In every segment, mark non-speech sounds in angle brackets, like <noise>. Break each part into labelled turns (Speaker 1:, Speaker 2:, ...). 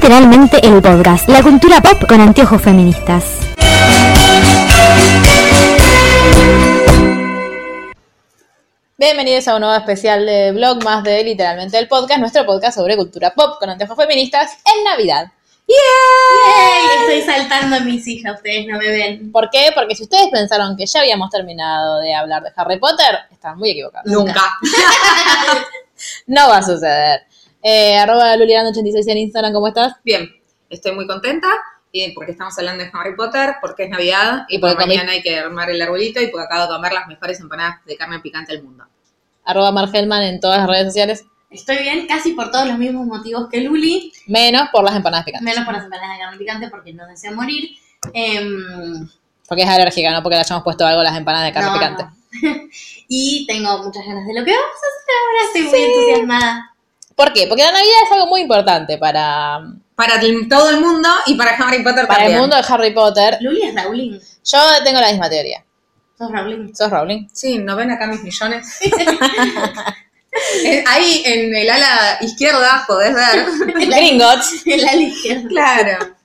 Speaker 1: semanalmente el podcast, la cultura pop con anteojos feministas.
Speaker 2: Bienvenidos a un nuevo especial de blog más de literalmente el podcast, nuestro podcast sobre cultura pop con anteojos feministas en Navidad.
Speaker 3: ¡Yay! Estoy saltando en mi silla, ustedes no me ven.
Speaker 2: ¿Por qué? Porque si ustedes pensaron que ya habíamos terminado de hablar de Harry Potter, están muy equivocados.
Speaker 3: Nunca.
Speaker 2: No va a suceder. Eh, arroba Lulirando86 en Instagram, ¿cómo estás?
Speaker 4: Bien, estoy muy contenta y porque estamos hablando de Harry Potter, porque es Navidad y
Speaker 2: Y porque
Speaker 4: porque
Speaker 2: comí-
Speaker 4: mañana hay que armar el arbolito y porque acabo de comer las mejores empanadas de carne picante del mundo.
Speaker 2: Arroba Margelman en todas las redes sociales,
Speaker 3: Estoy bien casi por todos los mismos motivos que Luli,
Speaker 2: menos por las empanadas picantes.
Speaker 3: menos por las empanadas de carne picante porque no deseo morir. Em,
Speaker 2: Porque es alérgica, no porque le hayamos puesto algo a las empanadas de carne
Speaker 3: no,
Speaker 2: picante.
Speaker 3: no. <laughs> y tengo muchas ganas de lo que vamos a hacer ahora, estoy muy entusiasmada.
Speaker 2: ¿Por qué? Porque la Navidad es algo muy importante para,
Speaker 4: Para el- todo el mundo y para Harry Potter
Speaker 2: para el
Speaker 4: también.
Speaker 2: mundo de Harry Potter.
Speaker 3: Luli es Rowling,
Speaker 2: Yo tengo la misma teoría.
Speaker 3: sos Rowling. <laughs>
Speaker 2: ¿Sos Rowling?
Speaker 4: Sí, ¿no ven acá mis millones? <laughs> Eh, Ahí en el ala izquierda
Speaker 2: <laughs>
Speaker 4: podés ver.
Speaker 2: Gringotts.
Speaker 3: En la ligera.
Speaker 4: Claro.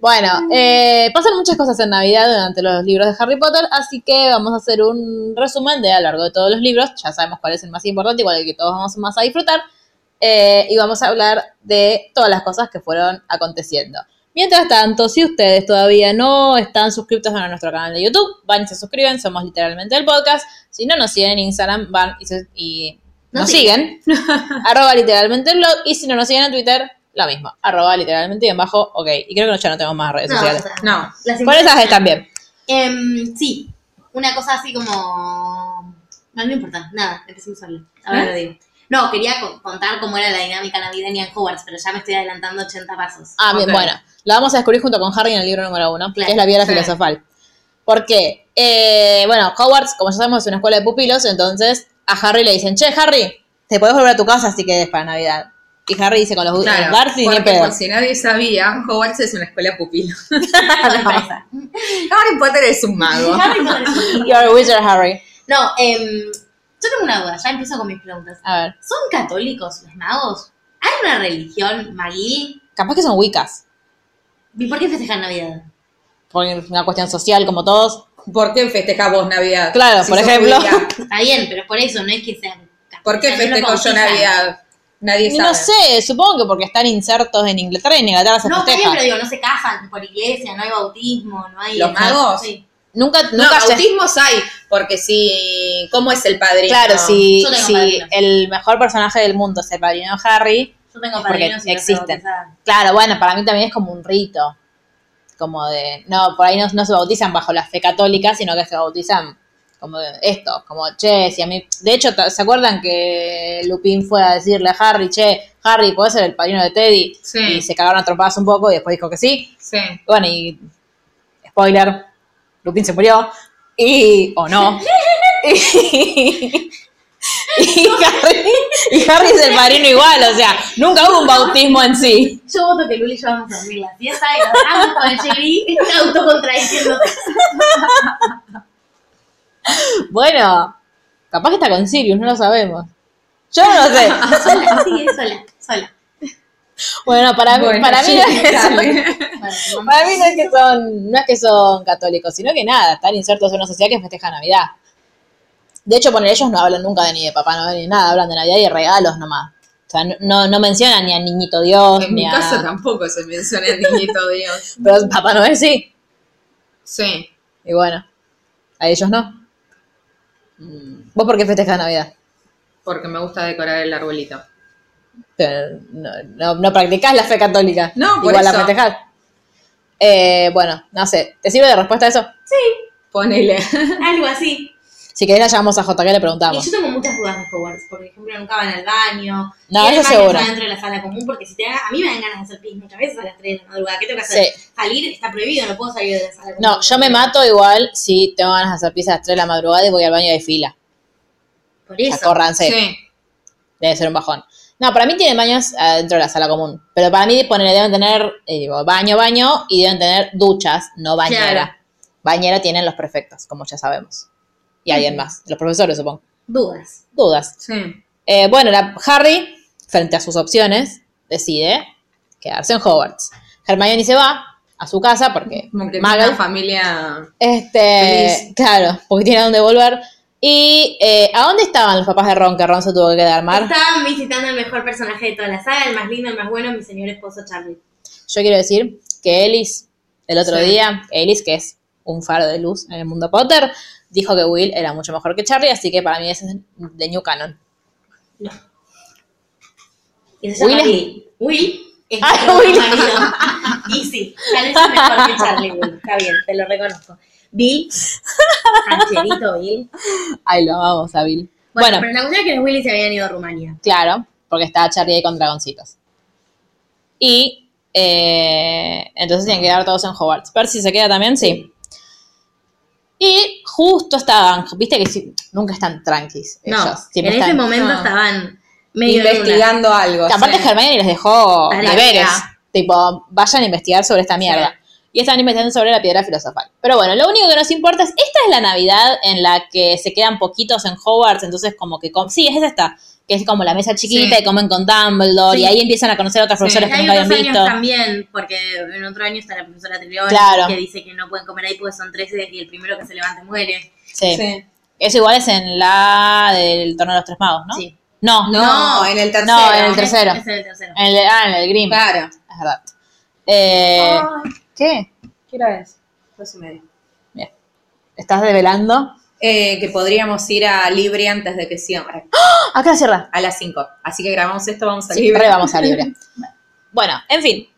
Speaker 2: Bueno, eh, pasan muchas cosas en Navidad durante los libros de Harry Potter, así que vamos a hacer un resumen de a lo largo de todos los libros. Ya sabemos cuál es el más importante y cuál es el que todos vamos más a disfrutar. Eh, y vamos a hablar de todas las cosas que fueron aconteciendo. Mientras tanto, si ustedes todavía no están suscritos a nuestro canal de YouTube, van y se suscriben, somos literalmente el podcast. Si no nos siguen en Instagram, van y, se- y
Speaker 3: Nos
Speaker 2: nos siguen.
Speaker 3: <laughs>
Speaker 2: arroba literalmente el blog. Y si no nos siguen en Twitter, lo mismo. Arroba literalmente y en bajo, ok. Y creo que no- ya no tenemos más redes
Speaker 3: No,
Speaker 2: sociales.
Speaker 3: o sea,
Speaker 4: No.
Speaker 3: las
Speaker 2: Por esas
Speaker 3: empanadas-
Speaker 2: están bien.
Speaker 3: Em, sí, una cosa así como... No, no importa, nada, empecemos a hablar. Ahora
Speaker 4: ¿Eh?
Speaker 3: lo digo. No, quería co- contar cómo era la dinámica navideña en Hogwarts, pero ya me estoy adelantando 80 pasos.
Speaker 2: Ah, bien,
Speaker 4: Ok.
Speaker 2: bueno. La vamos a descubrir junto con Harry en el libro número uno,
Speaker 3: Claro,
Speaker 2: que es la piedra
Speaker 4: sí.
Speaker 2: filosofal. ¿Por qué? Eh, bueno, Hogwarts, como ya sabemos, es una escuela de pupilos, entonces a Harry le dicen, che, Harry, te podés volver a tu casa si querés para Navidad. Y Harry dice con los
Speaker 4: Claro,
Speaker 2: Barty ni
Speaker 4: porque
Speaker 2: en pedo.
Speaker 4: por si nadie sabía, Hogwarts es una escuela pupilo.
Speaker 3: Sorpresa.
Speaker 4: <laughs> Harry Potter es
Speaker 2: <laughs>
Speaker 4: un mago.
Speaker 3: Harry Potter es un libro.
Speaker 2: You're a wizard, Harry.
Speaker 3: No, em, yo tengo una duda, ya empiezo con mis preguntas.
Speaker 2: A ver,
Speaker 3: ¿Son católicos los magos? ¿Hay una religión maguil?
Speaker 2: capaz que son wiccas,
Speaker 3: ¿Y por qué festejan Navidad?
Speaker 2: por una cuestión social como todos.
Speaker 4: ¿Por qué festeja vos Navidad?
Speaker 2: Claro, por
Speaker 4: sos
Speaker 2: ejemplo.
Speaker 4: judía.
Speaker 3: Está bien, pero por eso no es que sean católicos.
Speaker 4: ¿Por qué
Speaker 3: no los
Speaker 4: festejo yo
Speaker 3: bautizan.
Speaker 4: Navidad? Nadie
Speaker 2: Y
Speaker 4: sabe.
Speaker 2: no sé, supongo que porque están insertos en Inglaterra y en Inglaterra se
Speaker 3: No, está bien,
Speaker 2: festeja.
Speaker 3: pero digo, no se casan por iglesia, no hay bautismo, no hay...
Speaker 4: ¿Los magos?
Speaker 3: Sí.
Speaker 2: Nunca,
Speaker 4: No,
Speaker 2: nunca se-
Speaker 4: bautismos hay, porque si, ¿cómo es el padrino?
Speaker 2: Claro, si,
Speaker 3: Yo tengo
Speaker 2: si
Speaker 3: padrino.
Speaker 2: el mejor personaje del mundo es el padrino de Harry,
Speaker 3: Yo tengo
Speaker 2: Porque
Speaker 3: padrinos y los
Speaker 2: existen.
Speaker 3: tengo bautizados.
Speaker 2: Claro, bueno, para mí también es como un rito. Como de. No, por ahí no, no se bautizan bajo la fe católica, sino que se bautizan como de esto, como che, si a mí. De hecho, ta- ¿se acuerdan que Lupin fue a decirle a Harry, che, Harry, ¿puedes ser el padrino de Teddy?
Speaker 4: Sí.
Speaker 2: Y se cagaron a trompadas un poco y después dijo que sí.
Speaker 4: Sí.
Speaker 2: Bueno, y. Spoiler: Lupin se murió. Y. O no. y, y Harry, y Harry es el padrino igual, o sea, nunca hubo un bautismo en sí.
Speaker 3: Yo voto que Luli y yo vamos a dormir la fiesta y nos vamos con el Chevy está autocontradiciendo.
Speaker 2: Bueno, capaz que está con Sirius, no lo sabemos. Yo no lo
Speaker 4: <laughs>
Speaker 2: sé.
Speaker 3: Sola, sí, sola, sola.
Speaker 2: Bueno, para mí,
Speaker 4: Bueno,
Speaker 2: para mí no es que son,
Speaker 4: sí,
Speaker 3: Bueno, mamá.
Speaker 2: para mí no es que son, no es que son católicos, sino que nada, están insertos en una sociedad que festeja Navidad. De hecho, poner ellos no hablan nunca de ni de Papá Noel ni de nada, hablan de Navidad y de regalos nomás. O sea, no, no mencionan ni a Niñito Dios,
Speaker 4: En
Speaker 2: ni
Speaker 4: mi
Speaker 2: a.
Speaker 4: casa tampoco se menciona el niñito Dios.
Speaker 2: Pero Papá Noel sí.
Speaker 4: Sí.
Speaker 2: Y bueno, a ellos no.
Speaker 4: Mm,
Speaker 2: ¿Vos por qué festejas Navidad?
Speaker 4: Porque me gusta decorar el arbolito.
Speaker 2: Pero no, no, no practicás la fe católica.
Speaker 4: No, por
Speaker 2: Igual la
Speaker 4: eso.
Speaker 2: festejás. Eh, bueno, no sé. ¿Te sirve de respuesta eso?
Speaker 4: Ponele.
Speaker 3: Algo así.
Speaker 2: Si querés la llamamos a JK y le
Speaker 3: Y
Speaker 2: preguntamos.
Speaker 3: yo tengo muchas dudas de Hogwarts, por ejemplo, nunca van al baño.
Speaker 2: No,
Speaker 3: Y el
Speaker 2: eso
Speaker 3: baño
Speaker 2: seguro.
Speaker 3: está dentro de la sala común, porque si te da- a mí me dan ganas de hacer pis muchas veces a las 3 de la madrugada. ¿Qué tengo que hacer? Salir está prohibido, no puedo salir de la sala común.
Speaker 2: No, yo me mato igual si tengo ganas de hacer pizza a las 3 de la madrugada y voy al baño de fila.
Speaker 3: Por eso.
Speaker 2: Acórranse. Debe ser un bajón. No, para mí tienen baños adentro de la sala común. Pero para mí ponele, deben tener eh, digo, baño, baño y deben tener duchas, no bañera.
Speaker 3: Claro.
Speaker 2: Bañera tienen los prefectos, como ya sabemos. Y alguien más. Los profesores, supongo.
Speaker 3: Dudas.
Speaker 2: Dudas.
Speaker 4: Sí.
Speaker 2: Eh, bueno, la- Harry, frente a sus opciones, decide quedarse en Hogwarts. Hermione se va a su casa porque
Speaker 4: Como que tiene
Speaker 2: Magal-
Speaker 4: una familia.
Speaker 2: este,
Speaker 4: Feliz.
Speaker 2: claro, porque tiene a dónde volver. ¿Y eh, a dónde estaban los papás de Ron que Ron se tuvo que quedar, Mar?
Speaker 3: Estaban visitando al mejor personaje de toda la saga, el más lindo, el más bueno, mi señor esposo Charlie.
Speaker 2: Yo quiero decir que Ellis, el otro
Speaker 4: Sí.
Speaker 2: día, Ellis, que es un faro de luz en el mundo Potter, dijo que Will era mucho mejor que Charlie, así que para mí ese es de New Canon.
Speaker 3: Y se llama
Speaker 2: Will es-
Speaker 3: Will. Will es
Speaker 2: Ah,
Speaker 3: mi
Speaker 2: Will.
Speaker 3: marido. <laughs> Y sí, tal vez es mejor que Charlie Will. Está bien, te lo reconozco.
Speaker 2: <laughs>
Speaker 3: Bill, cancherito Bill.
Speaker 2: Ay, lo amamos a Bill.
Speaker 3: Bueno,
Speaker 2: Bueno,
Speaker 3: pero la cuestión es que los Willy se habían ido a Rumania.
Speaker 2: claro, porque estaba Charlie ahí con dragoncitos. Y eh, entonces tienen que quedar todos en Hogwarts. Percy se queda también, sí. Y justo estaban, viste que sí, nunca están tranquis ellos.
Speaker 3: No, en
Speaker 2: siempre
Speaker 3: ese
Speaker 2: están-
Speaker 3: momento
Speaker 4: no.
Speaker 3: estaban medio en una.
Speaker 4: Investigando algo.
Speaker 2: Que Aparte
Speaker 4: sí.
Speaker 2: Hermione les dejó
Speaker 3: Tarea.
Speaker 2: deberes. Tipo, vayan a investigar sobre esta mierda. Y están investigando sobre la piedra filosofal. Pero bueno, lo único que nos importa es, esta es la Navidad en la que se quedan poquitos en Hogwarts, entonces como que... com- sí, es esta, que es como la mesa chiquita
Speaker 4: Sí.
Speaker 2: y comen con Dumbledore
Speaker 3: Sí.
Speaker 2: y ahí empiezan a conocer a otros
Speaker 4: Sí.
Speaker 2: profesores que
Speaker 3: Hay
Speaker 2: nunca
Speaker 3: unos
Speaker 2: habían
Speaker 3: años
Speaker 2: visto.
Speaker 3: también, porque en otro año está la profesora Trión
Speaker 2: Claro.
Speaker 3: que dice que no pueden comer ahí porque son 13 y el primero que se levante muere.
Speaker 2: Sí.
Speaker 4: Sí.
Speaker 2: Eso igual es en la del torneo de los tres magos, ¿no?
Speaker 3: Sí.
Speaker 2: No,
Speaker 4: No,
Speaker 3: No,
Speaker 4: en el tercero.
Speaker 2: no, en el
Speaker 3: Ese-
Speaker 2: tercero.
Speaker 3: ese es el tercero.
Speaker 2: En el, ah, en el Grimm,
Speaker 4: Claro.
Speaker 2: es verdad. Eh, ¿Qué?
Speaker 4: ¿Qué hora es? Dos y media.
Speaker 2: ¿Estás develando?
Speaker 4: Eh, que podríamos ir a Libre antes de que cierre.
Speaker 2: Ah, Acá cierra.
Speaker 4: A las 5. Así que grabamos esto, vamos a
Speaker 2: Sí,
Speaker 4: Libre.
Speaker 2: re vamos a libre. <laughs> Bueno, en fin.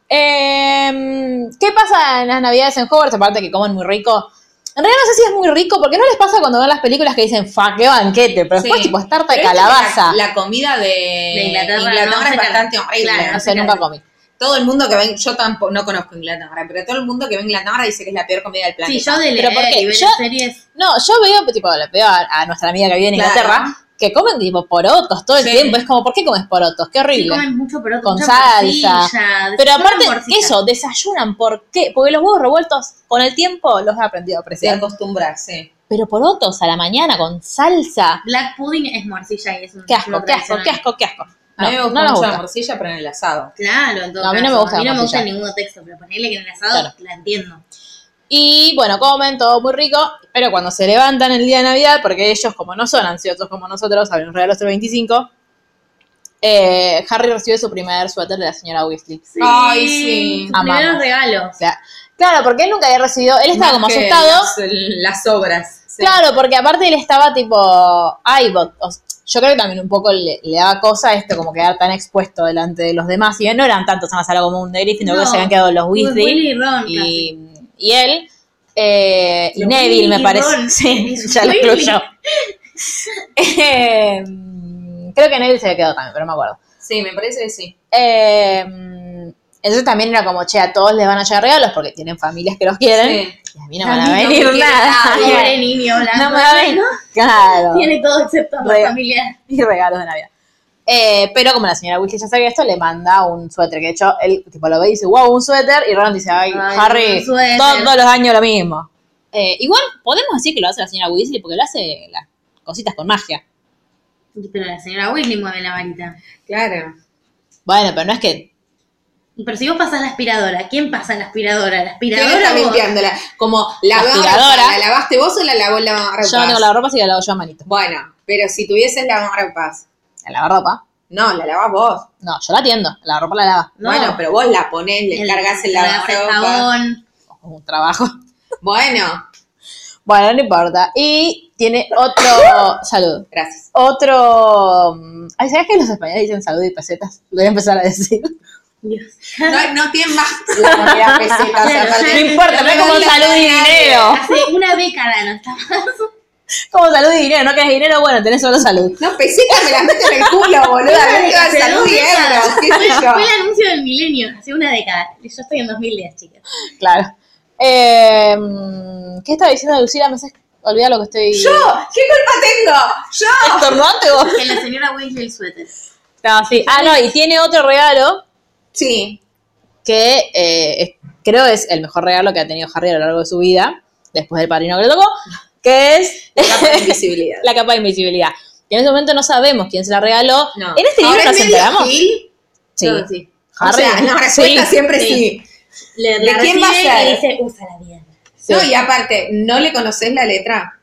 Speaker 2: Em, ¿Qué pasa en las navidades en Hogwarts? Aparte que comen muy rico. En realidad no sé si es muy rico, porque no les pasa cuando ven las películas que dicen, fa, qué banquete, pero después
Speaker 4: Sí.
Speaker 2: tipo es tarta de
Speaker 4: Pero viste que
Speaker 2: calabaza.
Speaker 4: La, la comida de,
Speaker 3: De Inglaterra, no, se
Speaker 4: es
Speaker 3: la-
Speaker 4: bastante horrible.
Speaker 3: claro,
Speaker 2: no sé,
Speaker 3: la-
Speaker 2: nunca comí.
Speaker 4: Todo el mundo que ve, yo tampoco, no conozco Inglaterra, pero todo el mundo que ve Inglaterra dice que es la peor comida del planeta.
Speaker 3: Sí, yo de
Speaker 2: Pero
Speaker 3: leer
Speaker 2: ¿por qué?
Speaker 3: y ver
Speaker 2: Yo-
Speaker 3: las series.
Speaker 2: No, yo veo, tipo, la- veo a, a nuestra amiga que vive en
Speaker 4: Claro.
Speaker 2: Inglaterra, que comen tipo porotos todo el
Speaker 4: Sí.
Speaker 2: tiempo. Es como, ¿por qué comes porotos? Qué
Speaker 3: Sí,
Speaker 2: horrible.
Speaker 3: comen mucho poroto,
Speaker 2: Con
Speaker 3: mucha
Speaker 2: salsa.
Speaker 3: morcilla,
Speaker 2: pero
Speaker 3: desayunan
Speaker 2: aparte,
Speaker 3: morcilla.
Speaker 2: eso, desayunan, ¿por qué? Porque los huevos revueltos con el tiempo los he aprendido a
Speaker 4: Se
Speaker 2: apreciar.
Speaker 4: acostumbra, sí.
Speaker 2: Pero porotos a la mañana con salsa.
Speaker 3: Black pudding es morcilla y es un
Speaker 2: Qué asco,
Speaker 3: una
Speaker 2: qué asco,
Speaker 3: tradicional.
Speaker 2: qué asco, qué asco.
Speaker 4: A mí me
Speaker 2: No,
Speaker 4: gusta
Speaker 2: no nos
Speaker 4: mucho
Speaker 2: gusta.
Speaker 4: la morcilla, pero en el asado.
Speaker 3: Claro, en todo
Speaker 2: No, a mí no
Speaker 3: caso.
Speaker 2: me gusta
Speaker 3: A mí no
Speaker 2: la
Speaker 3: me gusta
Speaker 2: morcilla.
Speaker 3: ningún texto, pero ponerle que en el asado
Speaker 2: Claro.
Speaker 3: la entiendo.
Speaker 2: Y bueno, comen todo muy rico, pero cuando se levantan el día de Navidad, porque ellos como no son ansiosos como nosotros, abren regalos el 25, este eh, Harry recibe su primer suéter de la señora Weasley.
Speaker 4: Ay, sí.
Speaker 3: Sus
Speaker 2: Amamos.
Speaker 3: primeros
Speaker 2: O
Speaker 3: regalos.
Speaker 2: sea, claro, porque él nunca había recibido, él estaba como
Speaker 4: Más que
Speaker 2: asustado.
Speaker 4: Las, las obras. sí.
Speaker 2: Claro, porque aparte él estaba tipo, ay, bo- o s- yo creo que también un poco le, le daba cosa esto, como quedar tan expuesto delante de los demás, y bien no eran tantos en la sala común de Gryffindor, creo que
Speaker 3: No.
Speaker 2: se habían quedado los Weasley.
Speaker 3: Willy y Ron, casi.
Speaker 2: y, y él eh, y
Speaker 3: Los
Speaker 2: Neville me
Speaker 3: Willy
Speaker 2: parece <laughs>
Speaker 3: Ron.
Speaker 2: sí ya lo
Speaker 3: Willy.
Speaker 2: <laughs> incluyo Eh, creo que Neville se había quedado también pero no me acuerdo
Speaker 4: Sí, me parece que sí.
Speaker 2: Eh, entonces también era como che a todos les van a llegar regalos porque tienen familias que los quieren
Speaker 4: Sí.
Speaker 2: y a mí no me van
Speaker 3: A
Speaker 2: a
Speaker 3: mí no
Speaker 2: venir
Speaker 3: me quiere
Speaker 4: Ah,
Speaker 2: nada
Speaker 3: Ah,
Speaker 2: <laughs>
Speaker 3: Pobre niño blanco.
Speaker 2: no me va a venir claro
Speaker 3: Tiene todo excepto la
Speaker 2: Re-
Speaker 3: familia.
Speaker 2: <laughs> y regalos de Navidad. Eh, pero como la señora Weasley ya sabía esto, le manda un suéter. Que de hecho, él tipo lo ve y dice, wow, un suéter. Y Ron dice, ay,
Speaker 3: Ay,
Speaker 2: Harry,
Speaker 3: un suéter.
Speaker 2: todos los años lo mismo. Eh, igual podemos decir que lo hace la señora Weasley porque lo hace las cositas con magia.
Speaker 3: Pero la señora Willy mueve la varita.
Speaker 4: Claro.
Speaker 2: Bueno, pero no es que.
Speaker 3: Pero si vos pasas la aspiradora, ¿quién pasa la aspiradora? La
Speaker 4: ¿Quién está
Speaker 3: aspiradora. vos.
Speaker 4: limpiándola? Como la
Speaker 2: aspiradora.
Speaker 4: ¿La lavaste vos o la lavó la marropas?
Speaker 2: Yo no tengo la ropa, así que la hago yo a manito.
Speaker 4: Bueno, pero si tuvieses la marropas.
Speaker 2: La lavarropa.
Speaker 4: No, la lavás vos.
Speaker 2: No, yo la atiendo. La ropa la lava.
Speaker 3: No.
Speaker 4: Bueno, pero vos la ponés, le
Speaker 3: El-
Speaker 4: cargas el
Speaker 3: cargas el
Speaker 4: lavarropa.
Speaker 3: jabón.
Speaker 2: Es un trabajo.
Speaker 4: Bueno,
Speaker 2: <laughs> Bueno, no importa. Y tiene otro. <laughs> salud.
Speaker 4: gracias.
Speaker 2: Otro. mm, Ay, ¿sabes que los españoles dicen salud y pesetas? Lo voy a empezar a decir.
Speaker 3: Dios.
Speaker 4: No, no tienen más la comida peseta, o sea,
Speaker 3: Claro,
Speaker 4: aparte-
Speaker 2: No importa, no es como salud y dinero.
Speaker 3: <laughs> Hace una década no estaba.
Speaker 2: Como salud y dinero, no querés dinero, bueno, tenés solo salud.
Speaker 4: No, peseta me la meto en el culo, boluda.
Speaker 3: Claro,
Speaker 4: Me quedan
Speaker 3: pero
Speaker 4: salud y
Speaker 3: una-
Speaker 4: euros, qué sé yo.
Speaker 3: Fue el anuncio del milenio, hace una década. Yo estoy en 2010, chicas.
Speaker 2: Claro. Eh, ¿Qué estaba diciendo Lucila? Me haces olvidar lo que estoy.
Speaker 4: Yo, ¿qué culpa tengo? Yo.
Speaker 2: ¿Estornudaste vos?
Speaker 3: Que la señora Weasley el suéter.
Speaker 2: No, sí. Ah, no, y tiene otro regalo
Speaker 4: Sí.
Speaker 2: que eh, es- creo es el mejor regalo que ha tenido Harry a lo largo de su vida, después del padrino que le tocó, que es
Speaker 4: La capa de invisibilidad.
Speaker 2: la capa de invisibilidad. Que en ese momento no sabemos quién se la regaló.
Speaker 4: No.
Speaker 2: En este
Speaker 4: Ahora
Speaker 2: libro
Speaker 4: es
Speaker 2: nos
Speaker 4: medio
Speaker 2: enteramos.
Speaker 4: gil.
Speaker 2: Sí.
Speaker 3: Todo así.
Speaker 4: O sea, la respuesta siempre sí.
Speaker 3: Le,
Speaker 4: ¿De
Speaker 3: la
Speaker 4: quién va a
Speaker 3: recibe
Speaker 4: ser?
Speaker 3: Y dice, usa la mierda.
Speaker 2: Sí.
Speaker 4: No, y aparte, ¿no le conoces la letra?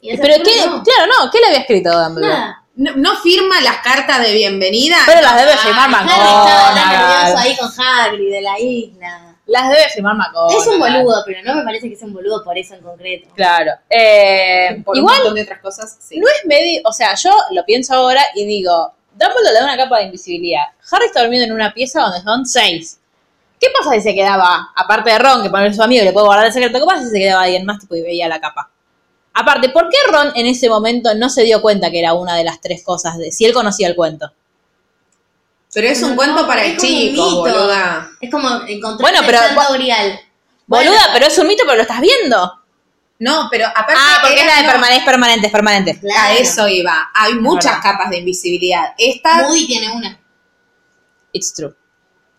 Speaker 3: Y esa
Speaker 2: Pero
Speaker 3: persona
Speaker 2: qué,
Speaker 3: no.
Speaker 2: claro, no, ¿qué le había escrito Dumbledore?
Speaker 3: Nada.
Speaker 4: No, no firma las cartas de bienvenida? Ah,
Speaker 2: Pero las debe firmar
Speaker 3: Ah, Harry estaba tan nervioso
Speaker 2: McGonagall.
Speaker 3: ahí con Hagrid de la isla.
Speaker 2: Las debe firmar McGonagall.
Speaker 3: Es un boludo, pero no me parece que sea un boludo por eso en concreto.
Speaker 2: Claro. Eh,
Speaker 4: Por un
Speaker 2: igual,
Speaker 4: montón de otras cosas, sí.
Speaker 2: no es medio, o sea, yo lo pienso ahora y digo, Dumbledore le da una capa de invisibilidad. Harry está durmiendo en una pieza donde son seis. ¿Qué pasa si se quedaba, aparte de Ron, que para él es su amigo y le puede guardar el secreto, qué pasa si se quedaba alguien más tipo y veía la capa? Aparte, ¿por qué Ron en ese momento no se dio cuenta que era una de las tres cosas de si él conocía el cuento?
Speaker 4: Pero es un
Speaker 3: No,
Speaker 4: cuento para
Speaker 3: es
Speaker 4: el
Speaker 3: como un
Speaker 4: chico,
Speaker 3: mito.
Speaker 4: boluda.
Speaker 3: Es como encontrar
Speaker 2: Bueno, pero-
Speaker 3: el santo grial.
Speaker 2: Boluda,
Speaker 3: Bueno,
Speaker 2: pero es un mito, pero lo estás viendo.
Speaker 4: No, pero aparte.
Speaker 2: Ah, porque es
Speaker 4: era-
Speaker 2: la de
Speaker 4: no,
Speaker 2: permanente, es permanente, es permanente.
Speaker 3: Claro.
Speaker 4: A eso iba. Hay muchas
Speaker 2: verdad.
Speaker 4: capas de invisibilidad. Esta.
Speaker 3: Moody tiene una.
Speaker 2: It's true.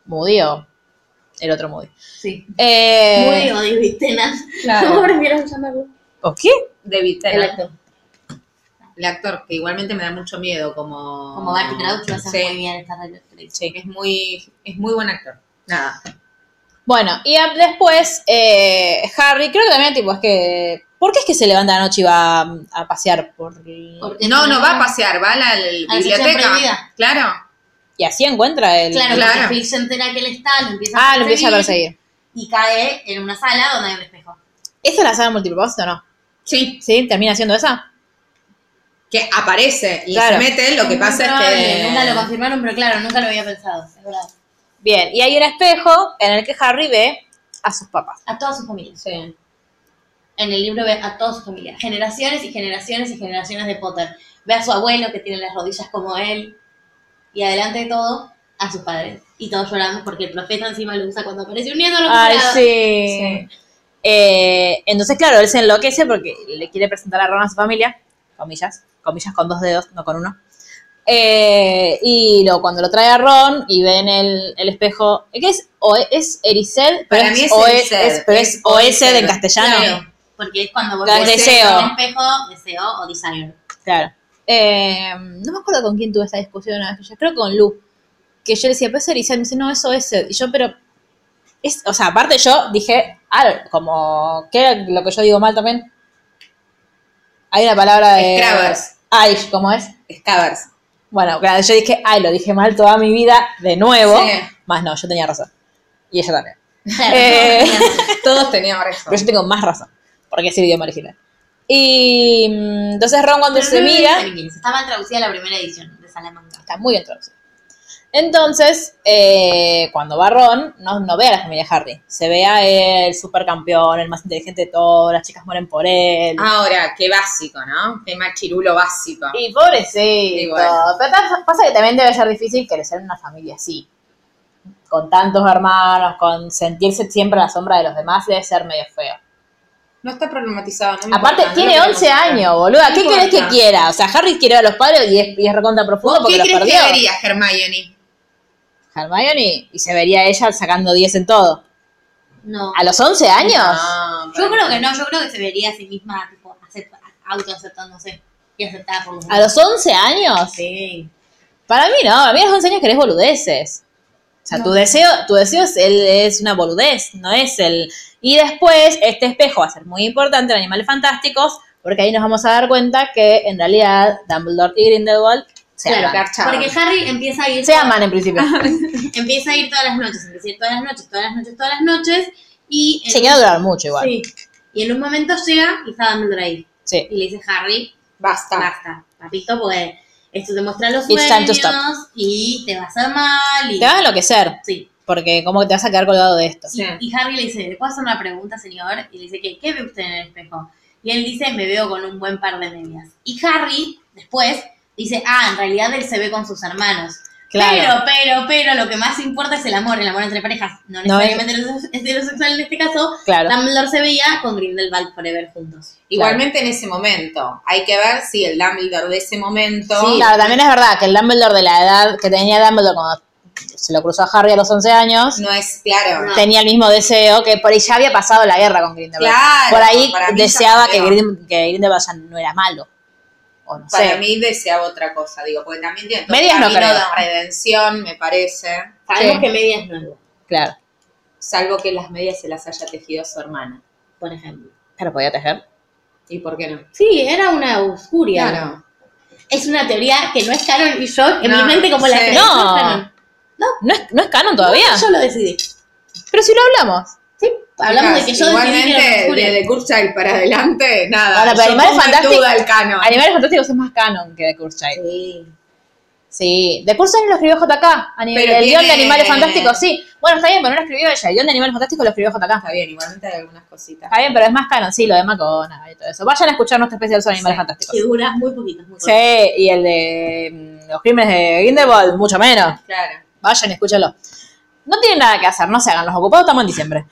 Speaker 2: Moody o el otro Moody.
Speaker 3: Sí. Moody
Speaker 2: Eh,
Speaker 3: o David Tennant.
Speaker 4: Claro.
Speaker 3: <laughs> ¿Cómo prefieres llamarlo?
Speaker 2: ¿O qué?
Speaker 4: David
Speaker 3: El
Speaker 4: Tennant.
Speaker 3: actor.
Speaker 4: El actor, que igualmente me da mucho miedo, como.
Speaker 3: Como Barty Crouch lo hace
Speaker 4: Sí,
Speaker 3: muy bien esta radio.
Speaker 4: sí, Es muy, es muy buen actor. Nada.
Speaker 2: Bueno, y a- después eh, Harry, creo que también tipo es que... ¿Por qué es que se levanta de noche y va a, a pasear? Por...
Speaker 3: Porque
Speaker 4: No, no va a
Speaker 3: pasar.
Speaker 4: pasear, va a la,
Speaker 3: A
Speaker 4: la
Speaker 3: la sección
Speaker 4: biblioteca.
Speaker 3: prohibida.
Speaker 4: Claro.
Speaker 2: Y así encuentra el...
Speaker 3: Claro,
Speaker 4: Claro.
Speaker 3: porque Phil se entera que él está, lo empieza a
Speaker 2: Ah, lo empieza a perseguir.
Speaker 3: Y cae en una sala donde hay un espejo.
Speaker 2: ¿Esa es la saga multipropósito no?
Speaker 4: Sí.
Speaker 2: ¿Sí? ¿Termina siendo esa?
Speaker 4: Que aparece y
Speaker 2: Claro.
Speaker 4: se mete, lo que
Speaker 3: muy
Speaker 4: pasa
Speaker 3: probable,
Speaker 4: es que.
Speaker 3: Nunca lo confirmaron, pero claro, nunca lo había pensado. Es verdad.
Speaker 2: Bien, y hay un espejo en el que Harry ve a sus papás.
Speaker 3: A todas sus familias.
Speaker 4: Sí.
Speaker 3: En el libro ve a todas sus familias. Generaciones y generaciones y generaciones de Potter. Ve a su abuelo que tiene las rodillas como él. Y adelante de todo, a sus padres. Y todos lloramos porque el profeta encima lo usa cuando aparece un nieto. No
Speaker 2: Ay,
Speaker 3: jurado.
Speaker 2: sí. Eh, entonces, claro, él se enloquece porque le quiere presentar a Ron a su familia, comillas, comillas con dos dedos, no con uno. Eh, y lo, cuando lo trae a Ron y ve en el, el espejo, ¿qué es? O e- es Ericel, pero
Speaker 4: Para mí es
Speaker 2: OE
Speaker 4: Ericel,
Speaker 2: es- pero es
Speaker 4: es
Speaker 2: OS
Speaker 4: Ericel.
Speaker 2: en castellano. Claro.
Speaker 3: Claro, porque es cuando vos
Speaker 2: Claro,
Speaker 3: ves
Speaker 2: deseo.
Speaker 3: en un espejo, deseo o desire.
Speaker 2: Eh, no me acuerdo con quién tuve esa discusión una vez, que yo creo que con Lu, que yo le decía, pero es Ericel, me dice, no, es OS. Y yo, pero, es, o sea, aparte yo dije, ah, como, ¿qué era lo que yo digo mal también? Hay una palabra de...
Speaker 4: Scrubbers.
Speaker 2: Ay, ¿cómo es?
Speaker 4: Scavers.
Speaker 2: Bueno, claro, yo dije, ay, lo dije mal toda mi vida, de nuevo.
Speaker 4: Sí.
Speaker 2: Más no, yo tenía razón. Y ella también.
Speaker 3: Claro,
Speaker 2: Eh,
Speaker 4: Todos tenían razón.
Speaker 2: pero yo tengo más razón, porque es el idioma original. Y mm, entonces Ron cuando se mira,
Speaker 3: Está mal traducida la primera edición de Salamanca.
Speaker 2: está muy bien traducido. Entonces, eh, cuando va Ron, no, no ve a la familia Harry. Se ve a él, supercampeón, el más inteligente de todos, las chicas mueren por él.
Speaker 4: Ahora, qué básico, ¿no? Qué machirulo básico.
Speaker 2: Y pobrecito.
Speaker 4: Y bueno.
Speaker 2: Pero ta- pasa que también debe ser difícil crecer en una familia así. Con tantos hermanos, con sentirse siempre a la sombra de los demás, debe ser medio feo.
Speaker 4: No está problematizado. no me
Speaker 2: Aparte,
Speaker 4: importa, no
Speaker 2: tiene
Speaker 4: lo quiero
Speaker 2: 11
Speaker 4: mostrar.
Speaker 2: años, boluda.
Speaker 4: No
Speaker 2: ¿Qué querés que
Speaker 4: importa.
Speaker 2: quiera? O sea, Harry quiere a los padres y es, y es recontra profundo porque
Speaker 4: ¿Qué
Speaker 2: los
Speaker 4: crees
Speaker 2: perdió.
Speaker 4: que vería Hermione?
Speaker 2: Hermione, y se vería ella sacando 10 en todo.
Speaker 3: No.
Speaker 2: ¿A los 11 años? Ah,
Speaker 4: No,
Speaker 3: Yo
Speaker 4: pero-
Speaker 3: creo que no, yo creo que se vería a sí misma, tipo, acepta- autoaceptándose y aceptada por los
Speaker 2: ¿A los 11 años?
Speaker 3: Sí.
Speaker 2: Para mí no, a mí a los 11 años querés boludeces. O sea, tu deseo, tu deseo es, el- es una boludez, no es el... Y después, este espejo va a ser muy importante en Animales Fantásticos, porque ahí nos vamos a dar cuenta que en realidad Dumbledore y Grindelwald se
Speaker 3: Claro,
Speaker 2: aman.
Speaker 4: Garchado.
Speaker 3: Porque Harry empieza a ir
Speaker 2: Se aman en principio.
Speaker 3: empieza a ir todas las noches, empieza a ir todas las noches, todas las noches, todas las noches y en,
Speaker 2: se queda a durar mucho igual. Sí.
Speaker 3: sí. Y en un momento llega y está Dumbledore ahí y le dice Harry,
Speaker 4: Basta.
Speaker 3: basta, papito, pues esto te muestra los
Speaker 2: It's time to
Speaker 3: sueños y te va a hacer mal y
Speaker 2: Te vas a enloquecer,
Speaker 3: sí.
Speaker 2: porque como que te vas a quedar colgado de esto.
Speaker 4: Sí.
Speaker 3: Y Harry le dice, ¿le puedo hacer una pregunta, señor? Y le dice, ¿qué, ¿qué ve usted en el espejo? Y él dice, me veo con un buen par de medias. Y Harry, después, dice, ah, en realidad él se ve con sus hermanos.
Speaker 2: Claro.
Speaker 3: Pero, pero, pero, lo que más importa es el amor, el amor entre parejas. No
Speaker 2: No,
Speaker 3: necesariamente heterose- heterosexual en este caso.
Speaker 2: Claro.
Speaker 3: Dumbledore se veía con Grindelwald Forever juntos.
Speaker 4: Igualmente en ese momento. Hay que ver si el Dumbledore de ese momento.
Speaker 2: Sí, claro, también es verdad que el Dumbledore de la edad que tenía Dumbledore cuando se lo cruzó a Harry a los 11 años,
Speaker 4: No es claro.
Speaker 3: No.
Speaker 2: tenía el mismo deseo que por ahí ya había pasado la guerra con Grindelwald.
Speaker 4: Claro,
Speaker 2: por ahí
Speaker 4: para mí ya
Speaker 2: deseaba que,
Speaker 4: cambió.
Speaker 2: Grin- que Grindelwald ya no era malo. o no
Speaker 4: Para
Speaker 2: sé.
Speaker 4: mí deseaba otra cosa, digo, porque también tiene todo
Speaker 2: Medias
Speaker 4: un
Speaker 2: no
Speaker 4: camino
Speaker 2: creo.
Speaker 4: de redención, me parece.
Speaker 3: Sabemos
Speaker 2: Sí.
Speaker 3: que medias no es bueno,
Speaker 2: Claro.
Speaker 4: Salvo que las medias se las haya tejido su hermana.
Speaker 3: por ejemplo.
Speaker 2: Pero podía tejer.
Speaker 4: ¿Y por qué no?
Speaker 3: Sí, era una oscuridad. Es una teoría que no es canon y yo, en
Speaker 4: No,
Speaker 3: mi mente, como la
Speaker 4: sí.
Speaker 3: creí,
Speaker 2: No.
Speaker 3: es canon.
Speaker 2: ¿No es, no es canon todavía?
Speaker 3: Yo lo decidí.
Speaker 2: Pero si lo hablamos.
Speaker 3: Sí, hablamos de que yo decidí que era una
Speaker 4: Igualmente,
Speaker 3: oscuridad.
Speaker 4: de, de Kurchild para adelante, nada.
Speaker 2: Ahora, pero
Speaker 4: yo
Speaker 2: Animales
Speaker 4: pongo en
Speaker 2: Fantásticos-
Speaker 4: duda el canon.
Speaker 2: Animales Fantásticos es más canon que The Cursed Child.
Speaker 4: Sí.
Speaker 2: Sí. The Cursed Child lo escribió JK. Ani-
Speaker 4: Pero
Speaker 2: el guión de
Speaker 4: tiene-
Speaker 2: Animales Fantásticos, sí. Bueno, está bien, pero no lo escribió ella. El guión de Animales Fantásticos lo escribió JK.
Speaker 4: Está bien, igualmente hay algunas cositas.
Speaker 2: Está bien, pero es más canon, sí, lo de Macona y todo eso. Vayan a escuchar nuestro especial sobre Animales
Speaker 4: Sí.
Speaker 2: Fantásticos.
Speaker 3: Que dura muy poquito. Muy poquito.
Speaker 2: Sí, y el de mm, los crímenes de Grindelwald, mucho menos.
Speaker 4: Claro.
Speaker 2: Vayan y escúchalo. No tienen nada que hacer, no se hagan. Los ocupados estamos en diciembre.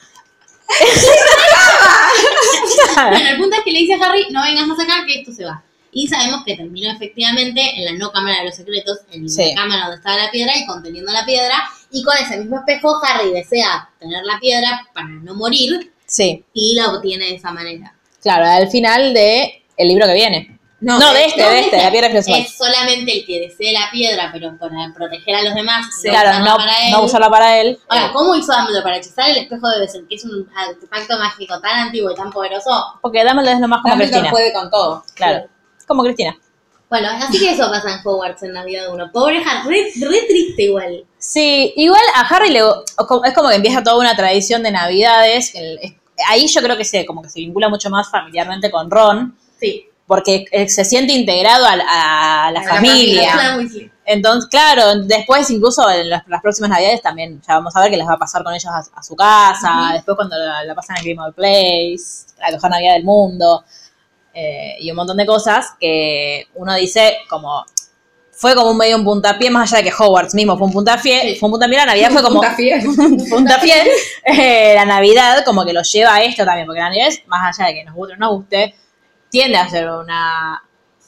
Speaker 2: <laughs>
Speaker 3: Bueno, el punto es que le dice a Harry, no vengas más acá, que esto se va. Y sabemos que terminó efectivamente en la no cámara de los secretos, en
Speaker 2: Sí.
Speaker 3: la cámara donde estaba la piedra y conteniendo la piedra. Y con ese mismo espejo, Harry desea tener la piedra para no morir
Speaker 2: Sí,
Speaker 3: y la obtiene de esa manera.
Speaker 2: claro, al final de el libro que viene. No,
Speaker 4: eh,
Speaker 2: de este,
Speaker 3: No,
Speaker 2: de este, la piedra filosofal.
Speaker 3: Es solamente el que desee la piedra, pero para proteger a los demás. no
Speaker 2: claro,
Speaker 3: usarla
Speaker 2: no,
Speaker 3: para él.
Speaker 2: no usarla para él.
Speaker 3: Ahora,
Speaker 2: Eh,
Speaker 3: ¿cómo hizo Dumbledore para hechizar el espejo de Bessel, que es un artefacto mágico tan antiguo y tan poderoso?
Speaker 2: porque Dumbledore es lo más como
Speaker 4: Dumbledore
Speaker 2: Cristina.
Speaker 4: puede con todo.
Speaker 2: Claro, como Cristina.
Speaker 3: Bueno, así que eso pasa en Hogwarts en Navidad 1. Pobre Harry, re, re triste igual.
Speaker 2: Sí, igual a Harry le, es como que empieza toda una tradición de navidades. el- es- ahí yo creo que se, como que se vincula mucho más familiarmente con Ron,
Speaker 3: Sí.
Speaker 2: porque eh, se siente integrado al- a, la
Speaker 4: A la
Speaker 2: familia.
Speaker 3: La Clan Weasley.
Speaker 2: Entonces, claro, después incluso en las, las próximas navidades también ya vamos a ver que las va a pasar con ellos a, a su casa, después cuando la, la pasan en Grimmauld Place, la mejor navidad del mundo, eh, y un montón de cosas que uno dice como... Fue como un medio un puntapié, más allá de que Hogwarts mismo fue un puntapié,
Speaker 3: Sí.
Speaker 2: fue un puntapié, la Navidad fue
Speaker 4: <laughs>
Speaker 2: como
Speaker 4: Punta
Speaker 2: <laughs>
Speaker 4: fiel.
Speaker 2: puntapié, eh, la Navidad como que lo lleva a esto también, porque la Navidad, es, más allá de que nos guste o no nos guste, tiende a ser una,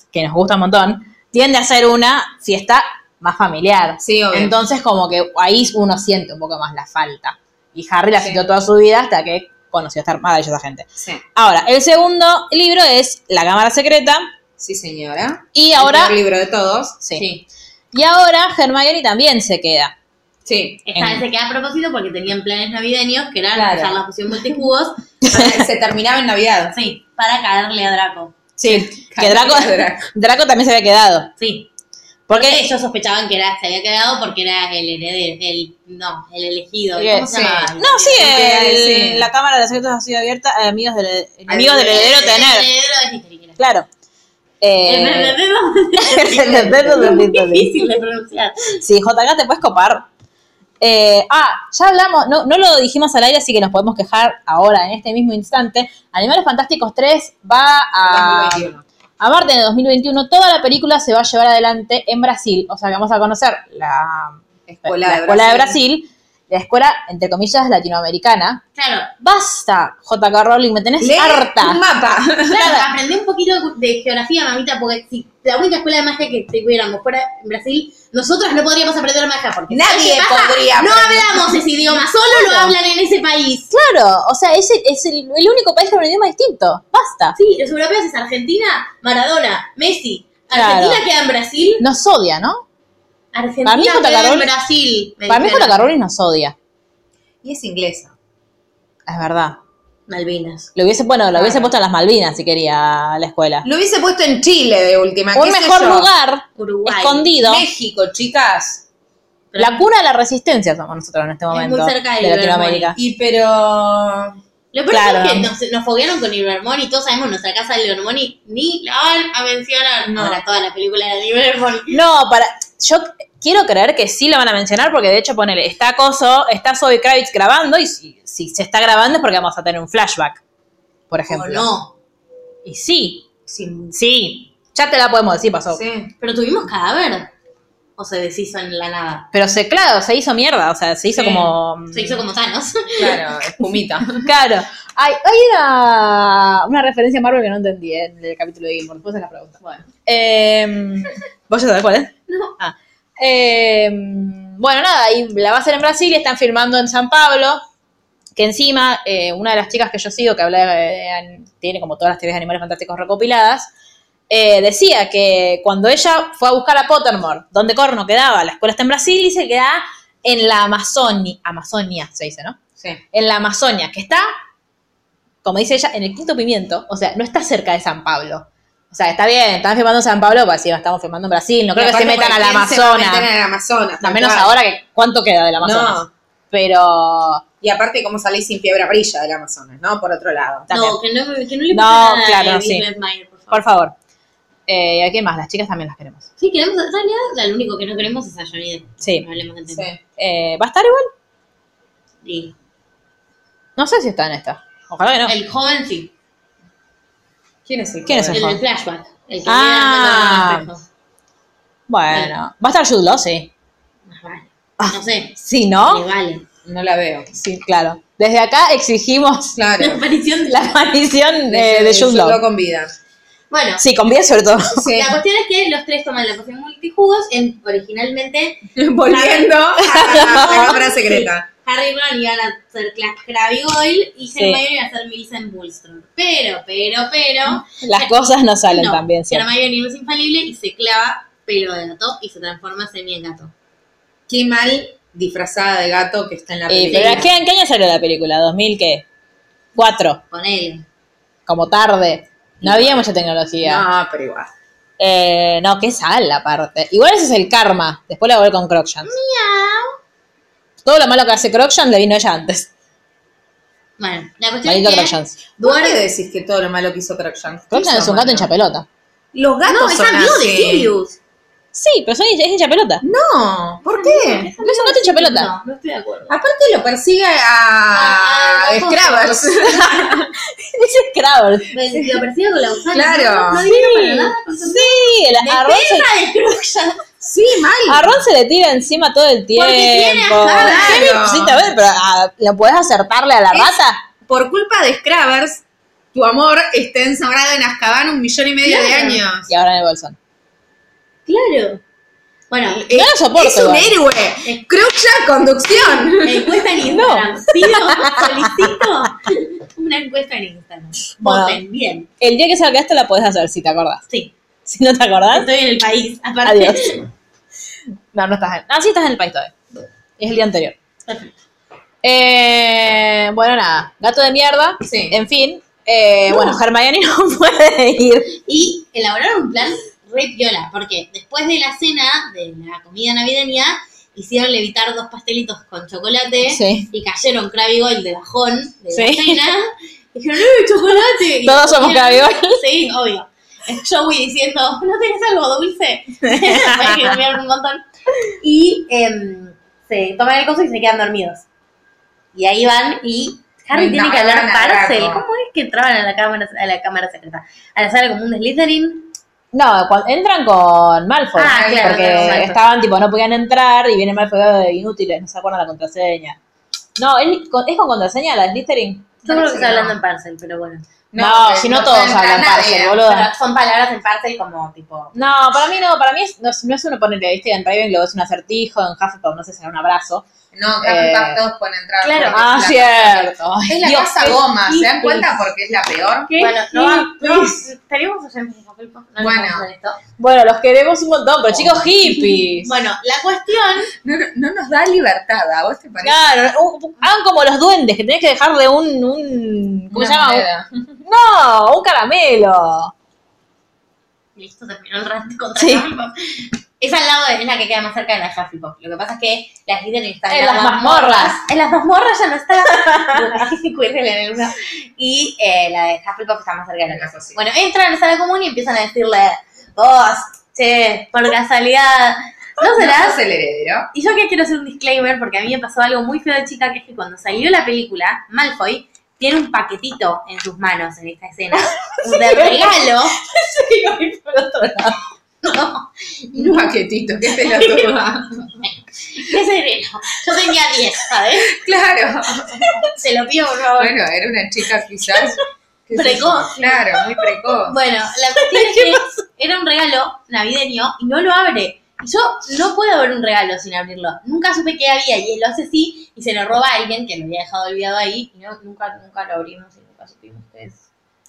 Speaker 2: que nos gusta un montón, tiende a ser una fiesta más familiar.
Speaker 4: Sí, obvio.
Speaker 2: Entonces como que ahí uno siente un poco más la falta. Y Harry la
Speaker 4: Sí.
Speaker 2: sintió toda su vida hasta que conoció a esta maravillosa gente.
Speaker 4: Sí.
Speaker 2: Ahora, el segundo libro es La Cámara Secreta
Speaker 4: Sí, señora.
Speaker 2: y ahora...
Speaker 4: El peor libro de todos.
Speaker 2: Sí. Y ahora Hermione también se queda.
Speaker 4: Sí. <laughs>
Speaker 3: Esta
Speaker 2: En-
Speaker 3: vez se queda a propósito porque tenían planes navideños que eran
Speaker 4: Claro.
Speaker 3: usar la fusión multijugos.
Speaker 4: Se terminaba en Navidad.
Speaker 3: <laughs> sí, para caerle a Draco.
Speaker 2: Sí. Que Draco,
Speaker 4: Draco.
Speaker 2: Draco también se había quedado.
Speaker 3: Sí.
Speaker 2: Porque
Speaker 3: Ellos sospechaban que era, se había quedado porque era el heredero, el, no, el elegido.
Speaker 2: Sí,
Speaker 3: ¿Cómo se
Speaker 4: sí.
Speaker 3: llamaba?
Speaker 2: No, sí,
Speaker 4: Porque,
Speaker 2: el-
Speaker 4: sí.
Speaker 2: la Cámara de los Secretos ha sido abierta a amigos del, enemigos
Speaker 4: Al-
Speaker 2: del heredero
Speaker 3: El
Speaker 2: tener.
Speaker 3: heredero de Cisterina.
Speaker 2: Claro. <laughs>
Speaker 3: El
Speaker 2: Eh,
Speaker 3: heredero es difícil de pronunciar.
Speaker 2: sí, JK te puedes copar. Eh, ah, ya hablamos, no, no lo dijimos al aire, así que nos podemos quejar ahora, en este mismo instante. Animales Fantásticos 3 va a,
Speaker 4: 2021.
Speaker 2: a Marte de 2021. Toda la película se va a llevar adelante en Brasil. O sea que vamos a conocer la
Speaker 4: Escuela
Speaker 2: la
Speaker 4: de
Speaker 2: escuela de
Speaker 4: Brasil.
Speaker 2: Brasil, la escuela, entre comillas, latinoamericana,
Speaker 3: Claro.
Speaker 2: Basta, JK Rowling, me tenés
Speaker 4: Lee un
Speaker 2: harta. <laughs>
Speaker 4: mapa.
Speaker 3: Claro, aprendí un poquito de geografía, mamita, porque si la única escuela de magia que tuviéramos fuera en Brasil, nosotros no podríamos aprender magia porque
Speaker 4: Nadie
Speaker 3: ¿sabes qué pasa?
Speaker 4: podría
Speaker 3: No
Speaker 4: aprender.
Speaker 3: hablamos ese idioma, solo lo
Speaker 2: Claro.
Speaker 3: hablan en ese país.
Speaker 2: Claro, o sea, es, el, es el- el único país con un idioma distinto. Basta.
Speaker 3: Sí, los europeos es Argentina, Maradona, Messi. Argentina
Speaker 2: Claro.
Speaker 3: queda en Brasil.
Speaker 2: Nos odia, ¿no?
Speaker 3: Argentina
Speaker 2: Para mí J.K.
Speaker 3: queda en
Speaker 2: Rowling-
Speaker 3: Brasil. me
Speaker 2: Para mí
Speaker 3: dijeron.
Speaker 2: JK Rowling nos odia.
Speaker 4: Y es inglesa.
Speaker 2: Es verdad.
Speaker 3: Malvinas.
Speaker 2: Lo hubiese, bueno, lo hubiese puesto en las Malvinas si quería la escuela.
Speaker 4: Lo hubiese puesto en Chile de última.
Speaker 3: Ah,
Speaker 2: Un
Speaker 4: qué sé
Speaker 2: mejor
Speaker 4: yo.
Speaker 2: lugar,
Speaker 3: Uruguay.
Speaker 2: escondido.
Speaker 4: México, chicas.
Speaker 3: Pero-
Speaker 2: La cuna de la resistencia somos nosotros en este
Speaker 3: muy
Speaker 2: momento.
Speaker 3: cerca de
Speaker 2: de Latinoamérica.
Speaker 4: Y pero.
Speaker 3: Lo peor
Speaker 2: Claro.
Speaker 3: es que nos, nos foguearon con Ibermoni y todos sabemos nuestra casa de Ibermoni ni la van a mencionar.
Speaker 4: No.
Speaker 3: Ahora toda la película de Ibermoni.
Speaker 2: No, para. Yo quiero creer que sí la van a mencionar porque de hecho, ponele, está Coso, está Zoe Kravitz grabando y si, si se está grabando es porque vamos a tener un flashback, por
Speaker 3: O
Speaker 2: ejemplo.
Speaker 3: Oh, no.
Speaker 2: Y sí,
Speaker 4: Sí.
Speaker 2: sí. Ya te la podemos decir, pasó.
Speaker 4: Sí.
Speaker 3: Pero tuvimos cadáver. O se deshizo en la nada.
Speaker 2: Pero se, claro, se hizo mierda, o sea, se hizo
Speaker 4: Sí.
Speaker 2: como.
Speaker 3: Se hizo como Thanos. <laughs>
Speaker 4: Claro,
Speaker 2: <laughs>
Speaker 4: espumita.
Speaker 2: Claro. Hay, hay una, una referencia a Marvel que no entendí en el capítulo de Gilmore, después se la pregunto.
Speaker 3: Bueno.
Speaker 2: Eh, ¿Vos ya sabés cuál es?
Speaker 3: No.
Speaker 2: Ah. Eh, bueno, nada, y la va a hacer en Brasil y están filmando en San Pablo. Que encima, eh, una de las chicas que yo sigo, que habla de- de- tiene como todas las teorías de animales fantásticos recopiladas, eh, decía que cuando ella fue a buscar a Pottermore, donde Corno quedaba, la escuela está en Brasil y se queda en la Amazonia, Amazonia se dice, ¿no?
Speaker 4: Sí.
Speaker 2: En la Amazonia, que está, como dice ella, en el quinto pimiento, o sea, no está cerca de San Pablo. O sea, está bien, están filmando en San Pablo, pues sí, estamos filmando en Brasil, no creo que se metan al
Speaker 4: Se metan
Speaker 2: Amazonas.
Speaker 4: al Amazonas.
Speaker 2: A
Speaker 4: tal
Speaker 2: menos
Speaker 4: cual.
Speaker 2: ahora que cuánto queda del Amazonas.
Speaker 4: No.
Speaker 2: Pero
Speaker 4: Y aparte, ¿cómo salís sin fiebre amarilla del Amazonas, no? Por otro lado.
Speaker 2: también.
Speaker 3: No, que no, que no le
Speaker 2: No,
Speaker 3: pasa nada
Speaker 2: claro,
Speaker 3: a David
Speaker 2: sí.
Speaker 3: Redmayne, por favor.
Speaker 2: Por favor. Eh, ¿A quién más? Las chicas también las queremos.
Speaker 3: Sí, queremos, en realidad, lo único que no queremos es a Johnny Depp.
Speaker 2: Sí.
Speaker 3: No hablemos del
Speaker 4: Sí.
Speaker 3: tema.
Speaker 2: Eh, ¿Va a estar igual?
Speaker 3: Y
Speaker 2: No sé si está en esta. Ojalá que no.
Speaker 3: El joven sí,
Speaker 4: ¿Quién es el
Speaker 2: ¿Quién es
Speaker 3: el
Speaker 4: joven?
Speaker 2: joven?
Speaker 3: del flashback. El que
Speaker 2: Ah.
Speaker 3: mira, no, no, no, no,
Speaker 2: bueno, va a estar Jude Law, sí.
Speaker 3: no, más vale.
Speaker 2: Ah. Oh.
Speaker 3: No sé,
Speaker 2: Si
Speaker 3: le
Speaker 2: no,
Speaker 3: vale.
Speaker 4: No la veo.
Speaker 2: sí, claro. Desde acá exigimos
Speaker 4: <laughs> Claro.
Speaker 3: La aparición
Speaker 2: <laughs>
Speaker 3: de
Speaker 2: la aparición eh, de
Speaker 4: Dice,
Speaker 2: Jude
Speaker 4: Eh, "Jude Law
Speaker 2: Law.
Speaker 4: con vida.
Speaker 3: Bueno,
Speaker 2: Sí, con vida sobre todo.
Speaker 4: Sí.
Speaker 3: la cuestión es que los tres toman la poción multijugos. En, originalmente,
Speaker 4: <laughs> Volviendo <laughs> a la obra secreta.
Speaker 3: Harry y Ron iban a ser Cla- Crabbe Goyle y
Speaker 2: Sí.
Speaker 3: Hermione iba a ser Millicent Bulstrode. Pero, pero, pero...
Speaker 2: Las cosas no salen
Speaker 3: no,
Speaker 2: tan bien, ¿sí?
Speaker 3: Hermione no es infalible y se clava pelo de gato y se transforma semi en gato.
Speaker 4: Qué mal disfrazada de gato que está en la
Speaker 2: Eh,
Speaker 4: película.
Speaker 2: pero ¿a qué, ¿en qué año salió la película? ¿2000 qué? Cuatro.
Speaker 3: Ponele.
Speaker 2: Como tarde. No había mucha tecnología.
Speaker 4: No, pero igual.
Speaker 2: Eh, no, qué sal la parte. Igual ese es el karma. Después la voy a ver con Crocshans. Todo lo malo que hace Crocshans le vino ella antes.
Speaker 3: Bueno, la cuestión
Speaker 2: Maldito
Speaker 3: es que...
Speaker 2: Crocshans.
Speaker 4: ¿Por qué decís que todo lo malo que hizo Crookshanks? ¿Qué
Speaker 2: Crocshans
Speaker 4: hizo,
Speaker 2: es un gato
Speaker 4: mano?
Speaker 2: en chapelota.
Speaker 4: Los gatos
Speaker 3: No, es
Speaker 4: son
Speaker 3: amigo de
Speaker 4: así.
Speaker 3: Sirius.
Speaker 2: Sí, pero soy, es en chapelota.
Speaker 4: No, ¿por qué?
Speaker 2: No es un gato en chapelota. <laughs>
Speaker 3: No, no estoy de acuerdo.
Speaker 4: Aparte lo persigue a,
Speaker 3: A- a-
Speaker 4: Scravers. <laughs>
Speaker 2: Dice Scrabble.
Speaker 3: Me- Pues, Lo percibo con la gusana. No,
Speaker 4: Claro.
Speaker 3: no
Speaker 2: Sí,
Speaker 3: adivino para nada.
Speaker 2: sí, el
Speaker 3: De
Speaker 2: arroz se,
Speaker 3: perra de Crookshanks.
Speaker 4: sí,
Speaker 2: a
Speaker 4: mal.
Speaker 2: Ron se le tira encima todo el tiempo.
Speaker 3: tiene a
Speaker 4: Claro.
Speaker 2: Sí, sí, a ver, pero ah, ¿lo podés acertarle a la rata?
Speaker 4: Por culpa de Scravers, tu amor está ensambrado en Azkaban un millón y medio de
Speaker 3: Claro.
Speaker 4: años.
Speaker 2: Y ahora en el bolsón.
Speaker 3: Claro. Bueno,
Speaker 2: No lo soporto,
Speaker 4: es un
Speaker 2: igual.
Speaker 4: héroe. Crookshanks, conducción. <laughs>
Speaker 3: me encuesta en Instagram. Pido, solicito una encuesta en Instagram.
Speaker 2: Bueno.
Speaker 3: Voten, bien.
Speaker 2: El día que salga esto la podés hacer, si te acordás. <laughs>
Speaker 3: Sí.
Speaker 2: Si no te acordás,
Speaker 3: Estoy en el país. Aparte.
Speaker 2: ¿Ah? adiós. No, no estás en... Ah, sí estás en el país todavía. Es el día anterior.
Speaker 3: Perfecto.
Speaker 2: Eh, bueno, nada. Gato de mierda.
Speaker 4: Sí.
Speaker 2: En fin. Eh, Bueno, Hermione <laughs> no puede ir.
Speaker 3: Y elaboraron un plan re piola, porque después de la cena, de la comida navideña, hicieron levitar dos pastelitos con chocolate
Speaker 2: Sí.
Speaker 3: y cayeron Crabbe y Goyle de bajón de la
Speaker 2: Sí.
Speaker 3: cena. Dijeron, ¡eh, chocolate! Y
Speaker 2: Todos
Speaker 3: lo
Speaker 2: somos
Speaker 3: comieron.
Speaker 2: Crabbe
Speaker 3: Sí, obvio. Es Joey diciendo, ¿no tenés algo
Speaker 2: <laughs>
Speaker 3: dulce? <laughs> Parece que comieron un montón. Y em, se toman el coso y se quedan dormidos. Y ahí van y Harry
Speaker 4: No,
Speaker 3: tiene que
Speaker 4: no
Speaker 3: hablar
Speaker 4: van a hablar,
Speaker 3: parcel.
Speaker 4: no.
Speaker 3: ¿Cómo es que entraban a la cámara, a la cámara secreta? A la sala común de Slytherin.
Speaker 2: No, cuando entran con Malfoy,
Speaker 3: Ah, claro,
Speaker 2: porque
Speaker 3: claro, Malfoy.
Speaker 2: estaban tipo, no podían entrar y viene Malfoy de inútiles, no se acuerdan la contraseña. No, ¿es con, es con contraseña la de Slytherin?
Speaker 3: Yo creo que está
Speaker 4: Sí, no.
Speaker 3: hablando en parcel, pero bueno.
Speaker 2: No, si no todos
Speaker 4: entra
Speaker 2: hablan
Speaker 4: nadie.
Speaker 2: parcel, boludo.
Speaker 3: Pero son palabras en parcel como tipo.
Speaker 2: No, para mí no, para mí es- no, es- no es uno ponerle, viste, en Ravenclaw es un acertijo, en Hufflepuff no sé, será un abrazo.
Speaker 4: No,
Speaker 2: Eh,
Speaker 4: Hufflepuff todos pueden entrar.
Speaker 3: claro.
Speaker 4: porque
Speaker 2: Ah,
Speaker 4: es la-
Speaker 2: cierto.
Speaker 4: Es la
Speaker 2: Dios,
Speaker 4: casa
Speaker 2: qué
Speaker 4: goma, ¿se dan
Speaker 2: difícil.
Speaker 4: cuenta porque es la peor?
Speaker 3: Bueno, no va. No,
Speaker 2: hippies.
Speaker 3: estaríamos oyentes de Hufflepuff, no nos
Speaker 4: Bueno.
Speaker 3: vamos con esto.
Speaker 2: Bueno, los queremos un montón, pero chicos, <laughs> hippies.
Speaker 3: Bueno, la cuestión.
Speaker 4: No, no, no nos da libertad, ¿a vos te parece?
Speaker 2: Claro, un- hagan como los duendes, que tenés que dejarle un, un ¿cómo
Speaker 4: Una
Speaker 2: se llama?
Speaker 4: moneda.
Speaker 2: No, un caramelo.
Speaker 3: Listo, terminó el rant contra
Speaker 2: Sí.
Speaker 3: Hufflepuff. Es al lado de, es la que queda más cerca de la Hufflepuff. Lo que pasa es que las Slytherin están
Speaker 2: En las mazmorras.
Speaker 3: En las mazmorras ya
Speaker 2: <laughs>
Speaker 3: no está. Cuídense en el uno. Y eh, la de Hufflepuff está más cerca de la casa.
Speaker 4: Sí.
Speaker 3: Bueno, entran a la sala común y empiezan a decirle, vos, che, por casualidad, ¿no serás?
Speaker 4: ¿Serás el heredero?
Speaker 3: Y yo que quiero hacer un disclaimer porque a mí me pasó algo muy feo de chica, que es que cuando salió la película, Malfoy tiene un paquetito en sus manos en
Speaker 2: <laughs>
Speaker 3: esta escena, de regalo.
Speaker 2: <laughs> Sí, voy por otro lado.
Speaker 4: Un paquetito, que <laughs> te lo toma.
Speaker 3: ¿Qué sereno? Yo tenía 10, ¿sabes?
Speaker 4: claro.
Speaker 3: Se lo pido, por favor.
Speaker 4: Bueno, era una chica quizás. qué <laughs> sé yo.
Speaker 3: Precoz.
Speaker 4: Claro, muy precoz.
Speaker 3: Bueno, la cuestión es que era un regalo navideño y no lo abre. Y yo no puedo abrir un regalo sin abrirlo. Nunca supe qué había y él lo hace así y se lo roba a alguien que lo había dejado olvidado ahí y no, nunca, nunca lo abrimos y nunca supimos qué es.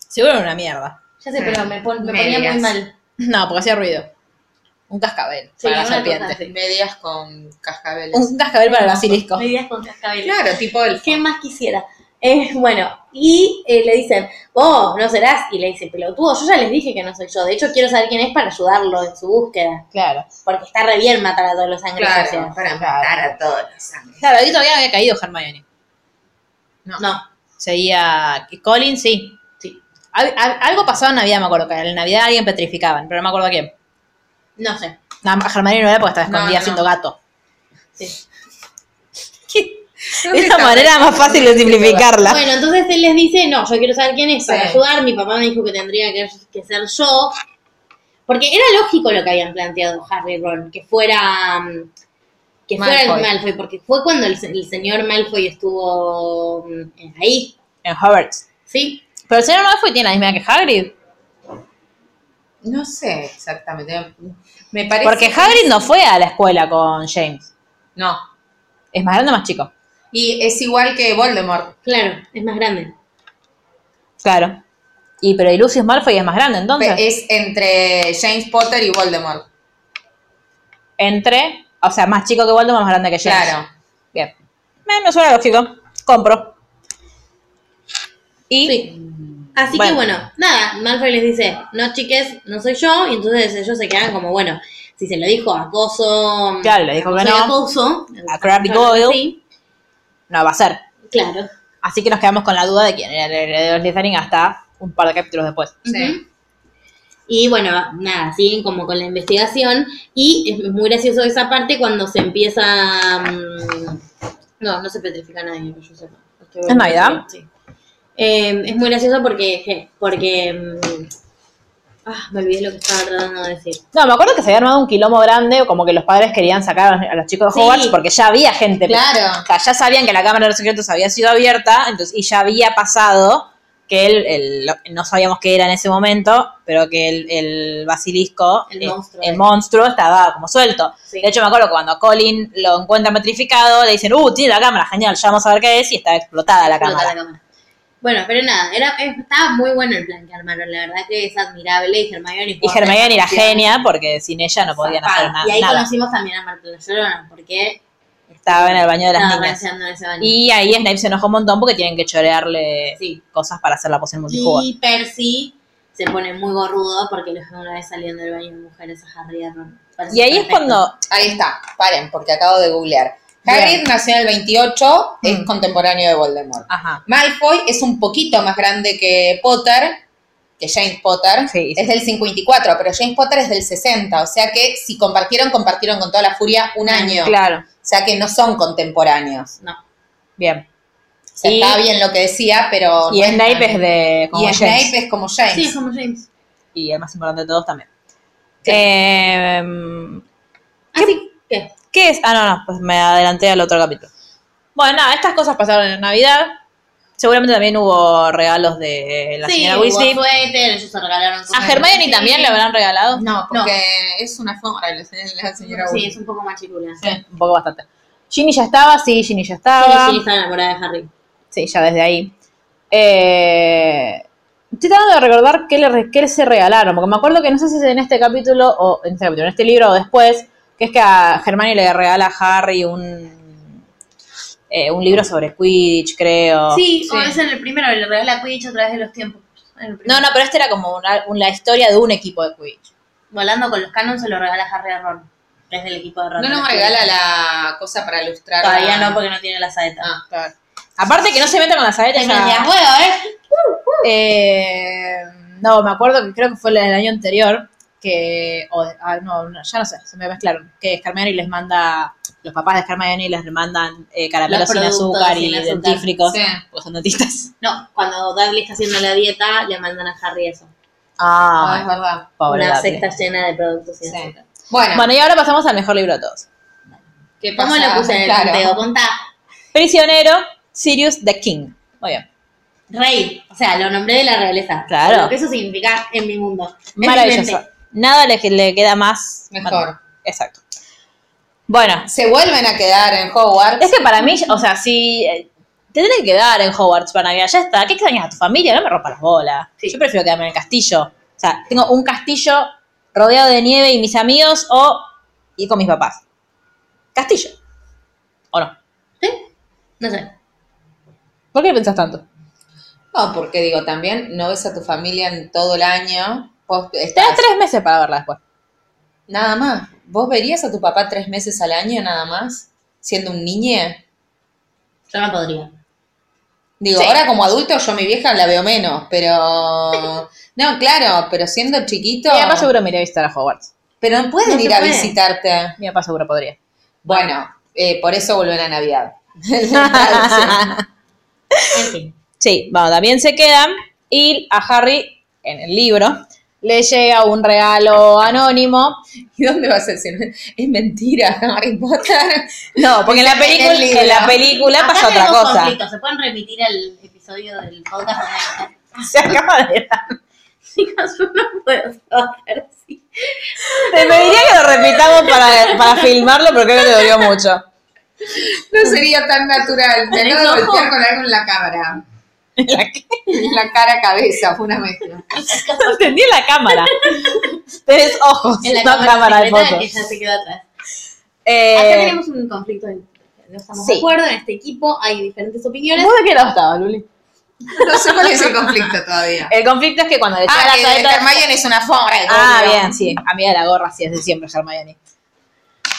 Speaker 2: Seguro era una mierda.
Speaker 3: Ya sé, pero me, pon- Ah, me ponía
Speaker 4: Medias.
Speaker 3: muy mal.
Speaker 2: No, porque hacía ruido. Un cascabel
Speaker 3: Sí,
Speaker 2: para la
Speaker 3: una
Speaker 2: serpiente.
Speaker 3: cosa así.
Speaker 4: Medias con cascabeles.
Speaker 2: Un cascabel para el basilisco.
Speaker 3: Medidas con cascabel.
Speaker 4: Claro, tipo el.
Speaker 3: ¿Qué más quisiera? Eh, bueno, y eh, le dicen, vos no serás, y le dice, pelotudo, yo ya les dije que no soy yo, de hecho quiero saber quién es para ayudarlo en su búsqueda,
Speaker 2: Claro.
Speaker 3: porque está re bien matar a todos los sangrientos.
Speaker 4: Claro, para matar a todos los sangres.
Speaker 2: Claro, ahí todavía no había caído Hermione.
Speaker 3: No,
Speaker 2: Seguía Colin, sí.
Speaker 3: Sí.
Speaker 2: Al- al- algo pasaba en Navidad, me acuerdo, que en Navidad alguien petrificaban, pero no me acuerdo a quién.
Speaker 3: no sé.
Speaker 2: No, Hermione no era porque estaba escondida
Speaker 4: No, no.
Speaker 2: haciendo gato.
Speaker 3: Sí.
Speaker 2: Es la manera más fácil de simplificarla.
Speaker 3: Bueno, entonces él les dice, no, yo quiero saber quién es para
Speaker 4: Sí.
Speaker 3: ayudar, mi papá me dijo que tendría que, que ser yo, porque era lógico lo que habían planteado Harry y Ron, que fuera... mm, Que fuera el
Speaker 4: Malfoy.
Speaker 3: Malfoy, porque fue cuando el, se- el señor Malfoy estuvo mm, ahí,
Speaker 2: En Hogwarts.
Speaker 3: ¿sí?
Speaker 2: Pero el señor Malfoy tiene la misma edad que Hagrid.
Speaker 4: No sé exactamente. Me parece.
Speaker 2: Porque Hagrid no fue a la escuela con James.
Speaker 4: No.
Speaker 2: Es más grande o más chico.
Speaker 4: Y es igual que Voldemort.
Speaker 3: Claro, es más grande.
Speaker 2: Claro. Y pero y Lucius Malfoy es más grande, entonces.
Speaker 4: Es entre James Potter y Voldemort.
Speaker 2: Entre, o sea, más chico que Voldemort, más grande que James.
Speaker 4: Claro.
Speaker 2: Bien. Eh, me suena lógico. Compro. Y
Speaker 3: Sí. Así
Speaker 2: Mm. Bueno.
Speaker 3: que bueno, nada, Malfoy les dice, no chiques, no soy yo, y entonces ellos se quedan como, bueno, si se lo dijo acoso,
Speaker 2: Claro, le dijo que
Speaker 3: soy
Speaker 2: no.
Speaker 3: acoso,
Speaker 2: A Crabbe Goyle.
Speaker 3: sí,
Speaker 2: no va a ser.
Speaker 3: claro,
Speaker 2: Así que nos quedamos con la duda de quién era el heredero de Slytherin hasta un par de capítulos después.
Speaker 4: Sí.
Speaker 3: y bueno, nada, siguen como con la investigación, y es muy gracioso esa parte cuando se empieza, mm, no, no se petrifica nadie, que yo sepa. Estoy
Speaker 2: ¿Es Navidad?
Speaker 3: Sí. Eh, es muy gracioso porque, porque, mm, ah, me olvidé lo que estaba tratando de decir.
Speaker 2: No, me acuerdo que se había armado un quilombo grande, como que los padres querían sacar a los, a los chicos de
Speaker 3: Sí.
Speaker 2: Hogwarts porque ya había gente.
Speaker 4: Claro.
Speaker 2: O sea, ya sabían que la Cámara de los Secretos había sido abierta entonces, y ya había pasado que el, el- lo- no sabíamos qué era en ese momento, pero que el, el basilisco,
Speaker 3: El
Speaker 2: eh,
Speaker 3: monstruo,
Speaker 2: el
Speaker 3: eh.
Speaker 2: monstruo estaba como suelto.
Speaker 3: Sí.
Speaker 2: De hecho, me acuerdo que cuando Colin lo encuentra petrificado, le dicen, uh, tiene la cámara, genial, ya vamos a ver qué es, y está explotada la
Speaker 3: Explota
Speaker 2: cámara.
Speaker 3: la cámara. Bueno, pero nada, era, eh, estaba muy bueno el plan que armaron, la verdad que es admirable y Hermione
Speaker 2: Y Hermione era
Speaker 3: Hostia.
Speaker 2: genia, porque sin ella no podían hacer na-
Speaker 3: Y ahí
Speaker 2: nada.
Speaker 3: conocimos también a Marta la Llorona, porque
Speaker 2: Estaba en el baño de las
Speaker 3: estaba
Speaker 2: niñas.
Speaker 3: ranceando en ese baño.
Speaker 2: Y ahí Snape se enojó un montón porque tienen que chorearle
Speaker 3: Sí.
Speaker 2: cosas para hacer la poción multijugo.
Speaker 3: Y Percy se pone muy gorrudo porque los ve una vez saliendo del baño de mujeres a Harry y a Ron. Parece
Speaker 2: Y ahí es
Speaker 3: perfecto.
Speaker 2: cuando
Speaker 4: Ahí está. Paren, porque acabo de googlear. Hagrid
Speaker 2: Bien.
Speaker 4: nació en el 28, es
Speaker 2: Mm.
Speaker 4: contemporáneo de Voldemort.
Speaker 2: Ajá.
Speaker 4: Malfoy es un poquito más grande que Potter, que James Potter.
Speaker 2: Sí, sí.
Speaker 4: Es del 54, pero James Potter es del 60. O sea que si compartieron, compartieron con toda la furia un año.
Speaker 2: Ah, Claro.
Speaker 4: O sea que no son contemporáneos.
Speaker 3: No,
Speaker 2: Bien.
Speaker 4: O sea,
Speaker 2: Y-
Speaker 4: estaba bien lo que decía, pero.
Speaker 2: Y
Speaker 4: no es
Speaker 2: Snape
Speaker 4: tan-
Speaker 2: es de como
Speaker 4: y
Speaker 2: James.
Speaker 4: Snape es como James.
Speaker 3: sí, es como James.
Speaker 2: Y el más importante de todos también.
Speaker 4: Sí.
Speaker 2: Eh,
Speaker 3: Así que,
Speaker 2: ¿Qué es? Ah, no, no, pues me adelanté al otro capítulo. Bueno, nada, estas cosas pasaron en Navidad. Seguramente también hubo regalos de la
Speaker 3: sí,
Speaker 2: señora
Speaker 3: hubo
Speaker 2: Weasley.
Speaker 3: suéter, ellos se regalaron
Speaker 2: A
Speaker 3: cosas.
Speaker 2: Hermione también le habrán regalado.
Speaker 4: No, porque es una alfombra la señora, la señora
Speaker 3: Sí,
Speaker 4: Weasley.
Speaker 3: es un poco más chicula. Sí,
Speaker 2: Sí, un poco bastante. Ginny ya estaba, sí, Ginny ya estaba.
Speaker 3: sí, está enamorada de Harry.
Speaker 2: Sí, ya desde ahí. Eh, estoy tratando de recordar qué, le, re- qué se regalaron, porque me acuerdo que no sé si es en este capítulo, o en este capítulo, en este libro o después, que es que a Germán le regala a Harry un, eh, un libro sobre Quidditch, creo.
Speaker 3: Sí, o
Speaker 4: Sí.
Speaker 3: es en el primero, le regala Quidditch a través de los tiempos. En el
Speaker 2: No, no, pero este era como una, un- la historia de un equipo de Quidditch.
Speaker 3: Volando con los canons se lo regala Harry a Ron. Desde el equipo de Ron.
Speaker 4: No nos regala la cosa para ilustrar.
Speaker 3: Todavía
Speaker 4: la-
Speaker 3: no, porque no tiene la saeta.
Speaker 4: Ah, claro.
Speaker 2: Aparte que no se meta con las sabetas.
Speaker 3: Te prendías fuego, ¿eh?
Speaker 2: Eh, no, me acuerdo que creo que fue el del año anterior que, o de- ah, no, no, ya no sé, se me mezclaron, que Hermione les manda, los papás de Hermione les mandan eh, caramelos
Speaker 3: Los
Speaker 2: sin
Speaker 3: productos
Speaker 2: azúcar y
Speaker 3: sin azúcar.
Speaker 2: dentífricos,
Speaker 4: Sí.
Speaker 2: porque son dentistas.
Speaker 3: No, cuando Dudley está haciendo la dieta, le mandan a Harry eso.
Speaker 4: Ah, es
Speaker 2: Ah,
Speaker 4: verdad.
Speaker 2: pobre
Speaker 3: una
Speaker 2: Dudley.
Speaker 3: cesta llena de productos sin
Speaker 4: Sí.
Speaker 3: azúcar.
Speaker 4: Bueno,
Speaker 2: Bueno, y ahora pasamos al mejor libro de todos.
Speaker 4: ¿qué pasa?
Speaker 3: ¿Cómo lo puse en el
Speaker 4: Claro.
Speaker 3: conteo? Contá,
Speaker 2: Prisionero, Sirius the King. Muy bien.
Speaker 3: rey. O sea, lo nombré de la realeza.
Speaker 2: Claro.
Speaker 3: Lo que eso significa en mi mundo. Es
Speaker 2: Maravilloso.
Speaker 3: demente.
Speaker 2: Nada le, le queda más.
Speaker 4: Mejor.
Speaker 2: bueno, exacto. Bueno,
Speaker 4: Se vuelven a quedar en Hogwarts.
Speaker 2: Es que para mí, o sea, si eh, te tenés que quedar en Hogwarts para Navidad, ya está. ¿Qué extrañas a tu familia? No me rompa las bolas.
Speaker 3: Sí.
Speaker 2: Yo prefiero quedarme en el castillo. O sea, tengo un castillo rodeado de nieve y mis amigos o ir con mis papás. Castillo. ¿O no?
Speaker 3: No sé.
Speaker 2: ¿Por qué pensás tanto?
Speaker 4: No, porque digo, también no ves a tu familia en todo el año. Vos estás-
Speaker 2: Tenés tres meses para verla después.
Speaker 4: nada más. ¿Vos verías a tu papá tres meses al año nada más? Siendo un niñe.
Speaker 3: Yo no podría.
Speaker 4: Digo,
Speaker 2: Sí.
Speaker 4: ahora como adulto yo a mi vieja la veo menos, pero... <laughs> No, claro, pero siendo chiquito...
Speaker 2: Mi papá seguro me iría a visitar a Hogwarts.
Speaker 4: Pero no pueden
Speaker 3: No se
Speaker 4: ir a
Speaker 3: puede.
Speaker 4: visitarte.
Speaker 2: Mi papá seguro podría. <laughs>
Speaker 4: Bueno, eh, por eso vuelven a Navidad.
Speaker 3: En fin.
Speaker 2: Sí, bueno, también se quedan y a Harry, en el libro, le llega un regalo anónimo. <laughs>
Speaker 4: ¿Y dónde vas a decir? Es mentira, <laughs> Harry Potter.
Speaker 2: No, porque en la
Speaker 4: <laughs> En el
Speaker 2: película,
Speaker 4: libro.
Speaker 2: en la película
Speaker 3: Acá
Speaker 2: pasa otra
Speaker 3: tenemos
Speaker 2: cosa.
Speaker 3: conflictos. Se pueden remitir al episodio del podcast <laughs> donde
Speaker 2: Se acaba de dar.
Speaker 3: Chicos, yo no puedo soportar así.
Speaker 2: Te pediría que lo repitamos para, para filmarlo porque creo que te dolió mucho. <laughs>
Speaker 4: No sería tan natural. Me acabo de
Speaker 3: Ojo.
Speaker 4: golpear con algo en la cámara.
Speaker 2: La que-
Speaker 4: En <laughs> la cara-cabeza, fue una mezcla.
Speaker 2: <laughs> Entendí en la cámara. Tenés ojos,
Speaker 3: En la
Speaker 2: no
Speaker 3: cámara,
Speaker 2: cámara de
Speaker 3: secreta
Speaker 2: fotos.
Speaker 3: que ya se quedó atrás. Acá
Speaker 2: Eh,
Speaker 3: tenemos un conflicto. de- No estamos
Speaker 2: sí.
Speaker 3: de acuerdo en este equipo. Hay diferentes opiniones.
Speaker 2: ¿Vos de qué lado estabas, Luli?
Speaker 4: No sé cuál es el conflicto todavía.
Speaker 2: El conflicto es que cuando le llega
Speaker 4: Ah,
Speaker 2: la
Speaker 4: que
Speaker 2: careta-
Speaker 4: Hermione es una forra.
Speaker 2: Ah, bien, sí. Amiga de la gorra, sí, desde siempre, Hermione.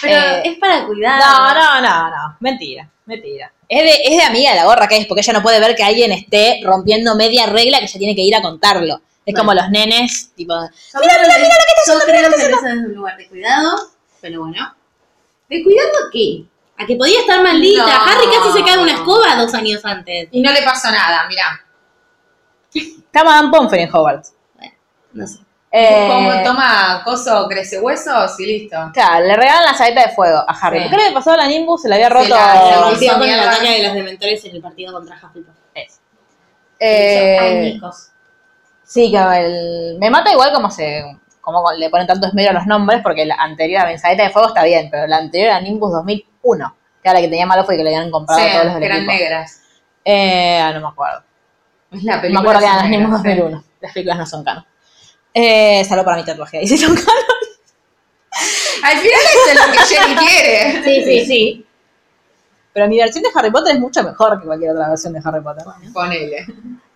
Speaker 3: Pero
Speaker 2: Eh,
Speaker 3: es para cuidar.
Speaker 2: No, no, no, no. Mentira, mentira. Es de, es de amiga de la gorra que es, porque ella no puede ver que alguien esté rompiendo media regla que ella tiene que ir a contarlo. Es
Speaker 3: Bueno.
Speaker 2: como los nenes, tipo,
Speaker 3: Yo creo que- Yo creo que eso es un lugar de cuidado, pero bueno. ¿De cuidado a qué? A que podía estar más linda.
Speaker 4: No.
Speaker 3: Harry casi se cae en una escoba dos años antes.
Speaker 4: Y no le pasó nada, mirá.
Speaker 2: está Madame Pomfrey en Hogwarts.
Speaker 3: No sé.
Speaker 2: Eh,
Speaker 4: Como toma coso, crece huesos y listo.
Speaker 2: claro, le regalan la saeta de fuego a Harry.
Speaker 4: Sí.
Speaker 2: ¿Por qué le pasó a la Nimbus? Se la había
Speaker 4: Se
Speaker 2: roto.
Speaker 3: Eh,
Speaker 4: la- se la rompió.
Speaker 3: Inició con el
Speaker 4: mierda.
Speaker 3: ataque de los dementores en el partido contra Hufflepuff.
Speaker 2: Es.
Speaker 3: Hizo
Speaker 2: Eh,
Speaker 3: añicos.
Speaker 2: sí, que el- me mata igual como se como le ponen tanto esmero a los nombres, porque la anterior a la saeta de fuego está bien, pero la anterior a Nimbus 2001, que era la que tenía malo fue que le habían comprado
Speaker 4: Sí,
Speaker 2: todos los del
Speaker 4: que eran
Speaker 2: equipo.
Speaker 4: negras.
Speaker 2: Eh, ah, no me acuerdo.
Speaker 4: Es la
Speaker 2: Me
Speaker 4: película.
Speaker 2: acuerdo que
Speaker 4: son
Speaker 2: eran las mismas
Speaker 4: negras, sí.
Speaker 2: 2001. Las películas no son canon. Eh, salvo para mi tatuaje, ahí sí son canon.
Speaker 4: Al final eso es lo que Jenny quiere.
Speaker 3: Sí, sí, sí.
Speaker 2: Pero mi versión de Harry Potter es mucho mejor que cualquier otra versión de Harry Potter.
Speaker 4: Ponele.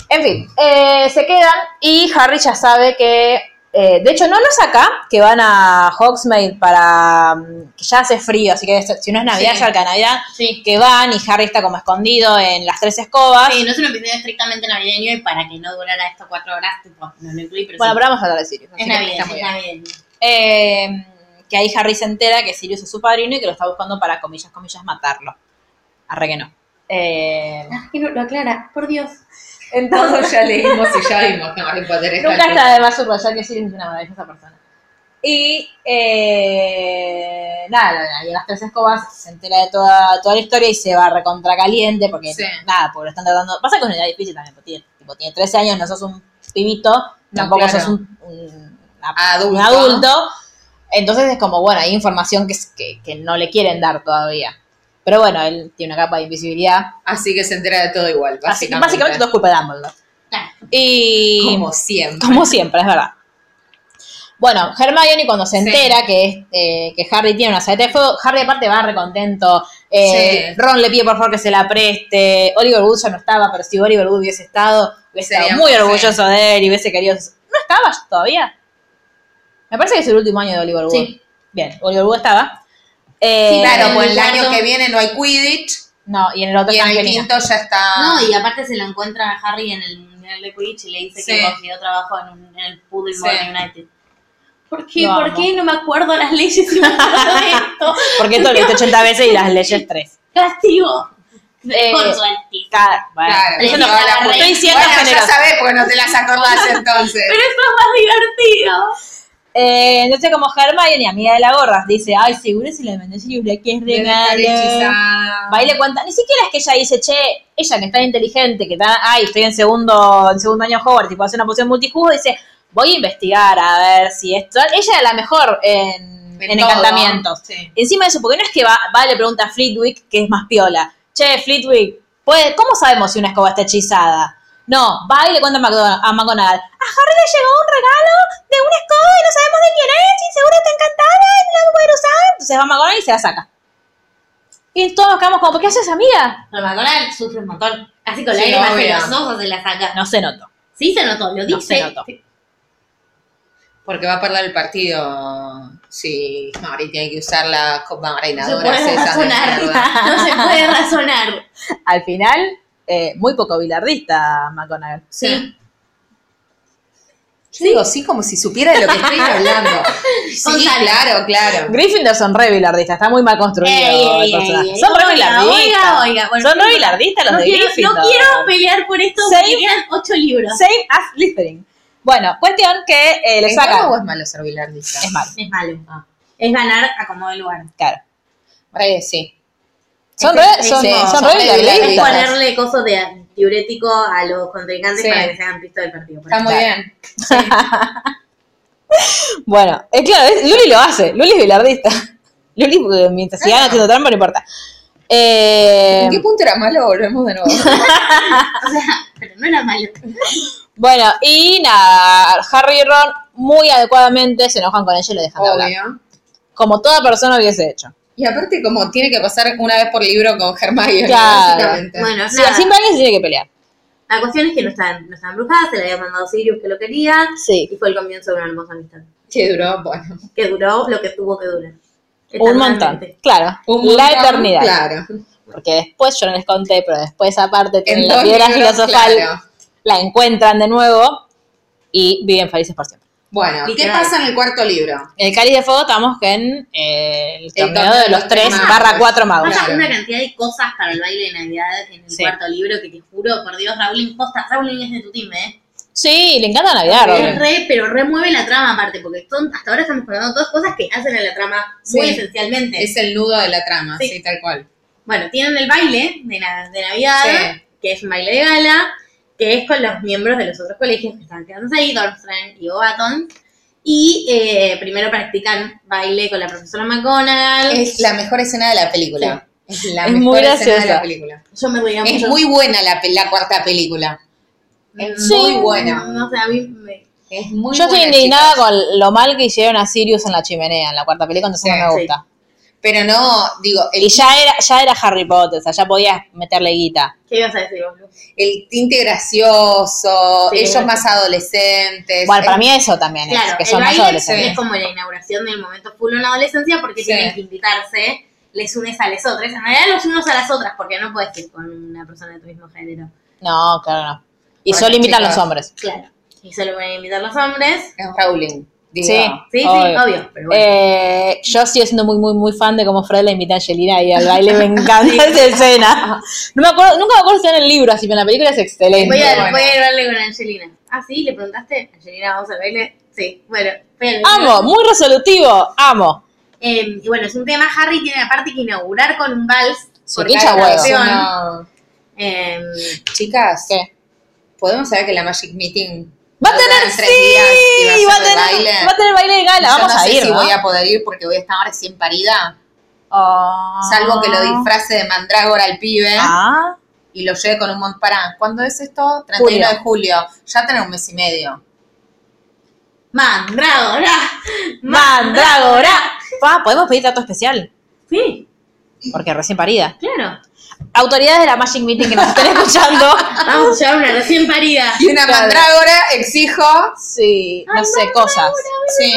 Speaker 2: En fin, eh, se quedan y Harry ya sabe que. eh, de hecho, no lo saca, que van a Hogsmeade para. mm, que ya hace frío, así que esto- si no es Navidad,
Speaker 4: Sí.
Speaker 2: ya cerca de Navidad,
Speaker 3: Sí.
Speaker 2: que van y Harry está como escondido en las tres escobas.
Speaker 3: Sí, no es un episodio estrictamente navideño y para que no durara esto cuatro horas, tipo, no lo incluí, pero
Speaker 2: Bueno,
Speaker 3: sí.
Speaker 2: pero vamos a hablar de Sirius. así
Speaker 3: es
Speaker 2: que está
Speaker 3: navideño,
Speaker 2: muy
Speaker 3: es
Speaker 2: bien.
Speaker 3: navideño.
Speaker 2: Eh, que ahí Harry se entera que Sirius es su padrino y que lo está buscando para, comillas, comillas, matarlo. Arre que no. Eh,
Speaker 3: Ah, que no, lo aclara, por Dios.
Speaker 4: Todos
Speaker 2: <laughs>
Speaker 4: ya leímos y ya vimos que Harry Potter es
Speaker 2: nunca
Speaker 4: tan-
Speaker 2: está de más subrayar que Sirius es una maravillosa persona. Y eh, nada, y en las tres escobas se entera de toda, toda la historia y se va recontra caliente porque
Speaker 4: Sí.
Speaker 2: nada, porque lo están tratando. Pasa con una edad difícil también, porque tiene, tipo, tiene 13 años, no sos un pibito, tampoco
Speaker 4: claro.
Speaker 2: sos un, un- una
Speaker 4: Adulto.
Speaker 2: un adulto. Entonces es como, bueno, hay información que, es- que, que no le quieren dar todavía. Pero bueno, él tiene una capa de invisibilidad.
Speaker 4: Así que se entera de todo igual,
Speaker 2: Así que
Speaker 4: básicamente.
Speaker 2: básicamente todo es culpa de Dumbledore.
Speaker 3: Claro.
Speaker 2: Y
Speaker 4: Como siempre.
Speaker 2: como siempre, es verdad. Bueno, Hermione cuando se
Speaker 4: Sí.
Speaker 2: entera que, es- eh, que Harry tiene una saeta de fuego, Harry aparte va recontento. Eh,
Speaker 4: Sí.
Speaker 2: Ron le pide por favor que se la preste. Oliver Wood ya no estaba, pero si Oliver Wood hubiese estado, hubiese
Speaker 4: Sería
Speaker 2: estado muy
Speaker 4: muy
Speaker 2: orgulloso de él y hubiese querido. ¿No estaba todavía? Me parece que es el último año de Oliver Wood.
Speaker 3: Sí.
Speaker 2: Bien, Oliver Wood estaba. Eh,
Speaker 4: Claro,
Speaker 3: Eh,
Speaker 4: pues el año
Speaker 3: Eduardo.
Speaker 4: que viene no hay Quidditch
Speaker 2: No, y en el otro
Speaker 4: y en el
Speaker 2: también era.
Speaker 4: quinto ya está.
Speaker 3: No, y aparte se lo encuentra a Harry en el Mundial de Quidditch y le dice
Speaker 4: Sí.
Speaker 3: que consiguió trabajo en, un- en el Puddle
Speaker 4: Sí.
Speaker 3: United. ¿Por qué?
Speaker 2: Lo
Speaker 3: ¿Por
Speaker 2: amo.
Speaker 3: qué no me acuerdo las leyes este y me acuerdo de <laughs> esto?
Speaker 2: Porque esto lo viste 80 veces y las
Speaker 4: <laughs>
Speaker 2: leyes 3.
Speaker 3: Castigo.
Speaker 2: Eh,
Speaker 3: Con suerte.
Speaker 2: Claro, bueno.
Speaker 4: Claro,
Speaker 2: Yo no-
Speaker 4: toda la
Speaker 2: estoy
Speaker 4: cuestión.
Speaker 2: siendo
Speaker 4: bueno,
Speaker 2: generosa.
Speaker 4: ya sabés porque no te las acordás
Speaker 2: <laughs>
Speaker 4: entonces.
Speaker 3: Pero esto es más divertido.
Speaker 2: Eh, entonces, como Hermione, amiga de la gorra, dice, ay, seguro se la mandó Sirius que es
Speaker 4: Debe estar
Speaker 2: regalo.
Speaker 4: hechizada.
Speaker 2: Va y le cuenta, ni siquiera es que ella dice, che, ella que es tan inteligente, que tan, ay, estoy en segundo, en segundo año de Hogwarts y puedo hacer una poción multijugo, dice, voy a investigar a ver si esto, ella es la mejor en, en
Speaker 4: todo.
Speaker 2: encantamientos.
Speaker 4: Sí.
Speaker 2: Encima de eso, porque no es que va, va y le pregunta a Flitwick, que es más piola, che, Flitwick, Puede, ¿Cómo sabemos si una escoba está hechizada? No, va y le cuenta a, McDonald- a McGonagall. A Harry le llegó un regalo de una escoba y no sabemos de quién es y seguro está encantada y no la va a poder usar. Entonces va McGonagall y se la saca. Y todos nos quedamos como, ¿por qué haces amiga?
Speaker 3: Pero McDonald sufre un montón. Así con
Speaker 4: Sí,
Speaker 3: lágrimas en
Speaker 4: obvio.
Speaker 3: los ojos se la saca.
Speaker 2: No se notó.
Speaker 3: Sí se notó, lo
Speaker 2: No
Speaker 3: dice.
Speaker 2: se notó.
Speaker 4: Porque va a perder el partido si Mari tiene que usar la copa
Speaker 3: No se
Speaker 4: marinadora.
Speaker 3: puede
Speaker 4: esa de
Speaker 3: razonar.
Speaker 4: mierda.
Speaker 3: No se <laughs> puede razonar.
Speaker 2: Al final, eh, muy poco bilardista McGonagall.
Speaker 3: Sí.
Speaker 4: Yo digo sí como si supiera de lo que estoy hablando.
Speaker 2: <laughs>
Speaker 4: Sí,
Speaker 3: Gonzalo.
Speaker 4: claro, claro.
Speaker 2: Gryffindor son re bilardistas, está muy mal construido.
Speaker 3: Ey, ey,
Speaker 2: el
Speaker 3: ey,
Speaker 2: personaje.
Speaker 3: ey.
Speaker 2: son re
Speaker 3: Oiga,
Speaker 2: bilardistas.
Speaker 3: oiga, oiga. Bueno,
Speaker 2: son re
Speaker 3: no-
Speaker 2: bilardistas los
Speaker 3: No
Speaker 2: de
Speaker 3: quiero,
Speaker 2: Gryffindor.
Speaker 3: no quiero pelear por esto
Speaker 2: Sí.
Speaker 3: porque quedan ocho libros.
Speaker 2: Same as Littering. Bueno, cuestión que eh, le
Speaker 4: ¿Es bueno o
Speaker 2: sacan.
Speaker 4: es malo ser bilardista?
Speaker 2: Es malo,
Speaker 3: Es malo. ah. Es ganar a como de lugar.
Speaker 2: claro.
Speaker 4: Re, sí.
Speaker 2: Son
Speaker 3: Este-
Speaker 2: re,
Speaker 3: este-
Speaker 2: son,
Speaker 4: sí,
Speaker 2: son
Speaker 4: son
Speaker 2: re
Speaker 4: re
Speaker 2: bilardistas.
Speaker 3: Es
Speaker 4: bilardistas.
Speaker 3: ponerle cosas de diurético a los contrincantes
Speaker 4: Sí.
Speaker 3: para que se hagan pisto del partido.
Speaker 4: Está muy bien.
Speaker 2: Bueno, es claro, es- Luli lo hace. Luli es bilardista. <laughs> Luli, eh, mientras sigan
Speaker 4: Ah.
Speaker 2: haciendo trampa, no importa. Eh,
Speaker 4: ¿En qué punto era malo?
Speaker 2: <laughs>
Speaker 4: Volvemos de nuevo.
Speaker 3: O sea, pero no era malo.
Speaker 2: bueno, y nada, Harry y Ron muy adecuadamente se enojan con ella y le dejan de hablar.
Speaker 4: Obvio.
Speaker 2: Como toda persona hubiese hecho.
Speaker 4: Y aparte, como tiene que pasar una vez por libro con Hermione,
Speaker 2: Claro.
Speaker 4: básicamente.
Speaker 3: Bueno,
Speaker 2: Si
Speaker 3: nada.
Speaker 2: siempre alguien se tiene que pelear.
Speaker 3: La cuestión es que no están, no están brujadas, se le había mandado Sirius que lo quería
Speaker 2: Sí.
Speaker 3: y fue el comienzo de una hermosa amistad.
Speaker 4: Que duró, bueno.
Speaker 3: Que duró lo que tuvo que durar.
Speaker 2: Un montón.
Speaker 3: Eternamente.
Speaker 2: Claro.
Speaker 4: Un
Speaker 2: la
Speaker 4: montón,
Speaker 2: eternidad.
Speaker 4: Claro.
Speaker 2: Porque después yo no les conté, pero después aparte tienen
Speaker 4: En
Speaker 2: la
Speaker 4: dos
Speaker 2: piedra
Speaker 4: libros,
Speaker 2: filosofal,
Speaker 4: claro.
Speaker 2: la encuentran de nuevo y viven felices por siempre.
Speaker 4: Bueno, ¿qué
Speaker 3: Literal.
Speaker 4: pasa en el cuarto libro?
Speaker 2: En el cáliz de fuego estamos en eh, el torneo
Speaker 4: torneo
Speaker 2: de los tres
Speaker 4: magos.
Speaker 2: barra cuatro magos.
Speaker 3: Pasa
Speaker 4: Claro.
Speaker 3: una cantidad de cosas para el baile de Navidad en el
Speaker 2: Sí.
Speaker 3: cuarto libro que te juro, por Dios, Rowling, posta, Rowling es de tu team, ¿eh?
Speaker 2: Sí, le encanta Navidad,
Speaker 4: Claro.
Speaker 2: Robin.
Speaker 3: Es re, pero remueve la trama aparte, porque son, hasta ahora estamos hablando dos cosas que hacen a la trama muy
Speaker 4: Sí.
Speaker 3: esencialmente.
Speaker 4: Es el nudo de la trama,
Speaker 3: Sí.
Speaker 4: sí, tal cual.
Speaker 3: Bueno, tienen el baile de, na- de Navidad,
Speaker 4: Sí.
Speaker 3: que es un baile de gala, que es con los miembros de los otros colegios que están quedándose ahí, Dorfstrand y Bobaton. Y eh, primero practican baile con la profesora McGonagall.
Speaker 4: Es la mejor escena de la película. Es la
Speaker 2: Es
Speaker 4: mejor
Speaker 2: muy
Speaker 4: escena de
Speaker 2: graciosa.
Speaker 4: la película.
Speaker 3: Yo me reía
Speaker 4: Es
Speaker 3: mucho.
Speaker 4: muy buena la, pe- la cuarta película. Es
Speaker 2: Sí.
Speaker 4: muy
Speaker 3: No,
Speaker 4: buena.
Speaker 3: no sé, a mí me...
Speaker 4: Es muy
Speaker 2: Yo estoy
Speaker 4: buena,
Speaker 2: indignada
Speaker 4: chicos.
Speaker 2: con lo mal que hicieron a Sirius en la chimenea, en la cuarta película, entonces
Speaker 4: Sí,
Speaker 2: no me
Speaker 3: sí.
Speaker 2: gusta.
Speaker 4: Pero no, digo, el,
Speaker 2: Y ya era, ya era Harry Potter, o sea, ya podías meterle guita.
Speaker 3: ¿Qué ibas a decir vos, Lu?
Speaker 4: el tinte gracioso,
Speaker 3: Sí.
Speaker 4: ellos más adolescentes.
Speaker 2: Bueno,
Speaker 4: es-
Speaker 2: para mí eso también es,
Speaker 3: Claro,
Speaker 2: que
Speaker 3: el
Speaker 2: son más
Speaker 3: baile
Speaker 2: adolescentes.
Speaker 3: es como la inauguración del momento full en la adolescencia porque
Speaker 4: Sí.
Speaker 3: tienen que invitarse les unes a les otras. En realidad los unos a las otras porque no puedes ir con una persona de tu mismo género.
Speaker 2: No, claro no. Y
Speaker 4: Bueno,
Speaker 2: solo invitan
Speaker 4: chicos.
Speaker 2: los hombres.
Speaker 3: Claro. Y solo van a invitar los hombres.
Speaker 4: Es Rowling. Digo,
Speaker 2: Sí.
Speaker 3: Sí, sí,
Speaker 2: Obvio.
Speaker 3: obvio. pero bueno.
Speaker 2: Eh, yo sigo siendo muy, muy, muy fan de cómo Fred la invita a Angelina y al baile me
Speaker 4: <laughs>
Speaker 2: encanta esa escena. No me acuerdo, nunca me acuerdo si era en el libro, así pero en la película es excelente.
Speaker 3: voy, a,
Speaker 4: bueno.
Speaker 3: voy a ir a verle con Angelina. Ah, sí, le preguntaste. Angelina, vamos al baile. Sí, bueno. voy al baile.
Speaker 2: Amo, muy resolutivo, amo.
Speaker 3: Eh, y bueno, es un tema. Harry tiene aparte que inaugurar con un vals.
Speaker 2: Sí,
Speaker 3: porque
Speaker 2: hincha
Speaker 3: hay
Speaker 2: huevo.
Speaker 4: es
Speaker 3: canción.
Speaker 4: una-
Speaker 3: Eh,
Speaker 4: Chicas,
Speaker 2: ¿Qué?
Speaker 4: ¿podemos saber que la Magic Meeting
Speaker 2: Va a tener,
Speaker 4: en tres días
Speaker 2: sí,
Speaker 4: y
Speaker 2: va
Speaker 4: va
Speaker 2: a
Speaker 4: a ser
Speaker 2: tener,
Speaker 4: el baile?
Speaker 2: va a tener baile de gala,
Speaker 4: Yo
Speaker 2: vamos
Speaker 4: no
Speaker 2: a
Speaker 4: sé
Speaker 2: ir,
Speaker 4: si
Speaker 2: ¿no?
Speaker 4: voy a poder ir porque voy a estar recién parida.
Speaker 2: Ah.
Speaker 4: Salvo que lo disfrace de mandrágora al pibe
Speaker 2: Ah,
Speaker 4: y lo lleve con un montón. Pará, ¿cuándo es esto? 31 de julio. Ya tener un mes y medio.
Speaker 3: Mandrágora.
Speaker 2: Mandragora. Pa, podemos pedir trato especial,
Speaker 3: Sí,
Speaker 2: porque recién parida.
Speaker 3: claro.
Speaker 2: Autoridades de la Magic Meeting que nos estén <laughs> escuchando.
Speaker 3: Vamos a llevar una recién parida.
Speaker 4: Y una
Speaker 2: Claro.
Speaker 4: mandrágora exijo.
Speaker 2: Sí, no sé, cosas.
Speaker 4: Sí.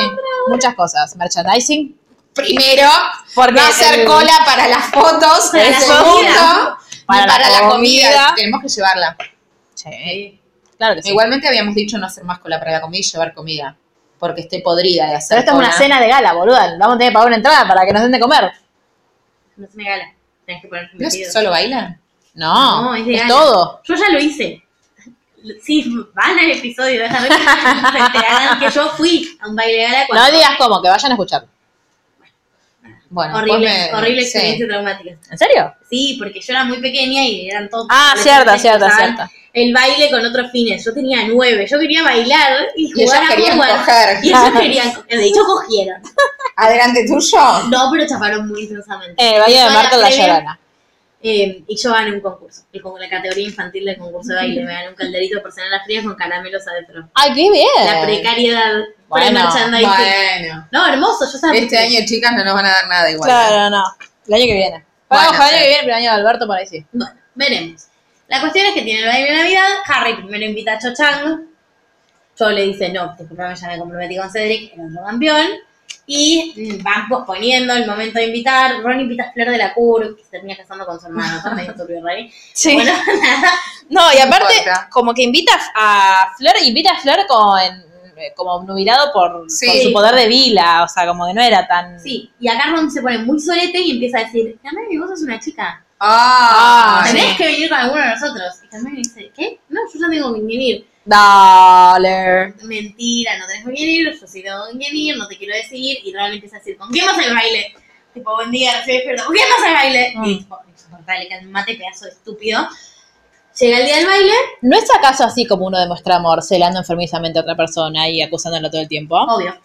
Speaker 2: Muchas cosas. Merchandising.
Speaker 4: Primero,
Speaker 2: Porque eh,
Speaker 4: no hacer
Speaker 2: el-
Speaker 4: cola para las fotos.
Speaker 3: Para
Speaker 4: el
Speaker 3: la
Speaker 4: segundo,
Speaker 3: comida.
Speaker 4: y
Speaker 2: Para
Speaker 4: para,
Speaker 2: la
Speaker 4: la, comida.
Speaker 2: comida.
Speaker 4: Tenemos que llevarla.
Speaker 2: Sí. Claro que sí.
Speaker 4: Igualmente habíamos dicho no hacer más cola para la comida y llevar comida. Porque estoy podrida de hacer
Speaker 2: Pero esto es
Speaker 4: cola.
Speaker 2: una cena de gala, boluda. Vamos a tener que pagar una entrada para que nos den de comer.
Speaker 3: No se me gala. Tenés que poner
Speaker 4: ¿No
Speaker 3: vestido.
Speaker 4: es solo bailan?
Speaker 2: No,
Speaker 3: No,
Speaker 2: es,
Speaker 3: es de gala.
Speaker 2: todo.
Speaker 3: Yo ya lo hice. Sí, van al episodio, déjame que se enterarán que yo fui a un baile de gala cuando...
Speaker 2: No digas cómo, que vayan a escuchar.
Speaker 4: Bueno,
Speaker 3: horrible,
Speaker 4: vos me-
Speaker 3: horrible
Speaker 4: sí.
Speaker 3: experiencia traumática.
Speaker 2: ¿En serio?
Speaker 3: Sí, porque yo era muy pequeña y eran todos...
Speaker 2: Ah, cierta,
Speaker 3: adolescentes que
Speaker 2: cierta,
Speaker 3: usaban
Speaker 2: cierta.
Speaker 3: El baile con otros fines. Yo tenía nueve. Yo quería bailar y
Speaker 4: Y ellos
Speaker 3: jugar a
Speaker 4: querían
Speaker 3: jugar.
Speaker 4: coger.
Speaker 3: Y ellos querían coger. De hecho, cogieron.
Speaker 4: ¿Adelante tuyo?
Speaker 3: No, pero chaparon muy intensamente.
Speaker 2: En el baile Eh, de
Speaker 3: Toda la
Speaker 2: Marta la
Speaker 3: previa,
Speaker 2: Llorona.
Speaker 3: Eh, y yo gané un concurso, el, con- la categoría infantil del concurso de baile. Me gané un calderito de personas frías con caramelos adentro.
Speaker 2: ¡Ay, qué bien!
Speaker 3: La precariedad pre-merchandising.
Speaker 4: Bueno.
Speaker 3: No, hermoso, yo sabía.
Speaker 4: Este año, chicas, no nos van a dar nada igual.
Speaker 2: Claro, no. El año que viene. Bueno,
Speaker 4: Bueno,
Speaker 2: ojalá el año
Speaker 4: sí.
Speaker 2: que viene, pero el año de Alberto por ahí sí.
Speaker 3: Bueno, veremos. La cuestión es que tiene el baile de Navidad. Harry primero invita a Cho Chang. Cho le dice, no, disculpame, ya me comprometí con Cedric, el otro campeón. Y mm, van posponiendo el momento de invitar. Ron invita a Fleur de la Cour, que se termina casando con su hermano. Está medio turbio, Rey.
Speaker 2: Sí.
Speaker 3: Bueno, <laughs> nada.
Speaker 2: no, y aparte,
Speaker 4: importa.
Speaker 2: como que invita a Flor, invita a Flor con, eh, como obnubilado por,
Speaker 4: Sí.
Speaker 2: por su poder de vila, o sea, como que no era tan...
Speaker 3: Sí, y acá Ron se pone muy solete y empieza a decir, Hermione, vos sos una chica.
Speaker 4: Ah,
Speaker 2: Ay.
Speaker 3: Tenés que venir con alguno de nosotros. Y Hermione dice, ¿qué? No, yo ya tengo que venir.
Speaker 2: Dale.
Speaker 3: Mentira, no tenés que venir, yo sí tengo que venir, no te quiero decir. Y Ron empieza a decir, ¿con quién vas al baile? Tipo, buen día, recién despierto, ¿con quién vas al baile? Y tipo, insoportable, calmate, pedazo de estúpido. Llega el día del baile,
Speaker 2: ¿No es acaso así como uno demuestra amor, celando enfermizamente a otra persona y acusándola todo el tiempo?
Speaker 3: obvio.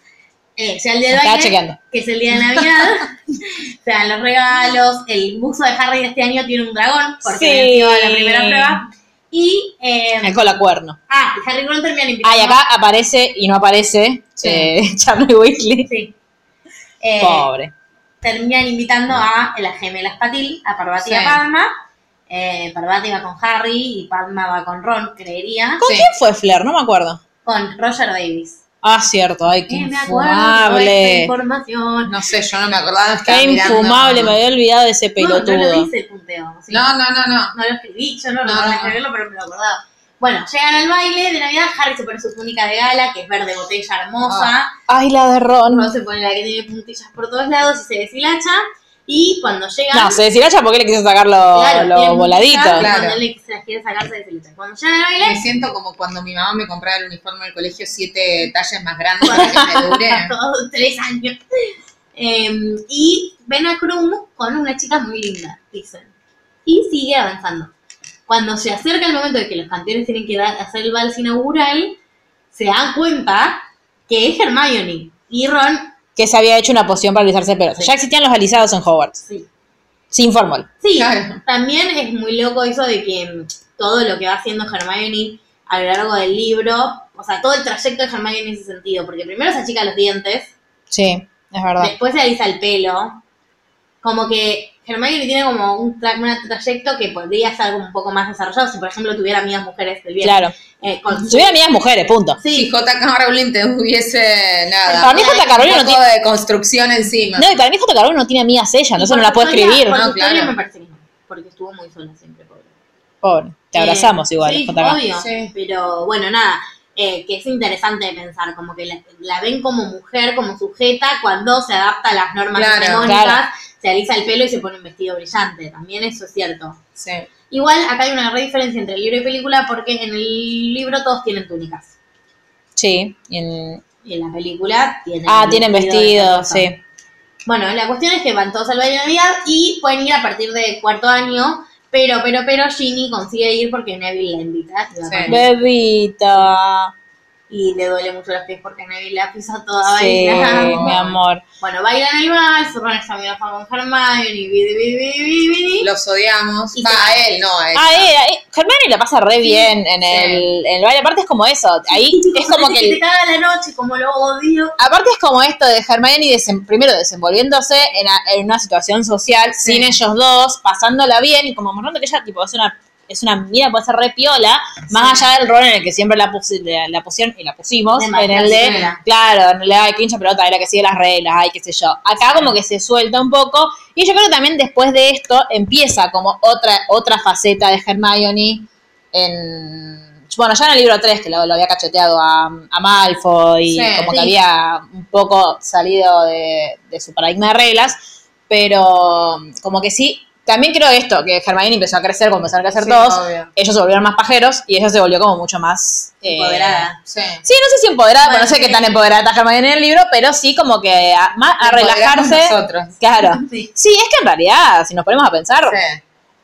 Speaker 3: Eh, llega el día del
Speaker 2: Estaba
Speaker 3: baile,
Speaker 2: chequeando.
Speaker 3: que es el día de Navidad. <laughs> Se dan los regalos. El buzo de Harry de este año tiene un dragón, porque
Speaker 2: Sí.
Speaker 3: venció a la primera prueba. Y, eh,
Speaker 2: El colacuerno.
Speaker 3: ah, y Harry y Ron terminan invitados.
Speaker 2: Ah, y acá aparece y no aparece
Speaker 4: Sí.
Speaker 2: eh, <laughs> Charlie Weasley.
Speaker 3: Sí. Eh,
Speaker 2: Pobre.
Speaker 3: terminan invitando a las gemelas Patil, a Parvati y a
Speaker 4: Sí.
Speaker 3: Padma. Eh, Parvati va con Harry y Padma va con Ron, creería.
Speaker 2: ¿Con
Speaker 4: Sí.
Speaker 2: quién fue Flair? No me acuerdo.
Speaker 3: Con Roger Davis.
Speaker 2: Ah, cierto. Ay, qué
Speaker 3: Eh, me acuerdo de esta
Speaker 2: infumable.
Speaker 3: información.
Speaker 4: No sé, yo no me acordaba. estaba
Speaker 2: Qué
Speaker 4: mirando.
Speaker 2: infumable, me había olvidado de ese
Speaker 3: No, no lo
Speaker 2: pelotudo.
Speaker 3: dice el punteo. ¿sí?
Speaker 4: No, no, no, no.
Speaker 3: no lo escribí, yo no
Speaker 4: No,
Speaker 3: recuerdo
Speaker 4: no.
Speaker 3: escribirlo, pero me lo acordaba. Bueno, llegan al baile de Navidad, Harry se pone su túnica de gala, que es verde botella hermosa,
Speaker 4: Ah.
Speaker 2: Ay, la de Ron.
Speaker 3: Ron se pone la que tiene puntillas por todos lados y se deshilacha, y cuando llegan...
Speaker 2: No, se deshilacha porque le quiso sacar lo,
Speaker 3: claro,
Speaker 2: lo
Speaker 3: tienen
Speaker 2: voladito.
Speaker 3: muchas,
Speaker 4: Claro.
Speaker 3: Cuando él le- se las quiere sacar, se deshilacha. Cuando llegan al
Speaker 4: Me
Speaker 3: baile,
Speaker 4: siento como cuando mi mamá me compraba el uniforme del colegio siete tallas más grandes para que me
Speaker 2: <laughs>
Speaker 4: dure.
Speaker 3: <laughs> todos tres años. Em, y ven a Krum con una chica muy linda, dicen. Y sigue avanzando. Cuando se acerca el momento de que los campeones tienen que dar- hacer el vals inaugural, se dan cuenta que es Hermione. Y Ron,
Speaker 2: Que se había hecho una poción para alisarse el pelo. Ya existían los alisados en Hogwarts.
Speaker 3: sí.
Speaker 2: Sin fórmula.
Speaker 3: Sí,
Speaker 4: Claro.
Speaker 3: también es muy loco eso de que mm, todo lo que va haciendo Hermione a lo largo del libro, o sea, todo el trayecto de Hermione en ese sentido, porque primero se achica los dientes,
Speaker 2: Sí, es verdad.
Speaker 3: Después se alisa el pelo. Como que Hermione tiene como un, tra- un trayecto que podría ser como un poco más desarrollado si, por ejemplo, tuviera amigas mujeres del bien.
Speaker 2: Claro.
Speaker 3: Eh, con-
Speaker 2: Si hubiera amigas mujeres, punto.
Speaker 4: Si
Speaker 3: Sí,
Speaker 4: J.K. Rowling te hubiese
Speaker 2: Para
Speaker 4: nada.
Speaker 2: mí J.K. Rowling no
Speaker 4: Un poco
Speaker 2: tiene...
Speaker 4: de construcción encima.
Speaker 2: No, y para mí J.K. Rowling no tiene amigas ella,
Speaker 3: y
Speaker 2: entonces no
Speaker 3: por
Speaker 2: la puede
Speaker 3: su historia-
Speaker 2: escribir.
Speaker 3: Por
Speaker 4: No,
Speaker 3: su historia
Speaker 4: claro.
Speaker 3: me parece que no, porque estuvo muy sola siempre, pobre.
Speaker 2: Pobre. Te
Speaker 3: Eh,
Speaker 2: abrazamos igual,
Speaker 3: Sí,
Speaker 2: J.K.
Speaker 3: obvio.
Speaker 4: Sí.
Speaker 3: Pero bueno, nada. eh, que es interesante de pensar, como que la, la ven como mujer, como sujeta, cuando se adapta a las normas
Speaker 4: Claro,
Speaker 3: hegemónicas,
Speaker 2: claro.
Speaker 3: se alisa el pelo y se pone un vestido brillante. También eso es cierto.
Speaker 4: Sí.
Speaker 3: Igual acá hay una gran diferencia entre libro y película porque en el libro todos tienen túnicas.
Speaker 2: Sí. y en-
Speaker 3: Y en la película tienen.
Speaker 2: Ah, tienen
Speaker 3: de
Speaker 2: vestido,
Speaker 3: esa
Speaker 2: sí.
Speaker 3: cosa. Bueno, la cuestión es que van todos al baile de Navidad y pueden ir a partir de cuarto año, pero, pero, pero Ginny consigue ir porque Neville la invita. y va
Speaker 4: Sí.
Speaker 3: con él.
Speaker 2: Bebita.
Speaker 3: Y le duele mucho los pies porque Neville la pisa toda
Speaker 2: Sí,
Speaker 3: bailando.
Speaker 2: mi amor.
Speaker 3: Bueno, bailan el vals, Ron está muy enojado con Hermione, y bidi, bidi, bidi, bidi, bidi.
Speaker 4: Los odiamos.
Speaker 3: Y
Speaker 4: Va,
Speaker 3: se-
Speaker 4: a él, no a él.
Speaker 2: Ah, eh, eh, Hermione la pasa re bien en
Speaker 4: sí.
Speaker 2: el, en el baile. Aparte es como eso.
Speaker 3: <laughs>
Speaker 2: Ahí
Speaker 3: Típico
Speaker 2: es como
Speaker 3: Hermione
Speaker 2: que...
Speaker 3: te caga la noche, como lo odio.
Speaker 2: Aparte es como esto de Hermione desem- primero desenvolviéndose en, a- en una situación social
Speaker 4: Sí.
Speaker 2: sin ellos dos, pasándola bien y como mostrando que ella tipo es una es una mina puede ser re piola, más allá del rol en el que siempre la, pusi- la, la pusieron y la pusimos,
Speaker 3: De
Speaker 2: en el de,
Speaker 3: marginalizada.
Speaker 2: claro, en el de, ay, qué hincha pelota, era que sigue las reglas, ay, qué sé yo. Acá como que se suelta un poco y yo creo que también después de esto empieza como otra otra faceta de Hermione en... Bueno, ya en el libro 3, que lo, lo había cacheteado a, a Malfoy, y
Speaker 4: Sí,
Speaker 2: como que
Speaker 3: sí.
Speaker 2: había un poco salido de, de su paradigma de reglas, pero como que sí, también creo esto, que Hermione empezó a crecer, cuando empezaron a crecer
Speaker 4: Sí,
Speaker 2: todos,
Speaker 4: obvio.
Speaker 2: ellos se volvieron más pajeros y ella se volvió como mucho más... eh,
Speaker 3: Empoderada.
Speaker 4: Sí.
Speaker 2: Sí, no sé si empoderada,
Speaker 3: Bueno,
Speaker 2: pero no sé
Speaker 3: sí.
Speaker 2: qué tan empoderada está Hermione en el libro, pero sí como que a, más a
Speaker 4: Empoderamos
Speaker 2: relajarse.
Speaker 4: Nosotros.
Speaker 2: Claro.
Speaker 3: <laughs> Sí.
Speaker 2: Sí, es que en realidad, si nos ponemos a pensar,
Speaker 4: Sí.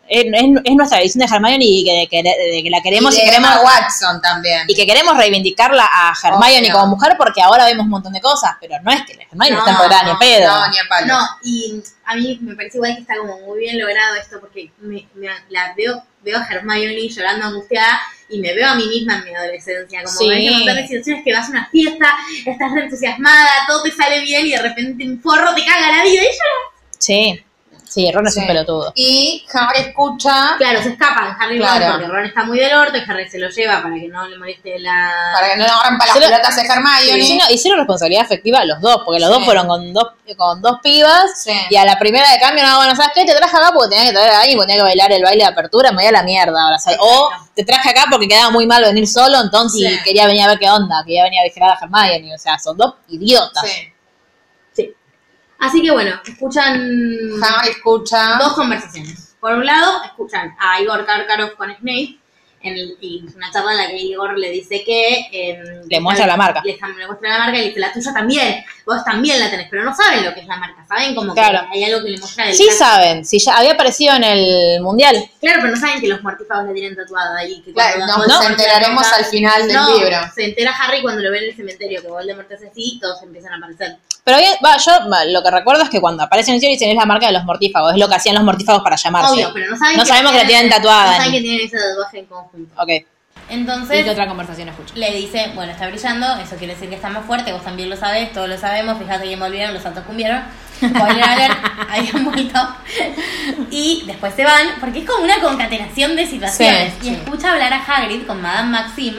Speaker 2: es, es- es nuestra visión de Hermione y que, que- de que la queremos y,
Speaker 4: y de
Speaker 2: queremos
Speaker 4: Emma Watson también.
Speaker 2: y que queremos reivindicarla a Hermione
Speaker 4: Obvio.
Speaker 2: como mujer porque ahora vemos un montón de cosas, pero no es que la Hermione
Speaker 3: No,
Speaker 2: está empoderada ni
Speaker 4: no,
Speaker 2: en pedo.
Speaker 4: No, ni a palo.
Speaker 3: No, y a mí me parece igual que está como muy bien logrado esto, porque me, me- la veo, veo a Hermione llorando angustiada y me veo a mí misma en mi adolescencia. Como
Speaker 2: Sí.
Speaker 3: ves un montón de situaciones que vas a una fiesta, estás re entusiasmada, todo te sale bien y de repente un forro te caga la vida y yo.
Speaker 2: Sí, sí, Ron es
Speaker 4: Sí.
Speaker 2: un pelotudo.
Speaker 4: Y Harry escucha
Speaker 3: Claro, se escapan Harry y Ron,
Speaker 4: Claro.
Speaker 3: porque Ron está muy del orto y Harry se lo lleva para que no le moleste la...
Speaker 4: para que no le agarren para
Speaker 2: Se
Speaker 4: las
Speaker 2: lo-
Speaker 4: pelotas de Hermione.
Speaker 2: Sí, no, hicieron responsabilidad afectiva a los dos, porque los
Speaker 4: Sí.
Speaker 2: dos fueron con dos, con dos pibas
Speaker 4: Sí.
Speaker 2: y a la primera de cambio, no, bueno, ¿sabes qué? Te traje acá porque tenía que traer a alguien, porque tenía que bailar el baile de apertura, me voy a la mierda ahora. ¿sabes? O te traje acá porque quedaba muy mal venir solo, entonces
Speaker 4: Sí.
Speaker 2: quería venir a ver qué onda, quería venir a vigilar a Hermione, o sea, son dos idiotas.
Speaker 4: Sí.
Speaker 3: Sí. Así que bueno, escuchan...
Speaker 4: Harry escucha.
Speaker 3: dos conversaciones. Por un lado, escuchan a Igor Karkaroff con Snape, en el- y es una charla en la que Igor le dice que... eh,
Speaker 2: Le muestra la marca.
Speaker 3: Le, le muestra la marca y le dice, la tuya también, vos también la tenés, pero no saben lo que es la marca, saben como
Speaker 2: Claro.
Speaker 3: que hay algo que le muestra del
Speaker 2: Sí
Speaker 3: casco.
Speaker 2: saben, si ya había aparecido en el mundial.
Speaker 3: Claro, pero no saben que los mortífagos la tienen tatuada ahí. Que
Speaker 4: Claro,
Speaker 3: cuando
Speaker 4: nos
Speaker 3: Voldemort la
Speaker 4: enteraremos
Speaker 3: toca-
Speaker 4: al final del
Speaker 3: No,
Speaker 4: libro.
Speaker 3: se entera Harry cuando lo ve en el cementerio, que Voldemort hace así y todos empiezan a aparecer.
Speaker 2: Pero bien, va, yo va, lo que recuerdo es que cuando aparecen en el cielo dicen es la marca de los mortífagos, es lo que hacían los mortífagos para llamarse.
Speaker 3: Obvio, pero no saben
Speaker 2: No sabemos que la tienen tatuada,
Speaker 3: No saben
Speaker 2: ni-
Speaker 3: que tienen ese tatuaje en conjunto.
Speaker 2: Ok.
Speaker 3: Entonces,
Speaker 2: otra conversación escucho?
Speaker 3: le dice, bueno, está brillando, eso quiere decir que está más fuerte, vos también lo sabés, todos lo sabemos, fíjate que volvieron, los santos
Speaker 2: <laughs>
Speaker 3: cumbieron, spoiler alert, habían vuelto. Y después se van, porque es como una concatenación de situaciones.
Speaker 2: Sí,
Speaker 3: y
Speaker 2: sí.
Speaker 3: escucha hablar a Hagrid con Madame Maxim,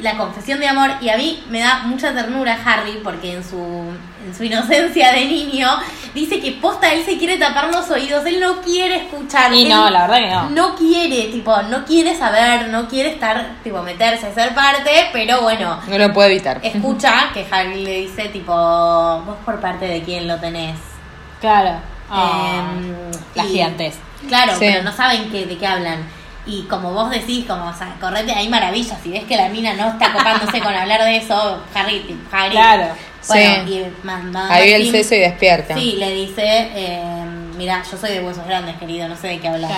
Speaker 3: la confesión de amor, y a mí me da mucha ternura Harry, porque en su, en su inocencia de niño, dice que posta él se quiere tapar los oídos, él no quiere escuchar.
Speaker 2: Y
Speaker 3: él-
Speaker 2: no, la verdad que no.
Speaker 3: no quiere, tipo, no quiere saber, no quiere estar, tipo, meterse a ser parte, pero bueno,
Speaker 4: No lo puedo evitar.
Speaker 3: escucha que Harry le dice, tipo, vos por parte de quién lo tenés.
Speaker 2: Claro.
Speaker 3: Em,
Speaker 2: Ah, las
Speaker 3: y-
Speaker 2: gigantes.
Speaker 3: Claro,
Speaker 4: Sí.
Speaker 3: pero no saben que, de qué hablan. Y como vos decís, como, o sea, correte, hay maravillas. Si ves que la mina no está copándose con hablar de eso, Harry, tipo, Harry.
Speaker 2: Claro,
Speaker 3: Bueno,
Speaker 4: sí.
Speaker 3: y más, más-
Speaker 4: Ahí ve el
Speaker 3: Maxim-
Speaker 4: seso y despierta.
Speaker 3: Sí, le dice, eh, mira, yo soy de huesos grandes, querido, no sé de qué hablas.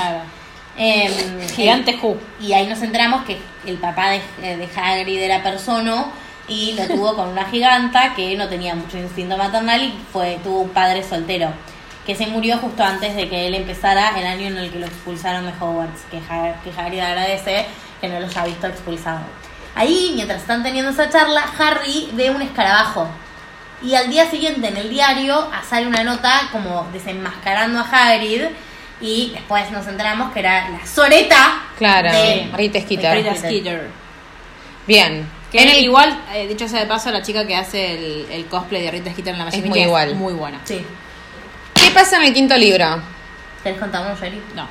Speaker 3: Em,
Speaker 2: Gigante Who.
Speaker 3: Y ahí nos enteramos que el papá de, eh, de Hagrid era persona y lo tuvo con una giganta que no tenía mucho instinto maternal y fue, tuvo un padre soltero que se murió justo antes de que él empezara el año en el que lo expulsaron de Hogwarts, que, Ha- que Hagrid agradece que no los ha visto expulsado. Ahí, mientras están teniendo esa charla, Harry ve un escarabajo. Y al día siguiente en el diario ah, sale una nota como desenmascarando a Hagrid y después nos enteramos que era la soreta
Speaker 4: Claro,
Speaker 3: de-
Speaker 4: Rita Skeeter.
Speaker 3: Rita
Speaker 2: Skeeter.
Speaker 4: Bien.
Speaker 2: Que
Speaker 4: En el-
Speaker 2: igual, eh, dicho sea de paso, la chica que hace el, el cosplay de Rita Skeeter en la
Speaker 4: Es
Speaker 2: Magic
Speaker 4: muy
Speaker 2: Media
Speaker 4: igual.
Speaker 2: muy buena.
Speaker 3: Sí.
Speaker 4: ¿Qué pasa en el quinto libro?
Speaker 3: ¿Querés contamos, Jerry?
Speaker 2: No.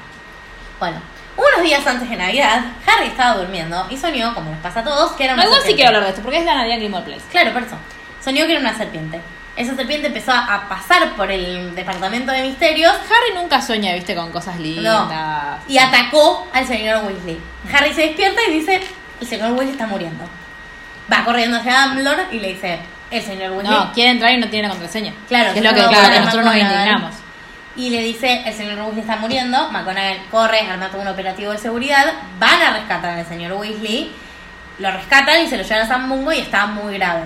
Speaker 3: Bueno, unos días antes de Navidad, Harry estaba durmiendo y soñó, como nos pasa a todos, que era una
Speaker 2: No, igual sí
Speaker 3: serpiente.
Speaker 2: quiero hablar de esto, porque es la Nadia Gilmore Place.
Speaker 3: Claro, por eso. Soñó que era una serpiente. Esa serpiente empezó a pasar por el departamento de misterios
Speaker 2: Harry nunca sueña, viste, con cosas
Speaker 3: No.
Speaker 2: lindas.
Speaker 3: y atacó al señor Weasley. Harry se despierta y dice, el señor Weasley está muriendo. Va corriendo hacia Dumbledore y le dice, el señor Weasley...
Speaker 2: No, quiere entrar y no tiene la contraseña.
Speaker 3: Claro,
Speaker 2: Que es lo que,
Speaker 3: nosotros
Speaker 2: claro,
Speaker 3: vamos a
Speaker 2: nosotros nos
Speaker 3: McGonagall.
Speaker 2: indignamos.
Speaker 3: Y le dice, el señor Weasley está muriendo, McGonagall corre, arma todo un operativo de seguridad, van a rescatar al señor Weasley, lo rescatan y se lo llevan a San Mungo y está muy grave.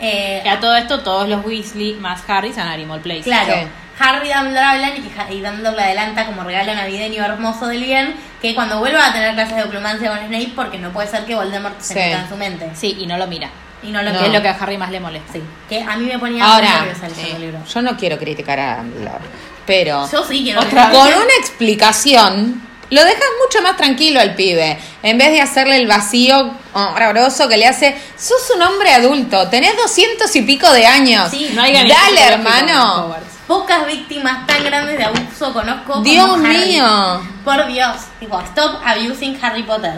Speaker 3: Eh,
Speaker 2: Que a todo esto, todos los Weasley más Harry se van a Gilmore Place.
Speaker 3: claro,
Speaker 4: sí.
Speaker 3: Harry y Dumbledore hablan y, Ha- y Dumbledore le adelanta como regalo navideño hermoso del bien que cuando vuelva a tener clases de oclumancia con Snape porque no puede ser que Voldemort se
Speaker 4: Sí.
Speaker 3: meta en su mente.
Speaker 2: Sí, y no lo mira.
Speaker 3: Y no lo
Speaker 4: No.
Speaker 2: Que es
Speaker 3: quiere.
Speaker 2: lo que a Harry más le molesta.
Speaker 3: Sí, que a mí me ponía muy
Speaker 4: Ahora,
Speaker 3: nerviosa leyendo
Speaker 4: sí,
Speaker 3: el libro.
Speaker 4: yo no quiero criticar a Dumbledore, pero
Speaker 3: Yo sí quiero
Speaker 2: Otra
Speaker 3: leer.
Speaker 4: con una explicación lo dejas mucho más tranquilo al pibe. En vez de hacerle el vacío horroroso que le hace, sos un hombre adulto, tenés doscientos y pico de años.
Speaker 3: Sí,
Speaker 2: No hay gabinete
Speaker 4: Dale,
Speaker 2: psicológico en
Speaker 4: hermano.
Speaker 2: Hogwarts.
Speaker 3: Pocas víctimas tan grandes de abuso conozco. como
Speaker 4: Dios
Speaker 3: Harry.
Speaker 4: mío.
Speaker 3: Por Dios. Tipo, stop abusing Harry Potter.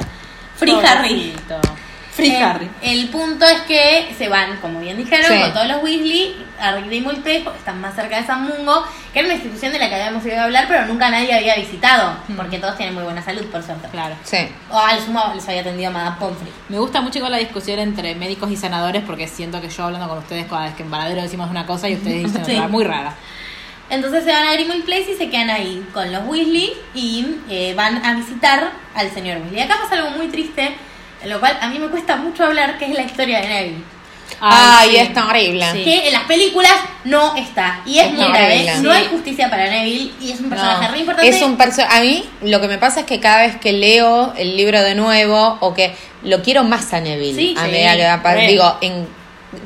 Speaker 3: Free Harry.
Speaker 2: Pobrecito. Free
Speaker 3: Eh,
Speaker 2: Harry.
Speaker 3: El punto es que se van, como bien dijeron,
Speaker 4: Sí.
Speaker 3: con todos los Weasley a Grimmauld Place, porque están más cerca de San Mungo, que era una institución de la que habíamos ido a hablar, pero nunca nadie había visitado, porque todos tienen muy buena salud, por suerte.
Speaker 2: Claro.
Speaker 4: Sí.
Speaker 3: O al sumo les había atendido Madame Pomfrey.
Speaker 2: Me gusta mucho igual la discusión entre médicos y sanadores porque siento que yo hablando con ustedes cada vez que en Varadero decimos una cosa y ustedes dicen
Speaker 3: Sí.
Speaker 2: otra, muy rara.
Speaker 3: Entonces se van a Grimwald Place y se quedan ahí con los Weasley y eh, van a visitar al señor Weasley. Acá pasa algo muy triste, en lo cual a mí me cuesta mucho hablar, que es la historia de Neville.
Speaker 4: Ay,
Speaker 2: sí.
Speaker 4: es horrible.
Speaker 2: Sí.
Speaker 3: Que en las películas no está. Y es,
Speaker 4: Es
Speaker 3: muy
Speaker 4: horrible.
Speaker 3: grave. No
Speaker 2: Sí.
Speaker 3: hay justicia para Neville y es un personaje
Speaker 4: No,
Speaker 3: re importante.
Speaker 4: Es un perso- a mí lo que me pasa es que cada vez que leo el libro de nuevo o que lo quiero más a Neville.
Speaker 3: Sí,
Speaker 4: a
Speaker 3: sí,
Speaker 4: medida que va pa-
Speaker 2: re.
Speaker 4: digo, en-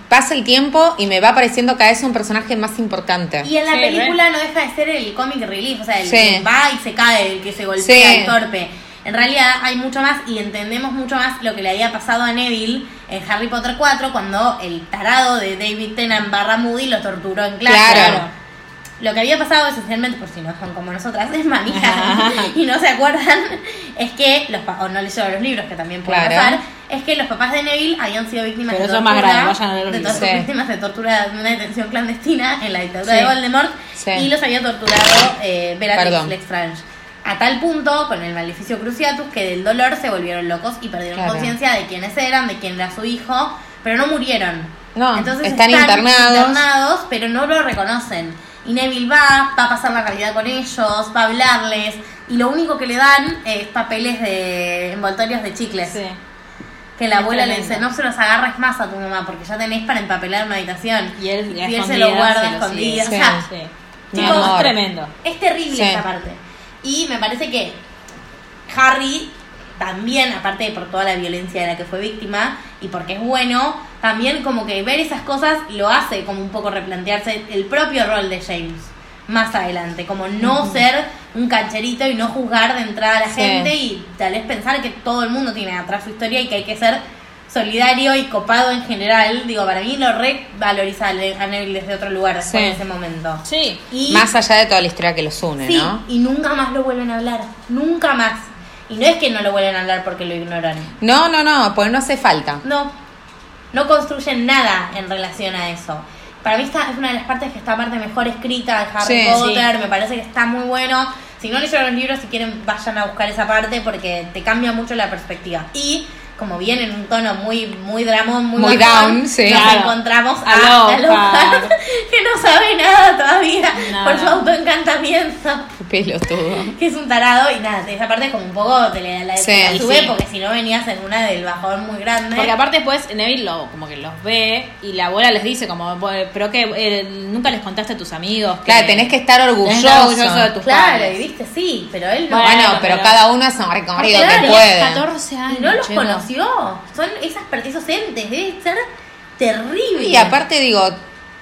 Speaker 4: pasa el tiempo y me va pareciendo cada vez un personaje más importante.
Speaker 3: Y en la
Speaker 2: Sí,
Speaker 3: película no deja de ser el comic relief, o sea, el
Speaker 4: Sí.
Speaker 3: que va y se cae, el que se golpea,
Speaker 4: Sí.
Speaker 3: el torpe. En realidad hay mucho más y entendemos mucho más lo que le había pasado a Neville en Harry Potter 4 cuando el tarado de David Tennant barra Moody lo torturó en clase.
Speaker 4: Claro.
Speaker 3: Lo que había pasado esencialmente, por si no son como nosotras, es mamija <laughs> y no se acuerdan, es que los pa- o no leyeron los libros, que también puede
Speaker 4: Claro.
Speaker 3: pasar, es que los papás de Neville habían sido víctimas
Speaker 2: Pero
Speaker 3: de
Speaker 2: eso es más
Speaker 3: tortura,
Speaker 2: grave, vayan a leer los
Speaker 3: de
Speaker 2: libros.
Speaker 3: tortura-
Speaker 4: Sí.
Speaker 3: víctimas de tortura de una detención clandestina en la dictadura
Speaker 2: Sí.
Speaker 3: de Voldemort
Speaker 4: Sí.
Speaker 3: y los había torturado eh, Bellatrix
Speaker 4: Perdón.
Speaker 3: Lestrange. A tal punto, con el maleficio Cruciatus, que del dolor se volvieron locos y perdieron
Speaker 4: Claro.
Speaker 3: conciencia de quiénes eran, de quién era su hijo, pero no murieron.
Speaker 4: No, están internados.
Speaker 3: internados, pero no lo reconocen. Y Neville va, va a pasar la realidad con ellos, va a hablarles, y lo único que le dan es papeles de envoltorios de chicles.
Speaker 2: Sí.
Speaker 3: Que la
Speaker 2: Es
Speaker 3: abuela le
Speaker 2: tremendo.
Speaker 3: dice, no se los agarres más a tu mamá, porque ya tenés para empapelar una habitación.
Speaker 2: Y él,
Speaker 3: Y él se lo guarda
Speaker 2: Sí.
Speaker 3: escondido. O sea,
Speaker 2: Sí.
Speaker 3: Mi
Speaker 2: No, no,
Speaker 4: amor.
Speaker 2: es tremendo.
Speaker 3: es terrible
Speaker 4: Sí.
Speaker 3: esta parte. Y me parece que Harry también, aparte de por toda la violencia de la que fue víctima y porque es bueno, también como que ver esas cosas lo hace como un poco replantearse el propio rol de James más adelante, como no ser un cancherito y no juzgar de entrada a la
Speaker 4: Sí.
Speaker 3: gente y tal vez pensar que todo el mundo tiene atrás su historia y que hay que ser solidario y copado en general. Digo, para mí lo revaloriza a Le- a Neville desde otro lugar
Speaker 4: Sí.
Speaker 3: en ese momento.
Speaker 2: Sí.
Speaker 3: Y-
Speaker 4: Más allá de toda la historia que los une,
Speaker 3: Sí,
Speaker 4: ¿no?
Speaker 3: y nunca más lo vuelven a hablar. Nunca más. Y no es que no lo vuelvan a hablar porque lo ignoran.
Speaker 4: No, no, no, pues no
Speaker 3: <laughs>
Speaker 4: hace falta.
Speaker 3: No. No construyen nada en relación a eso. Para mí esta es una de las partes que está parte mejor escrita de Harry
Speaker 4: Sí,
Speaker 3: Potter. Me parece que está muy bueno. Si no leyeron los libros, si quieren, vayan a buscar esa parte porque te cambia mucho la perspectiva. Y como viene en un tono muy muy dramón, muy,
Speaker 4: Muy
Speaker 3: bajón,
Speaker 4: down, sí.
Speaker 3: nos
Speaker 2: Claro.
Speaker 3: encontramos a,
Speaker 2: A Lothar.
Speaker 3: a Lothar, <laughs> que no sabe nada todavía por
Speaker 2: Nada.
Speaker 3: su autoencantamiento
Speaker 4: Pelotudo.
Speaker 3: que es un tarado y nada, esa parte es como un poco te la, la,
Speaker 4: Sí,
Speaker 3: te la
Speaker 4: y
Speaker 3: sube
Speaker 2: sí.
Speaker 3: porque si no venías en una del bajón muy
Speaker 4: Eh.
Speaker 3: grande.
Speaker 2: Porque aparte después Neville lo, como que los ve y la abuela les dice como, "Bueno, pero que eh, nunca les contaste a tus amigos. que-
Speaker 4: Claro, tenés que estar
Speaker 2: tenés
Speaker 4: orgulloso.
Speaker 2: que estar orgulloso de tus
Speaker 3: claro,
Speaker 2: padres".
Speaker 3: y viste, sí, pero él no,
Speaker 4: Bueno,
Speaker 2: Bueno,
Speaker 4: pero,
Speaker 2: pero-
Speaker 4: cada uno es un recorrido
Speaker 3: Claro,
Speaker 4: que
Speaker 3: es
Speaker 4: puede.
Speaker 2: 14 años.
Speaker 3: y no los
Speaker 2: chicos.
Speaker 3: conoció. Son esas per- esos entes, debe ser terrible.
Speaker 4: Y aparte digo,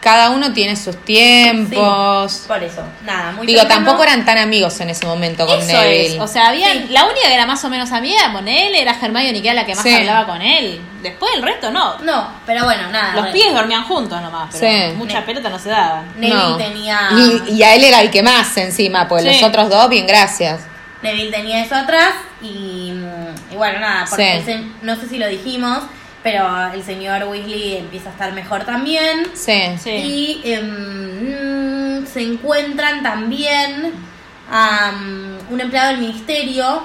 Speaker 4: cada uno tiene sus tiempos.
Speaker 3: Sí, por eso, nada, muy
Speaker 4: Digo,
Speaker 3: temprano.
Speaker 4: tampoco eran tan amigos en ese momento con
Speaker 2: Eso
Speaker 4: Neville.
Speaker 2: es, o sea, habían, la única que era más o menos amiga con él era Hermione, que era la que más
Speaker 4: Sí.
Speaker 2: hablaba con él. Después el resto no.
Speaker 3: No, pero Ah, bueno, nada.
Speaker 2: Los
Speaker 3: re-
Speaker 2: pies dormían juntos nomás, pero
Speaker 4: Sí.
Speaker 2: mucha pelota no se daban.
Speaker 3: Neville
Speaker 4: No.
Speaker 3: tenía.
Speaker 4: y, y a él era el que más encima, pues los
Speaker 2: Sí.
Speaker 4: otros dos, bien, gracias.
Speaker 3: Neville tenía eso atrás y, mm, y bueno, nada, porque
Speaker 4: Sí.
Speaker 3: el se- no sé si lo dijimos, pero el señor Weasley empieza a estar mejor también.
Speaker 4: Sí.
Speaker 2: Sí.
Speaker 3: Y em, mm, se encuentran también a un empleado del ministerio,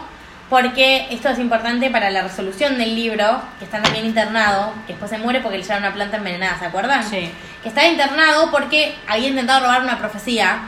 Speaker 3: porque esto es importante para la resolución del libro, que está también internado, que después se muere porque le llevaron una planta envenenada, ¿se acuerdan?
Speaker 2: Sí.
Speaker 3: Que está internado porque había intentado robar una profecía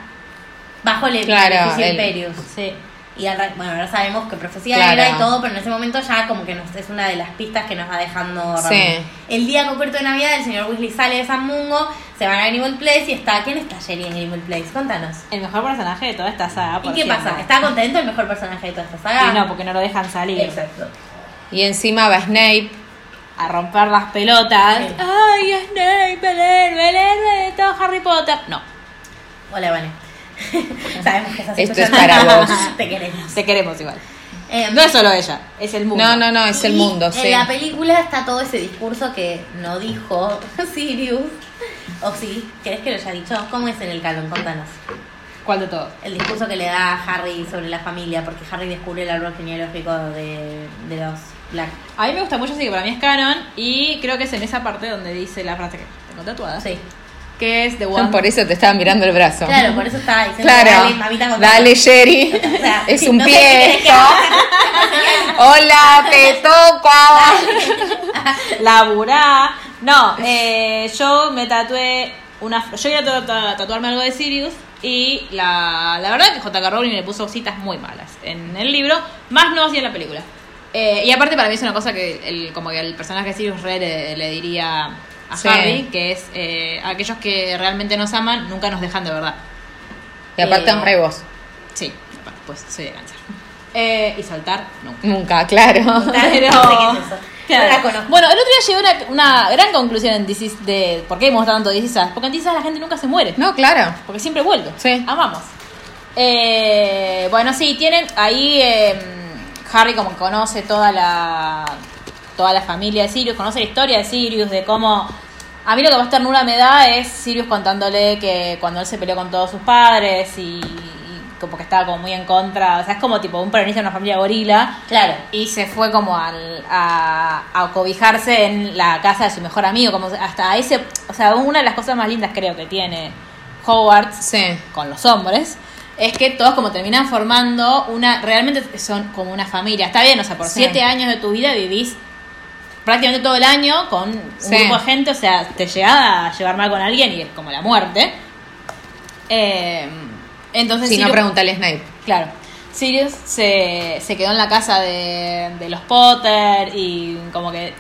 Speaker 3: bajo el
Speaker 4: Claro,
Speaker 3: edificio
Speaker 4: el-
Speaker 3: Imperius.
Speaker 2: Sí.
Speaker 3: Y al ra- bueno, ahora sabemos que profecía
Speaker 4: Claro.
Speaker 3: era y todo, pero en ese momento ya como que nos, es una de las pistas que nos va dejando Ron.
Speaker 4: Sí.
Speaker 3: El día concreto de Navidad, el señor Weasley sale de San Mungo, se van a Animal Place y está... ¿Quién está Jerry en Animal Place? Contanos.
Speaker 2: El mejor personaje de toda esta saga.
Speaker 3: ¿Y
Speaker 2: por
Speaker 3: qué
Speaker 2: siempre.
Speaker 3: pasa? ¿Está contento el mejor personaje de Ah, toda esta saga?
Speaker 2: Y no, porque no lo dejan salir.
Speaker 3: Exacto.
Speaker 4: Y encima va Snape.
Speaker 2: A romper las pelotas.
Speaker 3: Sí.
Speaker 2: Ay, Snape, el héroe, el héroe de todo Harry Potter. No,
Speaker 3: Hola,
Speaker 4: <laughs>
Speaker 3: Vane. Sabemos que estás
Speaker 4: Esto es
Speaker 3: escuchando.
Speaker 4: para vos.
Speaker 3: <laughs> Te queremos.
Speaker 2: te queremos igual.
Speaker 3: Em,
Speaker 2: No es solo ella, es el mundo.
Speaker 4: No, no, no, es el
Speaker 3: Y
Speaker 4: mundo, sí.
Speaker 3: En la película está todo ese discurso que no dijo <laughs> Sirius. O sí, ¿querés que lo haya dicho? ¿Cómo es en el calón? Contanos.
Speaker 2: ¿Cuál de todos?
Speaker 3: El discurso que le da Harry sobre la familia, porque Harry descubre el árbol genealógico de, de los Black.
Speaker 2: A mí me gusta mucho, así que para mí es canon. Y creo que es en esa parte donde dice la frase que tengo tatuada.
Speaker 3: Sí.
Speaker 2: Que es The
Speaker 4: Yo
Speaker 2: One.
Speaker 4: <laughs> por eso te estaba mirando el brazo.
Speaker 3: Claro, por eso estaba diciendo,
Speaker 4: Claro.
Speaker 3: dale, mamita, contame.
Speaker 4: Dale, Jerry.
Speaker 3: O sea,
Speaker 4: <laughs> es
Speaker 3: sí,
Speaker 4: un
Speaker 3: no sé qué
Speaker 4: pie
Speaker 3: querés que
Speaker 4: esto. <laughs> Hola, te toca.
Speaker 2: Laburá. No, eh, yo me tatué una. Yo quería tra- tra- tatuarme algo de Sirius. Y la, la verdad que J.K. Rowling le puso citas muy malas en el libro, más no así en la película. Eh, y aparte, para mí es una cosa que el, como que el personaje de Sirius Red le, le diría a
Speaker 4: Sí.
Speaker 2: Harry, que es: eh, aquellos que realmente nos aman nunca nos dejan de verdad.
Speaker 4: Y aparte
Speaker 2: Eh,
Speaker 4: honra vos.
Speaker 2: Sí, pues soy de cáncer. Eh, y saltar, no.
Speaker 4: Nunca, claro.
Speaker 3: <laughs>
Speaker 2: Pero-
Speaker 3: No sé qué es eso.
Speaker 2: Claro.
Speaker 3: No la conozco.
Speaker 2: Bueno, el otro día llegué a una, una gran conclusión en This Is de por qué mostrado tanto This Is Us. Porque en This Is Us la gente nunca se muere.
Speaker 4: <laughs> No, claro.
Speaker 2: Porque siempre vuelve.
Speaker 4: Sí.
Speaker 2: Amamos. Eh, bueno, sí, tienen ahí eh, Harry como que conoce toda la toda la familia de Sirius, conoce la historia de Sirius, de cómo... A mí lo que más ternura me da es Sirius contándole que cuando él se peleó con todos sus padres y, y como que estaba como muy en contra, o sea, es como tipo un peronista de una familia gorila
Speaker 3: Claro.
Speaker 2: y se fue como al- a, a cobijarse en la casa de su mejor amigo, como hasta ese, o sea, una de las cosas más lindas creo que tiene Hogwarts
Speaker 4: Sí.
Speaker 2: con los hombres es que todos como terminan formando una, realmente son como una familia, está bien, o sea, por
Speaker 4: Sí.
Speaker 2: siete años de tu vida vivís prácticamente todo el año con un
Speaker 4: Sí.
Speaker 2: grupo de gente, o sea, te llega a llevar mal con alguien y es como la muerte. Eh, entonces
Speaker 4: Si no,
Speaker 2: Sirius-
Speaker 4: preguntale a Snape.
Speaker 2: Claro. Sirius se, se quedó en la casa de, de los Potter y como que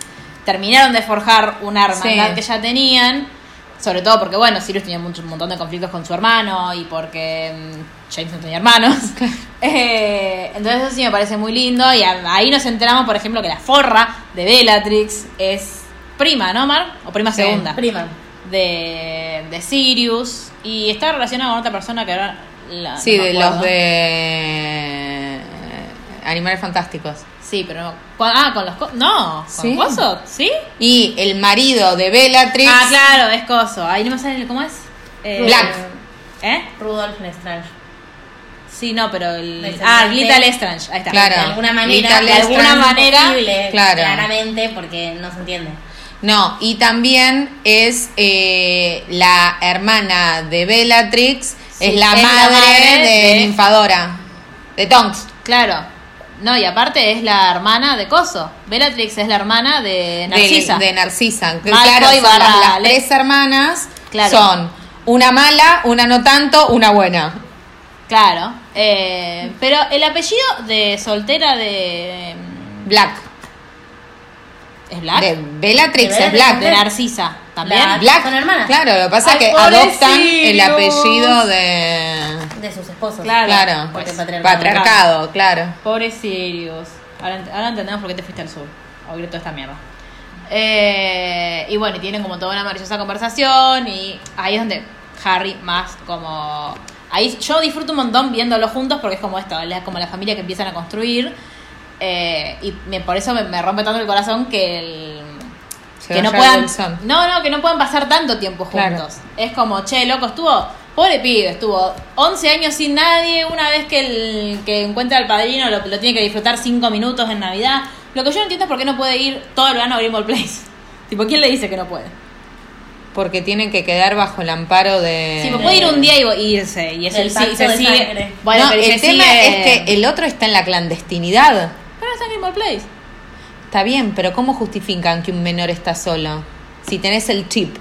Speaker 2: terminaron de forjar una hermandad
Speaker 4: Sí.
Speaker 2: que ya tenían. Sobre todo porque, bueno, Sirius tenía mucho- un montón de conflictos con su hermano y porque mm, James no tenía
Speaker 4: <laughs>
Speaker 2: hermanos. <laughs> Eh, entonces eso sí me parece muy lindo. Y a- ahí nos enteramos, por ejemplo, que la forra de Bellatrix es prima, ¿no, Mar? O prima
Speaker 4: Sí,
Speaker 2: segunda
Speaker 3: Prima.
Speaker 2: de, de Sirius. Y está relacionada con otra persona que ahora... la-
Speaker 4: Sí,
Speaker 2: Ah, no me
Speaker 4: de
Speaker 2: acuerdo.
Speaker 4: los de Animales Fantásticos.
Speaker 2: Sí, pero no. Cu- Ah, con los co- No, con
Speaker 4: Sí.
Speaker 2: coso, ¿sí?
Speaker 4: Y el marido de Bellatrix.
Speaker 2: Ah, claro, es coso. Ahí no me sale el- cómo es. Eh,
Speaker 4: Black.
Speaker 2: ¿Eh?
Speaker 3: Rudolf Lestrange.
Speaker 2: Sí, no, pero el.
Speaker 3: Me sale
Speaker 2: Ah,
Speaker 3: el
Speaker 2: Glita
Speaker 3: B.
Speaker 2: Lestrange. Ahí está.
Speaker 4: Claro.
Speaker 3: De alguna manera,
Speaker 4: Vital
Speaker 3: de alguna
Speaker 4: Lestrange.
Speaker 3: manera,
Speaker 4: Claro.
Speaker 3: claramente, porque no se entiende.
Speaker 4: No, y también es eh, la hermana de Bellatrix, es, la,
Speaker 2: es la
Speaker 4: madre
Speaker 2: madre
Speaker 4: de
Speaker 2: de-
Speaker 4: Ninfadora, de Tonks.
Speaker 2: Claro. No, y aparte es la hermana de Coso. Bellatrix es la hermana de
Speaker 4: de-
Speaker 2: Narcisa.
Speaker 4: De, Narcisa.
Speaker 2: Malfoy
Speaker 4: claro, son las,
Speaker 2: barra
Speaker 4: las
Speaker 2: Ale-
Speaker 4: tres hermanas
Speaker 2: Claro.
Speaker 4: son una mala, una no tanto, una buena.
Speaker 2: Claro. Eh, pero el apellido de soltera de. em,
Speaker 4: Black.
Speaker 2: ¿Es Black?
Speaker 4: De
Speaker 2: De,
Speaker 4: Bellatrix
Speaker 3: De
Speaker 4: es Black.
Speaker 3: Bellatrix.
Speaker 2: Narcisa. ¿También?
Speaker 3: La-
Speaker 4: Black.
Speaker 3: Son hermanas.
Speaker 4: Claro, lo que pasa es
Speaker 2: Ay,
Speaker 4: que adoptan el
Speaker 2: pobrecillos.
Speaker 4: apellido de.
Speaker 3: De sus esposos.
Speaker 2: Claro.
Speaker 4: Claro, Pues,
Speaker 3: Porque patriarcado.
Speaker 4: patriarcado, claro.
Speaker 2: Pobre Sirius. Ahora, ent- ahora entendemos por qué te fuiste al sur. A oír toda esta mierda. Eh, y bueno, y tienen como toda una maravillosa conversación. Y ahí es donde Harry más como. Ahí yo disfruto un montón viéndolos juntos porque es como esto, es como la familia que empiezan a construir. Eh, y me- por eso me, me rompe tanto el corazón que el-
Speaker 4: Se
Speaker 2: que no
Speaker 4: vaya
Speaker 2: puedan
Speaker 4: Wilson.
Speaker 2: no no que no puedan pasar tanto tiempo
Speaker 4: Claro.
Speaker 2: juntos es como che loco estuvo pobre pibe estuvo 11 años sin nadie una vez que el que encuentra al padrino lo, lo tiene que disfrutar 5 minutos en navidad lo que yo no entiendo es por qué no puede ir todo el verano a Grimwald Place <laughs> tipo quién le dice que no puede
Speaker 4: Porque tienen que quedar bajo el amparo de.
Speaker 2: sí, pues puede ir un día y vo- y irse y eso
Speaker 3: Del
Speaker 2: y sí,
Speaker 3: pacto
Speaker 2: se
Speaker 3: de
Speaker 2: sigue
Speaker 3: sangre.
Speaker 2: bueno
Speaker 4: No,
Speaker 2: pero
Speaker 4: el
Speaker 2: se
Speaker 4: tema
Speaker 2: sigue-
Speaker 4: es que el otro está en la clandestinidad.
Speaker 2: pero no está en Grimwald Place
Speaker 4: Está bien, pero ¿cómo justifican que un menor está solo? Si tenés el chip.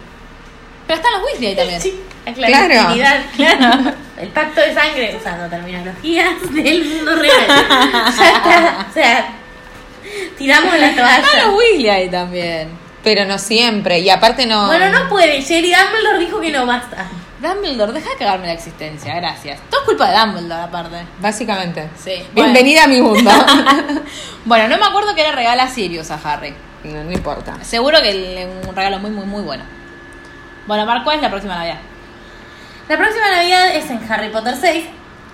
Speaker 2: pero están los Weasley ahí también
Speaker 3: Sí, la
Speaker 4: Claro. <laughs>
Speaker 3: clandestinidad, claro. El pacto de sangre, usando terminologías del mundo
Speaker 4: <laughs>
Speaker 3: real. Ya está, o sea, tiramos la
Speaker 2: están
Speaker 3: toalla.
Speaker 2: los Weasley ahí también
Speaker 4: Pero no siempre. Y aparte no.
Speaker 3: Bueno, no puede, Jerry Dumbledore dijo que no basta.
Speaker 2: Dumbledore deja de cagarme la existencia gracias todo es culpa de Dumbledore aparte
Speaker 4: Básicamente.
Speaker 2: Sí, bueno.
Speaker 4: Bienvenida
Speaker 2: <laughs>
Speaker 4: a mi mundo.
Speaker 2: Bueno, no me acuerdo qué le regala Sirius a Harry.
Speaker 4: no, no importa.
Speaker 2: Seguro que le un regalo muy, muy, muy bueno. Bueno, Marco es la próxima Navidad.
Speaker 3: La próxima Navidad es en Harry Potter 6.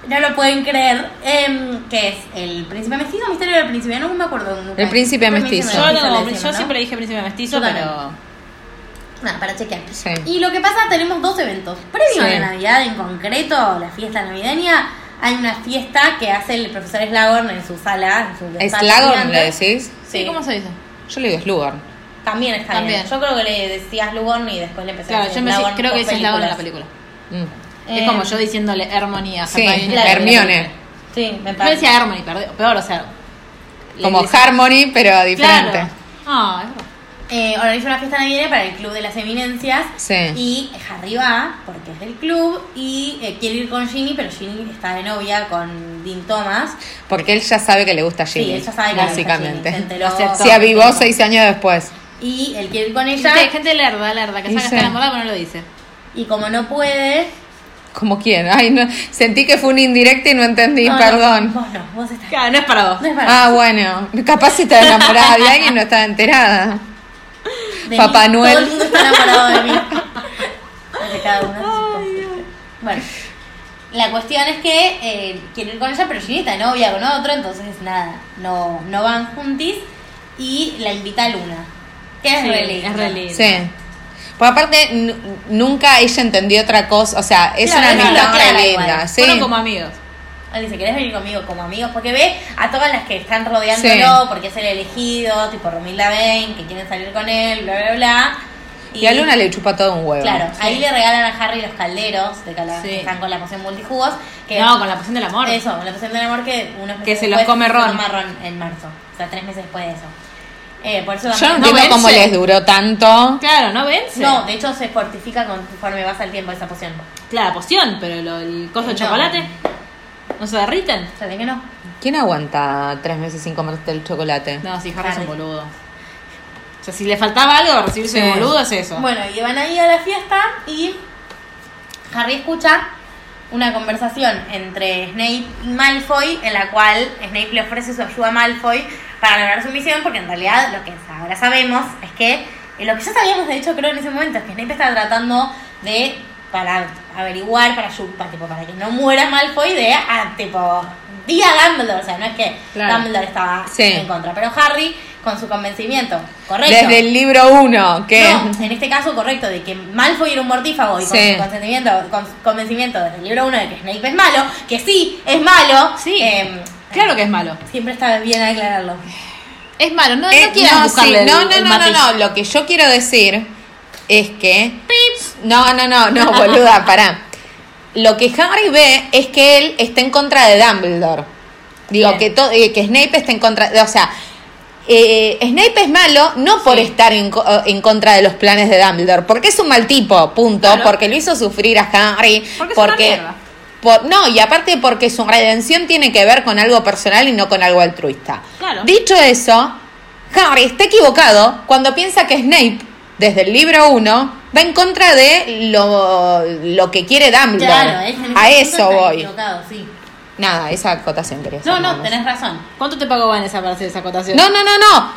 Speaker 3: No lo pueden creer. em, que es el príncipe mestizo, misterio del príncipe. No me acuerdo nunca.
Speaker 4: El príncipe mestizo.
Speaker 2: Yo,
Speaker 3: le
Speaker 2: no,
Speaker 3: decimos,
Speaker 2: yo
Speaker 3: ¿no?
Speaker 2: siempre dije príncipe mestizo,
Speaker 3: Yo también.
Speaker 2: pero.
Speaker 3: Nada, para chequear.
Speaker 4: Sí.
Speaker 3: Y lo que pasa, tenemos dos eventos. Previo a
Speaker 4: Sí.
Speaker 3: la Navidad en concreto, la fiesta navideña, hay una fiesta que hace el profesor Slagorn en su sala. En su
Speaker 4: ¿Es
Speaker 3: despacho
Speaker 4: Lagorn,
Speaker 3: gigante.
Speaker 4: le decís?
Speaker 2: Sí,
Speaker 3: Sí.
Speaker 2: ¿cómo se dice?
Speaker 4: Yo le digo Slugorn.
Speaker 3: También está
Speaker 2: También.
Speaker 3: bien. Yo creo que le decías Lugorn y después le empezaste a
Speaker 2: Claro,
Speaker 3: decir
Speaker 2: yo me
Speaker 3: Slagorn
Speaker 2: creo
Speaker 3: por
Speaker 2: que dice Slagorn en la
Speaker 3: películas.
Speaker 2: película.
Speaker 4: Mm.
Speaker 2: es
Speaker 3: Eh,
Speaker 2: como yo diciéndole Hermione a
Speaker 4: Sí,
Speaker 2: Hermione.
Speaker 3: claro.
Speaker 4: Hermione.
Speaker 3: Sí, me
Speaker 2: Yo
Speaker 3: parece.
Speaker 2: decía Hermione, perd- peor, o sea. le-
Speaker 4: Como
Speaker 2: le-
Speaker 4: Harmony, pero diferente.
Speaker 2: Claro. Ah, es verdad.
Speaker 3: eh, organiza una fiesta navideña para el Club de las Eminencias.
Speaker 4: Sí.
Speaker 3: Y Harry va, porque es del club, y eh, quiere ir con Ginny, pero Ginny está de novia con Dean Thomas.
Speaker 4: Porque él ya sabe que le gusta Jimmy.
Speaker 3: Sí, él ya sabe que le gusta
Speaker 4: Básicamente.
Speaker 3: Jimmy, se enteró.
Speaker 4: Se avivó seis años después.
Speaker 3: Y él quiere ir con
Speaker 5: Gente,
Speaker 3: ella,
Speaker 5: hay gente lerda, lerda, que sabe que
Speaker 4: Dice-
Speaker 5: está enamorada pero no lo dice.
Speaker 3: y como no puede...
Speaker 4: ¿Como quién? Ay, no, sentí que fue un indirecto y no entendí,
Speaker 3: no, no,
Speaker 4: perdón.
Speaker 3: vos no, vos estás... <laughs>
Speaker 5: Claro, no es para vos.
Speaker 3: No es para-
Speaker 4: Ah, bueno. Capaz si estaba enamorada de alguien no estaba enterada.
Speaker 3: de
Speaker 4: Papá
Speaker 3: mí,
Speaker 4: Noel.
Speaker 3: Todo el mundo está enamorado de mí. De cada uno de sus cosas. Bueno, la cuestión es que eh, quiere ir con ella, pero Ginny está de novia con otro, entonces nada, no, no van juntis. Y la invita a Luna, que es
Speaker 5: Sí,
Speaker 3: re linda.
Speaker 5: es re linda.
Speaker 4: Sí. Pues aparte, nu- nunca ella entendió otra cosa. O sea, es
Speaker 3: Claro,
Speaker 4: una
Speaker 3: eso lo
Speaker 4: amistad
Speaker 3: aclara
Speaker 4: re
Speaker 3: igual.
Speaker 4: linda. Ah, Sí.
Speaker 5: Fueron como amigos.
Speaker 3: Él dice, ¿querés venir conmigo como amigos? Porque ve a todas las que están rodeándolo,
Speaker 4: Sí.
Speaker 3: porque es el elegido, tipo Romilda Bain, que quieren salir con él, bla, bla, bla.
Speaker 4: Y a Luna le chupa todo un huevo.
Speaker 3: Claro, ahí le regalan a Harry los calderos de cala-
Speaker 5: Sí.
Speaker 3: que están con la poción multijugos. Que
Speaker 5: No, con la pasión del amor.
Speaker 3: Eso, la poción del amor que unos
Speaker 5: Que
Speaker 3: meses
Speaker 5: se los
Speaker 3: después
Speaker 5: come
Speaker 3: se
Speaker 5: Ron.
Speaker 3: toma Ron en marzo. O sea, tres meses después de eso. Eh, por eso
Speaker 4: Yo no
Speaker 3: también-
Speaker 4: entiendo
Speaker 5: vence.
Speaker 4: cómo les duró tanto.
Speaker 5: Claro, no vence.
Speaker 3: no, de hecho se fortifica conforme vas al tiempo esa poción.
Speaker 5: Claro, la poción, pero lo- el coso de
Speaker 3: No.
Speaker 5: chocolate. No se derriten.
Speaker 3: O sea, de que no.
Speaker 4: ¿Quién aguanta tres meses sin comerte el chocolate?
Speaker 5: No, si Harry es un
Speaker 3: Harry.
Speaker 5: boludo. O sea, si le faltaba algo para recibirse de
Speaker 4: Sí.
Speaker 5: boludo es eso.
Speaker 3: Bueno, y van ahí a la fiesta y Harry escucha una conversación entre Snape y Malfoy en la cual Snape le ofrece su ayuda a Malfoy para lograr su misión porque en realidad lo que ahora sabemos es que eh, lo que ya sabíamos de hecho creo en ese momento es que Snape estaba tratando de para averiguar para ayu- para, tipo, para que no muera Malfoy de ah, tipo di a Dumbledore o sea no es que
Speaker 5: Claro.
Speaker 3: Dumbledore estaba
Speaker 4: Sí.
Speaker 3: en contra pero Harry con su convencimiento correcto
Speaker 4: Desde el libro 1, que
Speaker 3: no, en este caso correcto, de que Malfoy era un mortífago y con
Speaker 4: Sí.
Speaker 3: su consentimiento, con su convencimiento desde el libro 1 de que Snape es malo, que sí, es malo.
Speaker 5: Sí.
Speaker 3: eh,
Speaker 5: Claro que es malo.
Speaker 3: Siempre está bien aclararlo.
Speaker 5: Es malo, no,
Speaker 4: Eh,
Speaker 5: no quieras
Speaker 4: no,
Speaker 5: buscarle
Speaker 4: sí,
Speaker 5: el-
Speaker 4: no, no,
Speaker 5: el
Speaker 4: no,
Speaker 5: matiz.
Speaker 4: no, no, lo que yo quiero decir es que... No, no, no, no,
Speaker 5: <laughs>
Speaker 4: boluda, pará. Lo que Harry ve es que él está en contra de Dumbledore. Digo,
Speaker 5: Bien.
Speaker 4: que, to- eh, que Snape está en contra... de- o sea, eh, Snape es malo no por estar en, co- eh, en contra de los planes de Dumbledore, porque es un mal tipo, punto,
Speaker 5: Claro.
Speaker 4: porque lo hizo sufrir a Harry.
Speaker 5: Porque es una
Speaker 4: porque
Speaker 5: mierda.
Speaker 4: por- no, y aparte porque su redención tiene que ver con algo personal y no con algo altruista.
Speaker 5: Claro.
Speaker 4: Dicho eso, Harry está equivocado cuando piensa que Snape, desde el libro 1, va en contra de lo, lo que quiere Dumbledore.
Speaker 3: Claro, es en ese
Speaker 4: A
Speaker 3: punto
Speaker 4: eso
Speaker 3: está
Speaker 4: voy.
Speaker 3: equivocado, sí.
Speaker 4: Nada, esa acotación quería
Speaker 3: No,
Speaker 4: hacer,
Speaker 3: no,
Speaker 4: nada más.
Speaker 3: tenés razón.
Speaker 5: ¿Cuánto te pagó Vanessa para hacer esa acotación?
Speaker 4: No, no, no,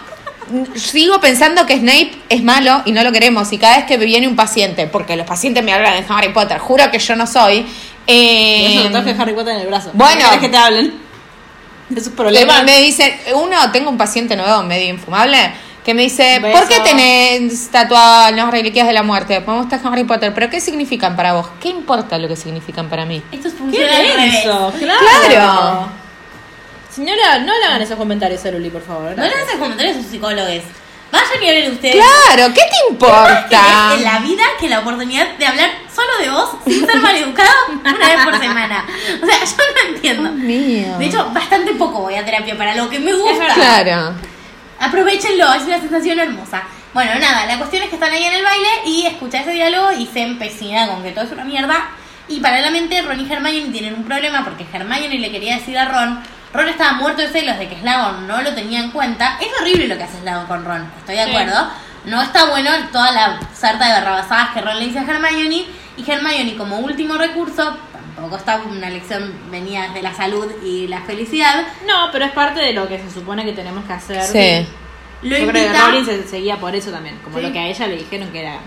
Speaker 4: no. Sigo pensando que Snape es malo y no lo queremos. Y cada vez que viene un paciente, porque los pacientes me hablan de Harry Potter, juro que yo no soy. eh,
Speaker 5: Eso lo traje Harry Potter en el brazo.
Speaker 4: bueno.
Speaker 5: No querés que te hablen. De sus problemas.
Speaker 4: Le- me dice, uno, tengo un paciente nuevo, medio infumable, que me dice,
Speaker 5: Beso.
Speaker 4: ¿por qué tenés tatuadas las reliquias de la muerte? Podemos estar Harry Potter, pero ¿qué significan para vos? ¿Qué importa lo que significan para mí?
Speaker 3: Esto
Speaker 5: ¿Qué
Speaker 3: funciona al
Speaker 5: es
Speaker 3: revés.
Speaker 5: eso? Claro.
Speaker 4: Claro.
Speaker 5: Señora, no le hagan esos comentarios a Luli, por favor.
Speaker 3: No le hagas comentarios a sus psicólogos. Vayan y hablen
Speaker 4: Eh,
Speaker 3: ustedes.
Speaker 4: Claro, ¿qué te
Speaker 3: Más
Speaker 4: <laughs> importa?
Speaker 3: tenés en la vida que la oportunidad de hablar solo de vos sin ser maleducado una vez por semana. O sea, yo no entiendo.
Speaker 4: Mío.
Speaker 3: De hecho, bastante poco voy a terapia para lo que me gusta.
Speaker 4: Claro.
Speaker 3: Aprovechenlo, es una sensación hermosa. Bueno, nada, la cuestión es que están ahí en el baile y escucha ese diálogo y se empecina con que todo es una mierda. Y paralelamente Ron y Hermione tienen un problema porque Hermione le quería decir a Ron, Ron estaba muerto de celos de que Slagon no lo tenía en cuenta. Es horrible lo que hace Slagon con Ron, estoy de
Speaker 5: Sí.
Speaker 3: acuerdo. No está bueno toda la sarta de barrabasadas que Ron le dice a Hermione y Hermione como último recurso, tampoco está una lección venida de la salud y la felicidad,
Speaker 5: No, pero es parte de lo que se supone que tenemos que hacer.
Speaker 4: Sí.
Speaker 3: lo
Speaker 5: Yo creo que
Speaker 3: invita...
Speaker 5: Rowling se seguía por eso también. Como
Speaker 3: Sí.
Speaker 5: lo que a ella le dijeron que era.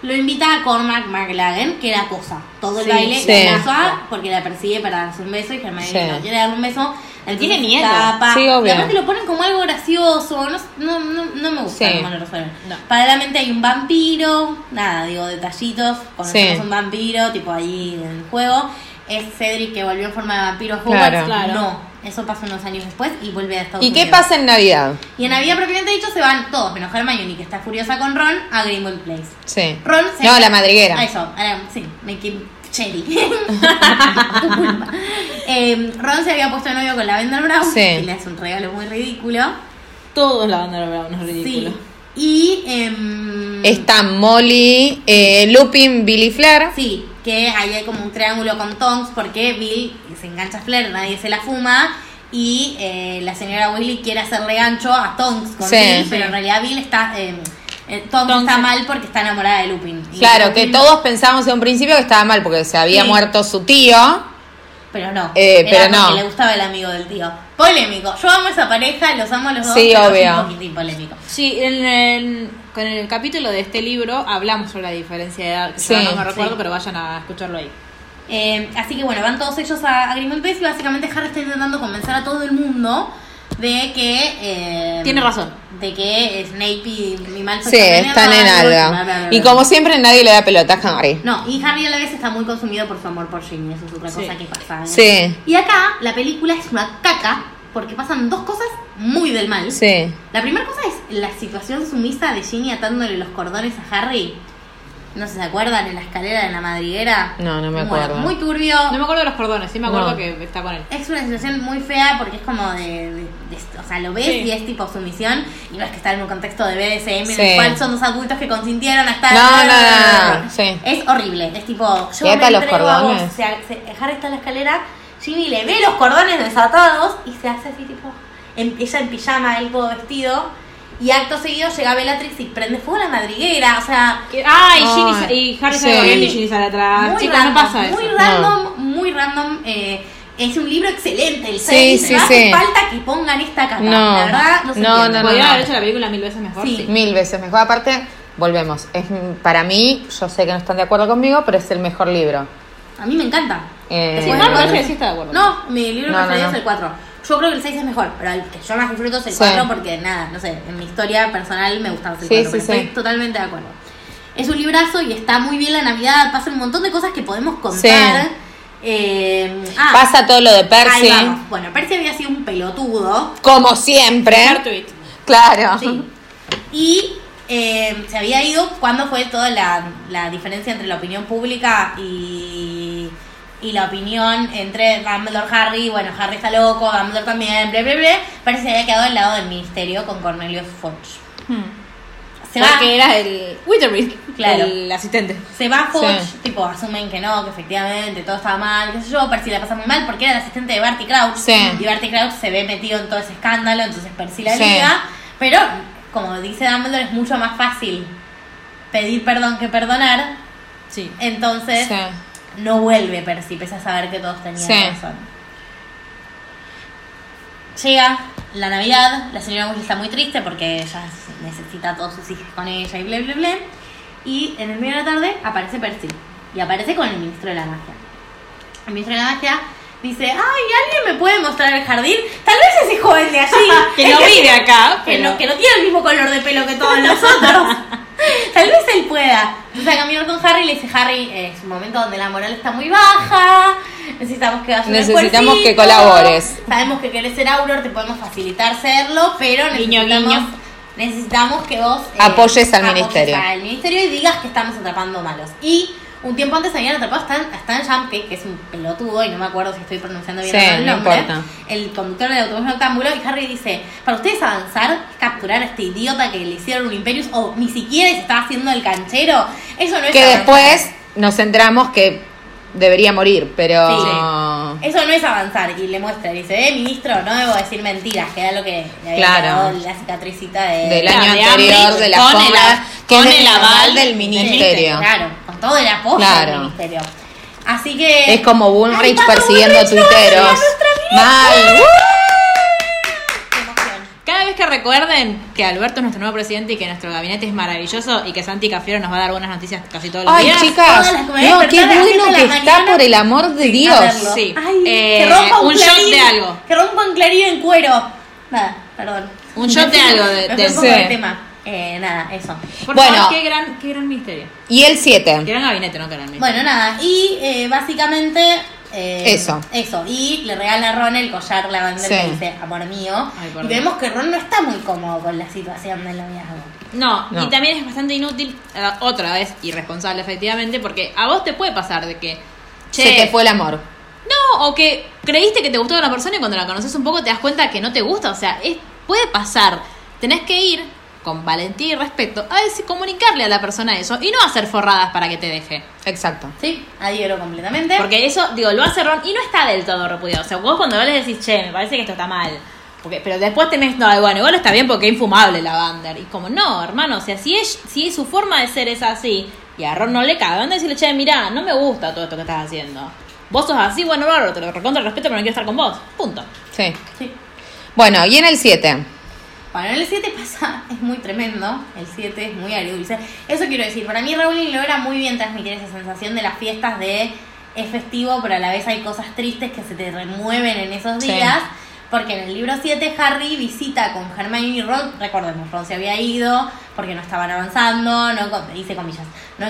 Speaker 3: Lo invita a Cormac McLaren, que la cosa. Todo el
Speaker 5: Sí,
Speaker 3: baile
Speaker 4: sí.
Speaker 3: la cosa, porque la persigue para darse un beso y Germán
Speaker 4: Sí.
Speaker 3: no quiere darle un beso. Él
Speaker 5: Tiene miedo.
Speaker 4: Sí, obvio.
Speaker 3: Y aparte lo ponen como algo gracioso. No, no, no, no me gusta
Speaker 4: Sí.
Speaker 3: cómo lo resuelven.
Speaker 5: No.
Speaker 3: Paralelamente hay un vampiro. Nada, digo, detallitos. Conocemos
Speaker 4: Sí.
Speaker 3: un vampiro, tipo ahí en el juego. Es Cedric que volvió en forma de vampiro a Hogwarts.
Speaker 4: Claro.
Speaker 5: Claro.
Speaker 3: No. Eso pasa unos años después y vuelve a Estados
Speaker 4: ¿Y
Speaker 3: Unidos.
Speaker 4: qué pasa en Navidad?
Speaker 3: Y en Navidad, propiamente dicho, se van todos, menos Hermione, que está furiosa con Ron, a Greenwood Place.
Speaker 4: Sí.
Speaker 3: Ron se
Speaker 4: No, la madriguera.
Speaker 3: Ah, eso, ah, sí, me equi- Cherry. <laughs> Tu culpa. Eh, Ron se había puesto de novio con la Brown,
Speaker 4: Sí.
Speaker 3: que le hace un regalo muy ridículo.
Speaker 5: Todos la banda de Brown, es ridículo.
Speaker 3: Sí. Y. em,
Speaker 4: Está Molly, eh, Lupin, Billy Flair.
Speaker 3: Sí, que ahí hay como un triángulo con Tonks porque Bill se engancha a Flair, nadie se la fuma. Y eh, la señora Willy quiere hacerle gancho a Tonks con
Speaker 4: Sí.
Speaker 3: Bill, pero en realidad Bill está. eh, eh, Tonks,
Speaker 5: Tonks-
Speaker 3: está mal porque está enamorada de Lupin. Y
Speaker 4: Claro, que
Speaker 3: Lupin-
Speaker 4: todos pensamos en un principio que estaba mal porque se había
Speaker 3: Sí.
Speaker 4: muerto su tío.
Speaker 3: Pero no.
Speaker 4: Eh,
Speaker 3: era
Speaker 4: pero no.
Speaker 3: porque le gustaba el amigo del tío. Polémico. Yo amo esa pareja, los amo a los dos.
Speaker 4: Sí,
Speaker 3: pero es
Speaker 4: obvio.
Speaker 3: un poquitín polémico.
Speaker 5: Sí, en, en- con el capítulo de este libro hablamos sobre la diferencia de edad. que
Speaker 4: Sí,
Speaker 5: yo no me recuerdo,
Speaker 3: sí.
Speaker 5: pero vayan a escucharlo ahí.
Speaker 3: Eh, así que bueno, van todos ellos a, a Grimmauld Place y básicamente Harry está intentando convencer a todo el mundo de que... eh,
Speaker 5: Tiene razón.
Speaker 3: De que Snape y mi mal
Speaker 4: Sí, Ah, están en algo. Ah, Y como siempre nadie le da pelota a Harry.
Speaker 3: No, y Harry a la vez está muy consumido por su amor por Ginny, eso es otra
Speaker 5: Sí.
Speaker 3: cosa que pasa. ¿eh?
Speaker 4: Sí,
Speaker 3: Y acá la película es una caca porque pasan dos cosas muy del mal.
Speaker 4: sí.
Speaker 3: La primera cosa es la situación sumisa de Ginny atándole los cordones a Harry. No sé, ¿se acuerdan? En la escalera de la madriguera.
Speaker 4: No, no me
Speaker 3: Bueno,
Speaker 4: acuerdo.
Speaker 3: muy turbio.
Speaker 5: No me acuerdo de los cordones, sí me acuerdo
Speaker 4: No.
Speaker 5: que está con él.
Speaker 3: Es una situación muy fea porque es como de, de- de- o sea, lo ves
Speaker 5: Sí.
Speaker 3: y es tipo sumisión y no es que está en un contexto de BDSM en
Speaker 4: Sí.
Speaker 3: el cual son dos adultos que consintieron hasta...
Speaker 4: No, no, no, no, sí.
Speaker 3: Es horrible, es tipo, yo
Speaker 4: Y
Speaker 3: me
Speaker 4: ata los
Speaker 3: entrego a vos.
Speaker 4: cordones.
Speaker 3: Se, se- Harry está en la escalera, Ginny le ve los cordones desatados y se hace así tipo, en, ella en pijama, él todo vestido y acto seguido llega Bellatrix y prende fuego a la madriguera, o sea...
Speaker 5: Ah, y,
Speaker 4: Ay,
Speaker 5: Ginny sa- y Harry sale
Speaker 4: sí.
Speaker 5: corriendo y Ginny sale
Speaker 4: Ah,
Speaker 5: atrás.
Speaker 3: Muy
Speaker 5: Chicos,
Speaker 3: random,
Speaker 5: no pasa eso.
Speaker 3: muy random, muy random. eh, es un libro excelente, el
Speaker 4: Sí,
Speaker 3: 6.
Speaker 4: sí,
Speaker 3: no
Speaker 4: sí.
Speaker 3: hace falta que pongan esta capa.
Speaker 4: No.
Speaker 3: la verdad, no se
Speaker 4: No,
Speaker 3: entiende.
Speaker 4: no, no,
Speaker 5: Podría
Speaker 4: no.
Speaker 5: haber hecho la película mil veces mejor.
Speaker 3: Sí.
Speaker 4: Mil veces mejor. Aparte, volvemos. Es para mí, yo sé que no están de acuerdo conmigo, pero es el mejor libro.
Speaker 3: A mí me encanta.
Speaker 4: Eh,
Speaker 5: Sí,
Speaker 3: Bueno,
Speaker 5: no,
Speaker 3: bueno.
Speaker 5: parece que sí está de acuerdo.
Speaker 3: No, mi libro
Speaker 4: No, no,
Speaker 3: preferido
Speaker 4: no.
Speaker 3: es el 4. Yo creo que el 6 es mejor, pero el que yo más disfruto es el
Speaker 4: Sí.
Speaker 3: 4 porque, nada, no sé, en mi historia personal me gusta más el
Speaker 4: Sí,
Speaker 3: 4.
Speaker 4: sí,
Speaker 3: pero
Speaker 4: sí.
Speaker 3: Estoy totalmente de acuerdo. Es un librazo y está muy bien la Navidad. Pasan un montón de cosas que podemos contar.
Speaker 4: Sí.
Speaker 3: Eh, ah,
Speaker 4: Pasa todo lo de
Speaker 3: ahí
Speaker 4: Percy.
Speaker 3: vamos. Bueno, Percy había sido un pelotudo.
Speaker 4: Como siempre.
Speaker 3: Eh.
Speaker 5: Hartwig.
Speaker 4: Claro.
Speaker 3: Sí. Y eh, se había ido cuando fue toda la, la diferencia entre la opinión pública y, y la opinión entre Dumbledore Harry. Bueno, Harry está loco, Dumbledore también, ble, ble, ble. Parece que se había quedado al lado del ministerio con Cornelius Fudge. Se va,
Speaker 5: Porque era el Witherbeak,
Speaker 3: Claro.
Speaker 5: el asistente.
Speaker 3: se va Fudge,
Speaker 4: Sí.
Speaker 3: tipo, asumen que no, que efectivamente todo estaba mal, qué sé yo. Percy la pasa muy mal porque era el asistente de Barty Crouch.
Speaker 4: Sí.
Speaker 3: Y Barty Crouch se ve metido en todo ese escándalo, entonces Percy la
Speaker 4: Sí.
Speaker 3: liga. Pero, como dice Dumbledore, es mucho más fácil pedir perdón que perdonar.
Speaker 5: Sí.
Speaker 3: Entonces,
Speaker 4: Sí.
Speaker 3: no vuelve Percy, pese a saber que todos tenían
Speaker 4: Sí.
Speaker 3: razón. Llega la Navidad, la señora Weasley está muy triste porque ella necesita a todos sus hijos con ella y bla, bla, bla. Y en el medio de la tarde aparece Percy. Y aparece con el ministro de la magia. El ministro de la magia dice, ay, ¿alguien me puede mostrar el jardín? Tal vez ese joven de allí.
Speaker 5: <laughs>
Speaker 3: <laughs>
Speaker 5: Que no
Speaker 3: Es
Speaker 5: vive acá,
Speaker 3: que
Speaker 5: pero...
Speaker 3: no, que no tiene el mismo color de pelo que todos nosotros. <laughs> Tal vez él pueda. Entonces a caminar con Harry y le dice, Harry, eh, es un momento donde la moral está muy baja, necesitamos que hagas un
Speaker 4: Necesitamos que
Speaker 3: esfuercito,
Speaker 4: colabores.
Speaker 3: Sabemos que querés ser Auror, te podemos facilitar serlo, pero
Speaker 5: Guiño,
Speaker 3: necesitamos,
Speaker 5: guiño.
Speaker 3: necesitamos que vos eh,
Speaker 4: Apoyes al ministerio.
Speaker 3: al ministerio y digas que estamos atrapando malos. Y un tiempo antes habían atrapado a Stan, a Stan Jumpy, que es un pelotudo y no me acuerdo si estoy pronunciando bien
Speaker 4: Sí,
Speaker 3: o no el
Speaker 4: no
Speaker 3: nombre
Speaker 4: importa.
Speaker 3: el conductor del autobús noctámbulo y Harry dice, para ustedes avanzar, es capturar a este idiota que le hicieron un Imperius o ni siquiera se está haciendo el canchero, eso no es
Speaker 4: Que
Speaker 3: avanzar.
Speaker 4: después nos entramos que debería morir, pero.
Speaker 3: Eso no es avanzar y le muestra, le dice, eh, ministro, no debo decir mentiras, que era lo que le había
Speaker 4: Claro.
Speaker 3: quedado la cicatricita de...
Speaker 4: Del
Speaker 5: La
Speaker 4: año
Speaker 5: de
Speaker 4: anterior,
Speaker 5: Ambridge
Speaker 4: de la
Speaker 5: con
Speaker 4: forma.
Speaker 5: el a-
Speaker 4: que
Speaker 5: con
Speaker 4: es
Speaker 5: el aval
Speaker 4: del
Speaker 5: del
Speaker 4: ministerio.
Speaker 3: Claro, con todo el apoyo
Speaker 4: Claro.
Speaker 3: del ministerio. Así que...
Speaker 4: Es como
Speaker 3: Ay,
Speaker 4: Bullrich
Speaker 3: Pato
Speaker 4: persiguiendo
Speaker 3: Bullrich, no,
Speaker 4: tuiteros.
Speaker 3: nuestra
Speaker 4: Mal.
Speaker 3: Qué emoción.
Speaker 5: Cada vez que recuerden que Alberto es nuestro nuevo presidente y que nuestro gabinete es maravilloso y que Santi Cafiero nos va a dar buenas noticias casi todos los
Speaker 4: Ay,
Speaker 5: días.
Speaker 4: chicas.
Speaker 3: todas las comidas
Speaker 4: No, qué
Speaker 3: despertar a las
Speaker 4: bueno
Speaker 3: siete
Speaker 4: que
Speaker 3: de la
Speaker 4: está
Speaker 3: mañana.
Speaker 4: por el amor de
Speaker 3: A
Speaker 4: Dios.
Speaker 3: verlo.
Speaker 5: sí.
Speaker 3: Ay,
Speaker 5: Eh,
Speaker 3: que rompa un,
Speaker 5: un shot
Speaker 3: clarín,
Speaker 5: de algo.
Speaker 3: Que rompa un clarín en cuero. Nada, perdón.
Speaker 5: Un shot de algo de-
Speaker 3: Me
Speaker 5: de-
Speaker 3: fui un poco del
Speaker 4: sí.
Speaker 3: tema. Eh, nada, eso.
Speaker 5: Por
Speaker 4: Bueno.
Speaker 5: favor, qué gran, qué gran misterio.
Speaker 4: Y el
Speaker 5: Qué
Speaker 4: 7.
Speaker 5: gran gabinete, no qué gran misterio.
Speaker 3: Bueno, nada. Y eh, básicamente. eh,
Speaker 4: Eso.
Speaker 3: Eso. Y le regala a Ron el collar lavandel
Speaker 4: Sí.
Speaker 3: que dice amor mío.
Speaker 5: Ay, por
Speaker 3: y
Speaker 5: Dios.
Speaker 3: vemos que Ron no está muy cómodo con la situación del noviazgo.
Speaker 5: No,
Speaker 4: No.
Speaker 5: y también es bastante inútil, eh, otra vez irresponsable efectivamente, porque a vos te puede pasar de que, che,
Speaker 4: Se te fue el amor.
Speaker 5: no, o que creíste que te gustaba una persona y cuando la conoces un poco te das cuenta que no te gusta, o sea, es, puede pasar. Tenés que ir
Speaker 2: con valentía y respeto a decir, comunicarle a la persona eso y no hacer forradas para que te deje.
Speaker 4: Exacto.
Speaker 3: Sí, adhiero completamente.
Speaker 2: Porque eso, digo, lo hace Ron y no está del todo repudiado. O sea, vos cuando le decís, che, me parece que esto está mal. Porque, pero después tenés, no, bueno, igual está bien porque es infumable la Bander. Y como, no, hermano, o sea, si es, si su forma de ser es así y a Ron no le cabe, van a decirle, che, mirá, no me gusta todo esto que estás haciendo. Vos sos así, bueno, bárbaro, te lo recontra respeto, pero no quiero estar con vos. Punto.
Speaker 4: Sí.
Speaker 3: Sí.
Speaker 4: Bueno, y en el 7.
Speaker 3: Bueno, en el 7 <laughs> pasa, es muy tremendo, el 7 es muy agridulce. Eso quiero decir, para mí Rowling logra muy bien transmitir esa sensación de las fiestas de es festivo, pero a la vez hay cosas tristes que se te remueven en esos
Speaker 4: Sí.
Speaker 3: días. Porque en el libro 7 Harry visita con Hermione y Ron, recordemos, Ron se había ido porque no estaban avanzando, no encon- hice comillas, no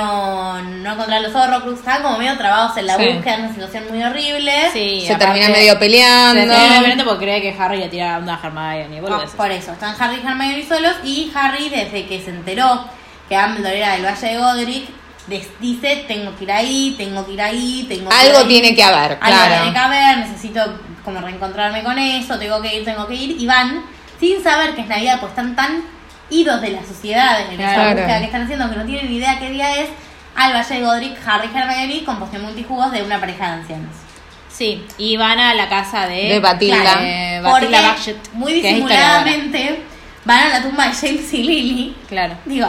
Speaker 3: encontraron, no encontraron los Horrocrux, estaban como medio trabados en la
Speaker 4: Sí.
Speaker 3: búsqueda, en una situación muy horrible.
Speaker 2: Sí,
Speaker 4: se
Speaker 2: aparte-
Speaker 4: termina medio
Speaker 2: Se
Speaker 4: peleando.
Speaker 2: termina peleando porque cree que Harry le tira onda a Hermione.
Speaker 3: No,
Speaker 2: boludeces.
Speaker 3: Ah, por eso, están Harry y Hermione solos y Harry desde que se enteró que Dumbledore era del Valle de Godric, des- dice, tengo que ir ahí, tengo que ir ahí, tengo que ir
Speaker 4: Algo
Speaker 3: ahí.
Speaker 4: tiene que haber,
Speaker 3: Algo
Speaker 4: claro.
Speaker 3: tiene que haber, necesito como reencontrarme con eso, tengo que ir, tengo que ir. Y van, sin saber que es Navidad, pues están tan idos de la sociedad, en esa
Speaker 4: Claro.
Speaker 3: búsqueda que están haciendo, que no tienen ni idea qué día es, al Valle de Godric, Harry y Hermione con poste multijugos de una pareja de ancianos.
Speaker 2: Sí, y van a la casa de,
Speaker 4: De Batilda.
Speaker 2: Claro,
Speaker 3: Eh,
Speaker 2: de
Speaker 3: Porque
Speaker 2: Batilda Bagshot,
Speaker 3: muy
Speaker 2: que es historiadora.
Speaker 3: disimuladamente van a la tumba de James y Lily.
Speaker 2: Claro.
Speaker 3: Digo,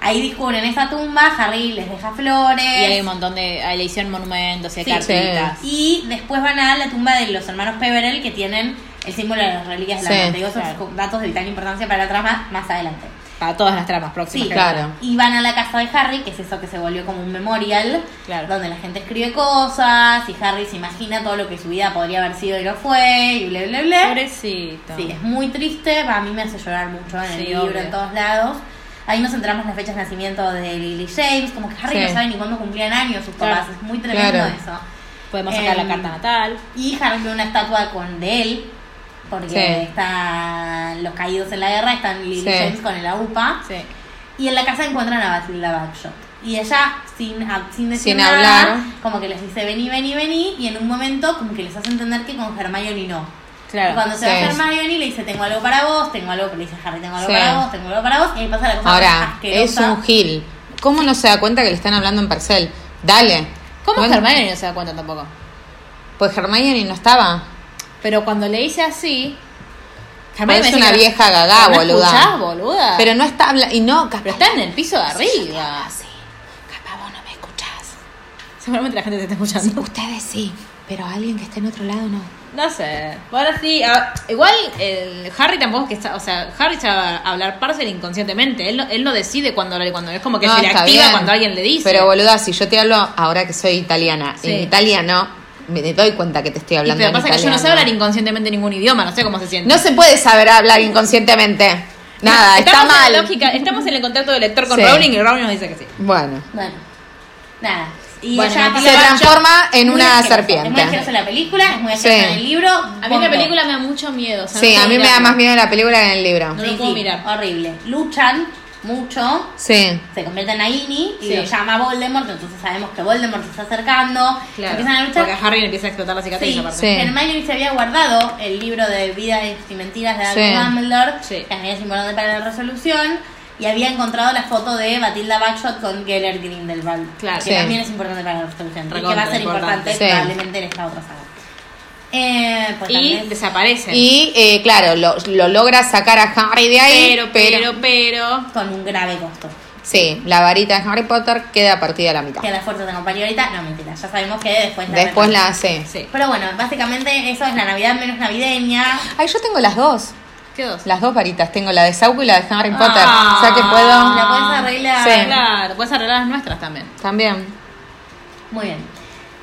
Speaker 3: ahí descubren esa tumba, Harry les deja flores.
Speaker 2: Y hay un montón de. ahí Le hicieron monumentos y
Speaker 3: Sí.
Speaker 2: cartitas.
Speaker 3: Y después van a la tumba de los hermanos Peverell que tienen el símbolo de las reliquias de la
Speaker 4: Sí,
Speaker 3: muerte. Digo, esos
Speaker 2: claro.
Speaker 3: datos de vital importancia para la trama más adelante.
Speaker 2: Para todas las tramas próximas.
Speaker 3: Sí,
Speaker 2: creo.
Speaker 4: claro.
Speaker 3: Y van a la casa de Harry, que es eso que se volvió como un memorial,
Speaker 2: Claro.
Speaker 3: donde la gente escribe cosas y Harry se imagina todo lo que su vida podría haber sido y no fue, y bla, bla, bla.
Speaker 2: Pobrecito.
Speaker 3: Sí, es muy triste, a mí me hace llorar mucho en el
Speaker 2: Sí,
Speaker 3: libro,
Speaker 2: obvio.
Speaker 3: en todos lados. Ahí nos entramos en las fechas de nacimiento de Lily James, como que Harry
Speaker 4: Sí.
Speaker 3: no sabe ni cuándo cumplían años sus
Speaker 2: Claro.
Speaker 3: papás, es muy tremendo
Speaker 4: Claro.
Speaker 3: eso.
Speaker 2: Podemos sacar
Speaker 3: Em,
Speaker 2: la carta natal.
Speaker 3: Y Harry tiene una estatua con de él, porque
Speaker 4: Sí.
Speaker 3: están los caídos en la guerra, están Lily
Speaker 4: Sí.
Speaker 3: James con el AUPA,
Speaker 2: Sí.
Speaker 3: y en la casa encuentran a Bathilda Bagshot. Y ella, sin, a- sin decir
Speaker 4: Sin
Speaker 3: nada,
Speaker 4: hablar.
Speaker 3: como que les dice vení, vení, vení, y en un momento como que les hace entender que con Hermione no. Y
Speaker 2: Claro.
Speaker 3: Cuando se va
Speaker 4: sí.
Speaker 3: Hermione le dice, tengo algo para vos, tengo algo, le dice Harry, tengo algo
Speaker 4: Sí.
Speaker 3: para vos, tengo algo para vos, y ahí pasa la cosa más
Speaker 4: Ahora, es
Speaker 3: asquerosa.
Speaker 4: un gil. ¿Cómo no se da cuenta que le están hablando en parcel? Dale.
Speaker 2: ¿Cómo
Speaker 4: Bueno,
Speaker 2: Hermione no se da cuenta tampoco?
Speaker 4: Pues Hermione no estaba.
Speaker 2: Pero cuando le hice así.
Speaker 4: Pues es
Speaker 2: me
Speaker 4: una
Speaker 2: decía,
Speaker 4: vieja gagá,
Speaker 2: "¿No
Speaker 4: boluda".
Speaker 2: escuchás, boluda?
Speaker 4: Pero no está habla- y no, capaz,
Speaker 2: Pero está en el piso de arriba.
Speaker 4: capaz vos no me escuchás.
Speaker 2: Seguramente la gente te está escuchando.
Speaker 4: Ustedes sí, pero alguien que esté en otro lado no.
Speaker 2: No sé. Ahora sí. ah, igual el Harry tampoco es que está. O sea, Harry sabe hablar parcel inconscientemente. Él, lo- él lo decide cuando habla y cuando no. Es como que
Speaker 4: No,
Speaker 2: se le
Speaker 4: está
Speaker 2: activa
Speaker 4: bien.
Speaker 2: cuando alguien le dice.
Speaker 4: Pero boluda, si yo te hablo ahora que soy italiana,
Speaker 2: Sí.
Speaker 4: en italiano, me doy cuenta que te estoy
Speaker 2: Y
Speaker 4: hablando.
Speaker 2: pero
Speaker 4: en
Speaker 2: pasa que yo no sé
Speaker 4: italiano.
Speaker 2: hablar inconscientemente ningún idioma, no sé cómo se siente.
Speaker 4: No se puede saber hablar inconscientemente. Nada, está
Speaker 2: estamos En la
Speaker 4: mal.
Speaker 2: lógica, estamos en el contacto del lector con
Speaker 4: Sí.
Speaker 2: Rowling y Rowling nos dice que sí.
Speaker 4: Bueno,
Speaker 2: Ah,
Speaker 3: Bueno, nada. Y
Speaker 2: Bueno,
Speaker 3: ella
Speaker 2: Matilda
Speaker 4: se transforma en
Speaker 3: Muy asqueroso.
Speaker 4: una
Speaker 3: Es muy
Speaker 4: serpiente.
Speaker 3: asqueroso la película, es muy asqueroso
Speaker 4: Sí.
Speaker 3: en el libro.
Speaker 2: A mí la película me da mucho miedo. o sea,
Speaker 4: Sí,
Speaker 2: no
Speaker 4: a
Speaker 2: puedo
Speaker 4: mí me da
Speaker 2: mirarla.
Speaker 4: más miedo la película que el libro.
Speaker 2: No lo puedo mirar.
Speaker 3: Horrible. Luchan mucho,
Speaker 4: Sí,
Speaker 3: se convierte en Aini y
Speaker 2: Sí.
Speaker 3: lo llama Voldemort, entonces sabemos que Voldemort se está acercando.
Speaker 2: Claro,
Speaker 3: Empiezan a luchar.
Speaker 2: porque a Harry le empieza a explotar la cicatriz
Speaker 3: Sí,
Speaker 2: aparte.
Speaker 4: Sí.
Speaker 3: Hermione se había guardado el libro de Vidas y Mentiras de Albus
Speaker 4: Sí.
Speaker 3: Dumbledore,
Speaker 2: Sí.
Speaker 3: que había importante para la resolución, y había encontrado la foto de Matilda Bagshot con Geller Grindelwald,
Speaker 2: Claro.
Speaker 3: que
Speaker 4: Sí.
Speaker 3: también es importante para la resolución, y que va a
Speaker 2: Recontra
Speaker 3: ser importante
Speaker 2: importante.
Speaker 4: Sí.
Speaker 3: probablemente en esta otra saga. Eh, pues
Speaker 2: Y
Speaker 3: también-
Speaker 2: desaparece.
Speaker 4: y eh, claro, lo, lo logra sacar a Harry de ahí,
Speaker 2: pero, pero, pero.
Speaker 3: con un grave costo.
Speaker 4: Sí, la varita de Harry Potter queda partida a la mitad.
Speaker 3: Que la fuerza te acompañe ahorita, no mentira, ya sabemos que después la
Speaker 4: Después
Speaker 3: retorna.
Speaker 4: la hace.
Speaker 2: Sí.
Speaker 3: Pero bueno, básicamente eso es la Navidad menos navideña.
Speaker 4: Ay, yo tengo las dos.
Speaker 2: ¿Qué dos?
Speaker 4: Las dos varitas. Tengo la de Sauco y la de Harry Potter.
Speaker 2: Ah.
Speaker 4: o sea que
Speaker 3: La
Speaker 4: puedo.
Speaker 3: puedes arreglar.
Speaker 4: Sí.
Speaker 2: Claro, puedes arreglar las nuestras también.
Speaker 4: También.
Speaker 3: Muy bien.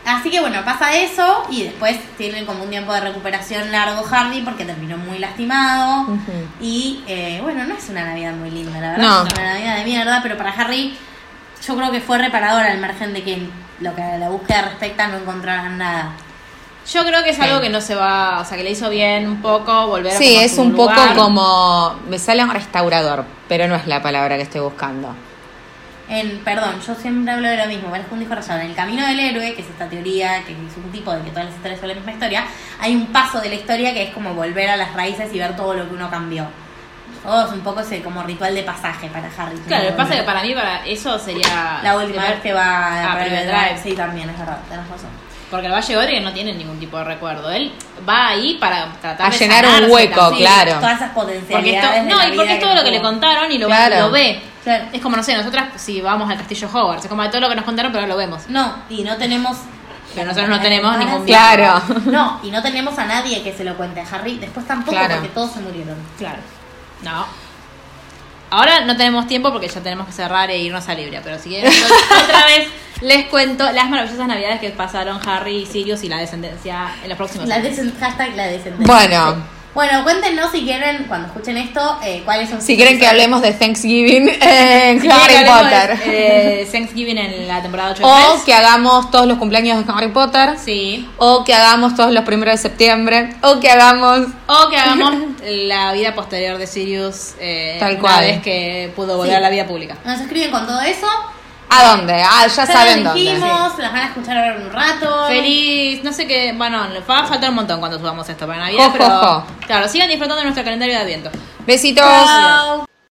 Speaker 3: Así que bueno, pasa eso y después tiene como un tiempo de recuperación largo Hardy porque terminó muy lastimado.
Speaker 4: Ujú.
Speaker 3: Y eh, bueno, no es una Navidad muy linda, la verdad.
Speaker 4: No.
Speaker 3: Es una Navidad de mierda, pero para Harry yo creo que fue reparadora al margen de que lo que a la búsqueda respecta no encontraran nada.
Speaker 2: Yo creo que es algo
Speaker 4: Sí.
Speaker 2: que no se va. O sea, que le hizo bien un poco volver a
Speaker 4: Sí,
Speaker 2: como a
Speaker 4: es
Speaker 2: su
Speaker 4: un poco
Speaker 2: lugar.
Speaker 4: como. Me sale un restaurador, pero no es la palabra que estoy buscando.
Speaker 3: En, perdón, yo siempre hablo de lo mismo, parezco un disco rayado. En el camino del héroe, que es esta teoría, que es un tipo de que todas las historias son la misma historia, hay un paso de la historia que es como volver a las raíces y ver todo lo que uno cambió. Todos un poco ese como ritual de pasaje para Harry.
Speaker 2: Claro, lo
Speaker 3: No,
Speaker 2: que pasa
Speaker 3: no.
Speaker 2: es que para mí para eso sería...
Speaker 3: La última vez que va
Speaker 2: Ah,
Speaker 3: a
Speaker 2: Private
Speaker 3: Private
Speaker 2: Drive.
Speaker 3: Drive. Sí, también, es verdad, tenés razón.
Speaker 2: Porque el Valle Godric no tiene ningún tipo de recuerdo. Él va ahí para tratar
Speaker 4: A
Speaker 2: de
Speaker 4: llenar un
Speaker 2: sanarse
Speaker 4: hueco,
Speaker 2: también.
Speaker 4: claro.
Speaker 3: Todas esas
Speaker 2: Porque
Speaker 3: potencialidades.
Speaker 2: esto-
Speaker 3: de
Speaker 2: no,
Speaker 3: la
Speaker 2: y porque
Speaker 3: vida
Speaker 2: es todo lo que le
Speaker 3: tuvo.
Speaker 2: contaron y lo,
Speaker 4: Claro.
Speaker 2: lo ve.
Speaker 3: Claro.
Speaker 2: Es como, no sé, nosotras si vamos al castillo Hogwarts, es como de todo lo que nos contaron, pero lo vemos.
Speaker 3: No, y no tenemos.
Speaker 2: Pero nosotros no tenemos ningún
Speaker 4: Claro.
Speaker 3: No, y no tenemos a nadie que se lo cuente a Harry. Después tampoco,
Speaker 4: Claro.
Speaker 3: porque todos se murieron.
Speaker 2: Claro. No. Ahora no tenemos tiempo porque ya tenemos que cerrar e irnos a Libria, pero si quieren,
Speaker 4: <laughs>
Speaker 2: yo- otra vez les cuento las maravillosas navidades que pasaron Harry y Sirius y la descendencia en los próximos
Speaker 3: La
Speaker 2: años.
Speaker 4: <laughs>
Speaker 3: desen- hashtag la descendencia.
Speaker 4: Bueno,
Speaker 3: Bueno, cuéntenos si quieren, cuando escuchen esto, eh, cuáles son
Speaker 4: si quieren que hablemos de Thanksgiving <laughs> eh, en
Speaker 2: Si quieren
Speaker 4: Harry
Speaker 2: que hablemos
Speaker 4: Potter.
Speaker 2: de- de Thanksgiving en la temporada 8 de
Speaker 4: O
Speaker 2: Friends.
Speaker 4: que hagamos todos los cumpleaños de Harry Potter.
Speaker 2: Sí.
Speaker 4: O que hagamos todos los primeros de septiembre. O que hagamos.
Speaker 2: O que
Speaker 4: <laughs>
Speaker 2: hagamos la vida posterior de Sirius eh,
Speaker 4: Tal
Speaker 2: una
Speaker 4: cual.
Speaker 2: vez que pudo volver a la vida pública.
Speaker 3: Nos escriben con todo eso.
Speaker 4: ¿A dónde? Ah, ya
Speaker 3: lo
Speaker 4: saben dónde.
Speaker 3: dijimos, las van a escuchar ahora en un rato.
Speaker 2: Feliz, no sé qué, bueno, le va a faltar un montón cuando subamos esto para Navidad,
Speaker 4: Jo, jo,
Speaker 2: pero
Speaker 4: jo.
Speaker 2: claro, sigan disfrutando de nuestro calendario de Adviento.
Speaker 4: Besitos.
Speaker 3: Chao.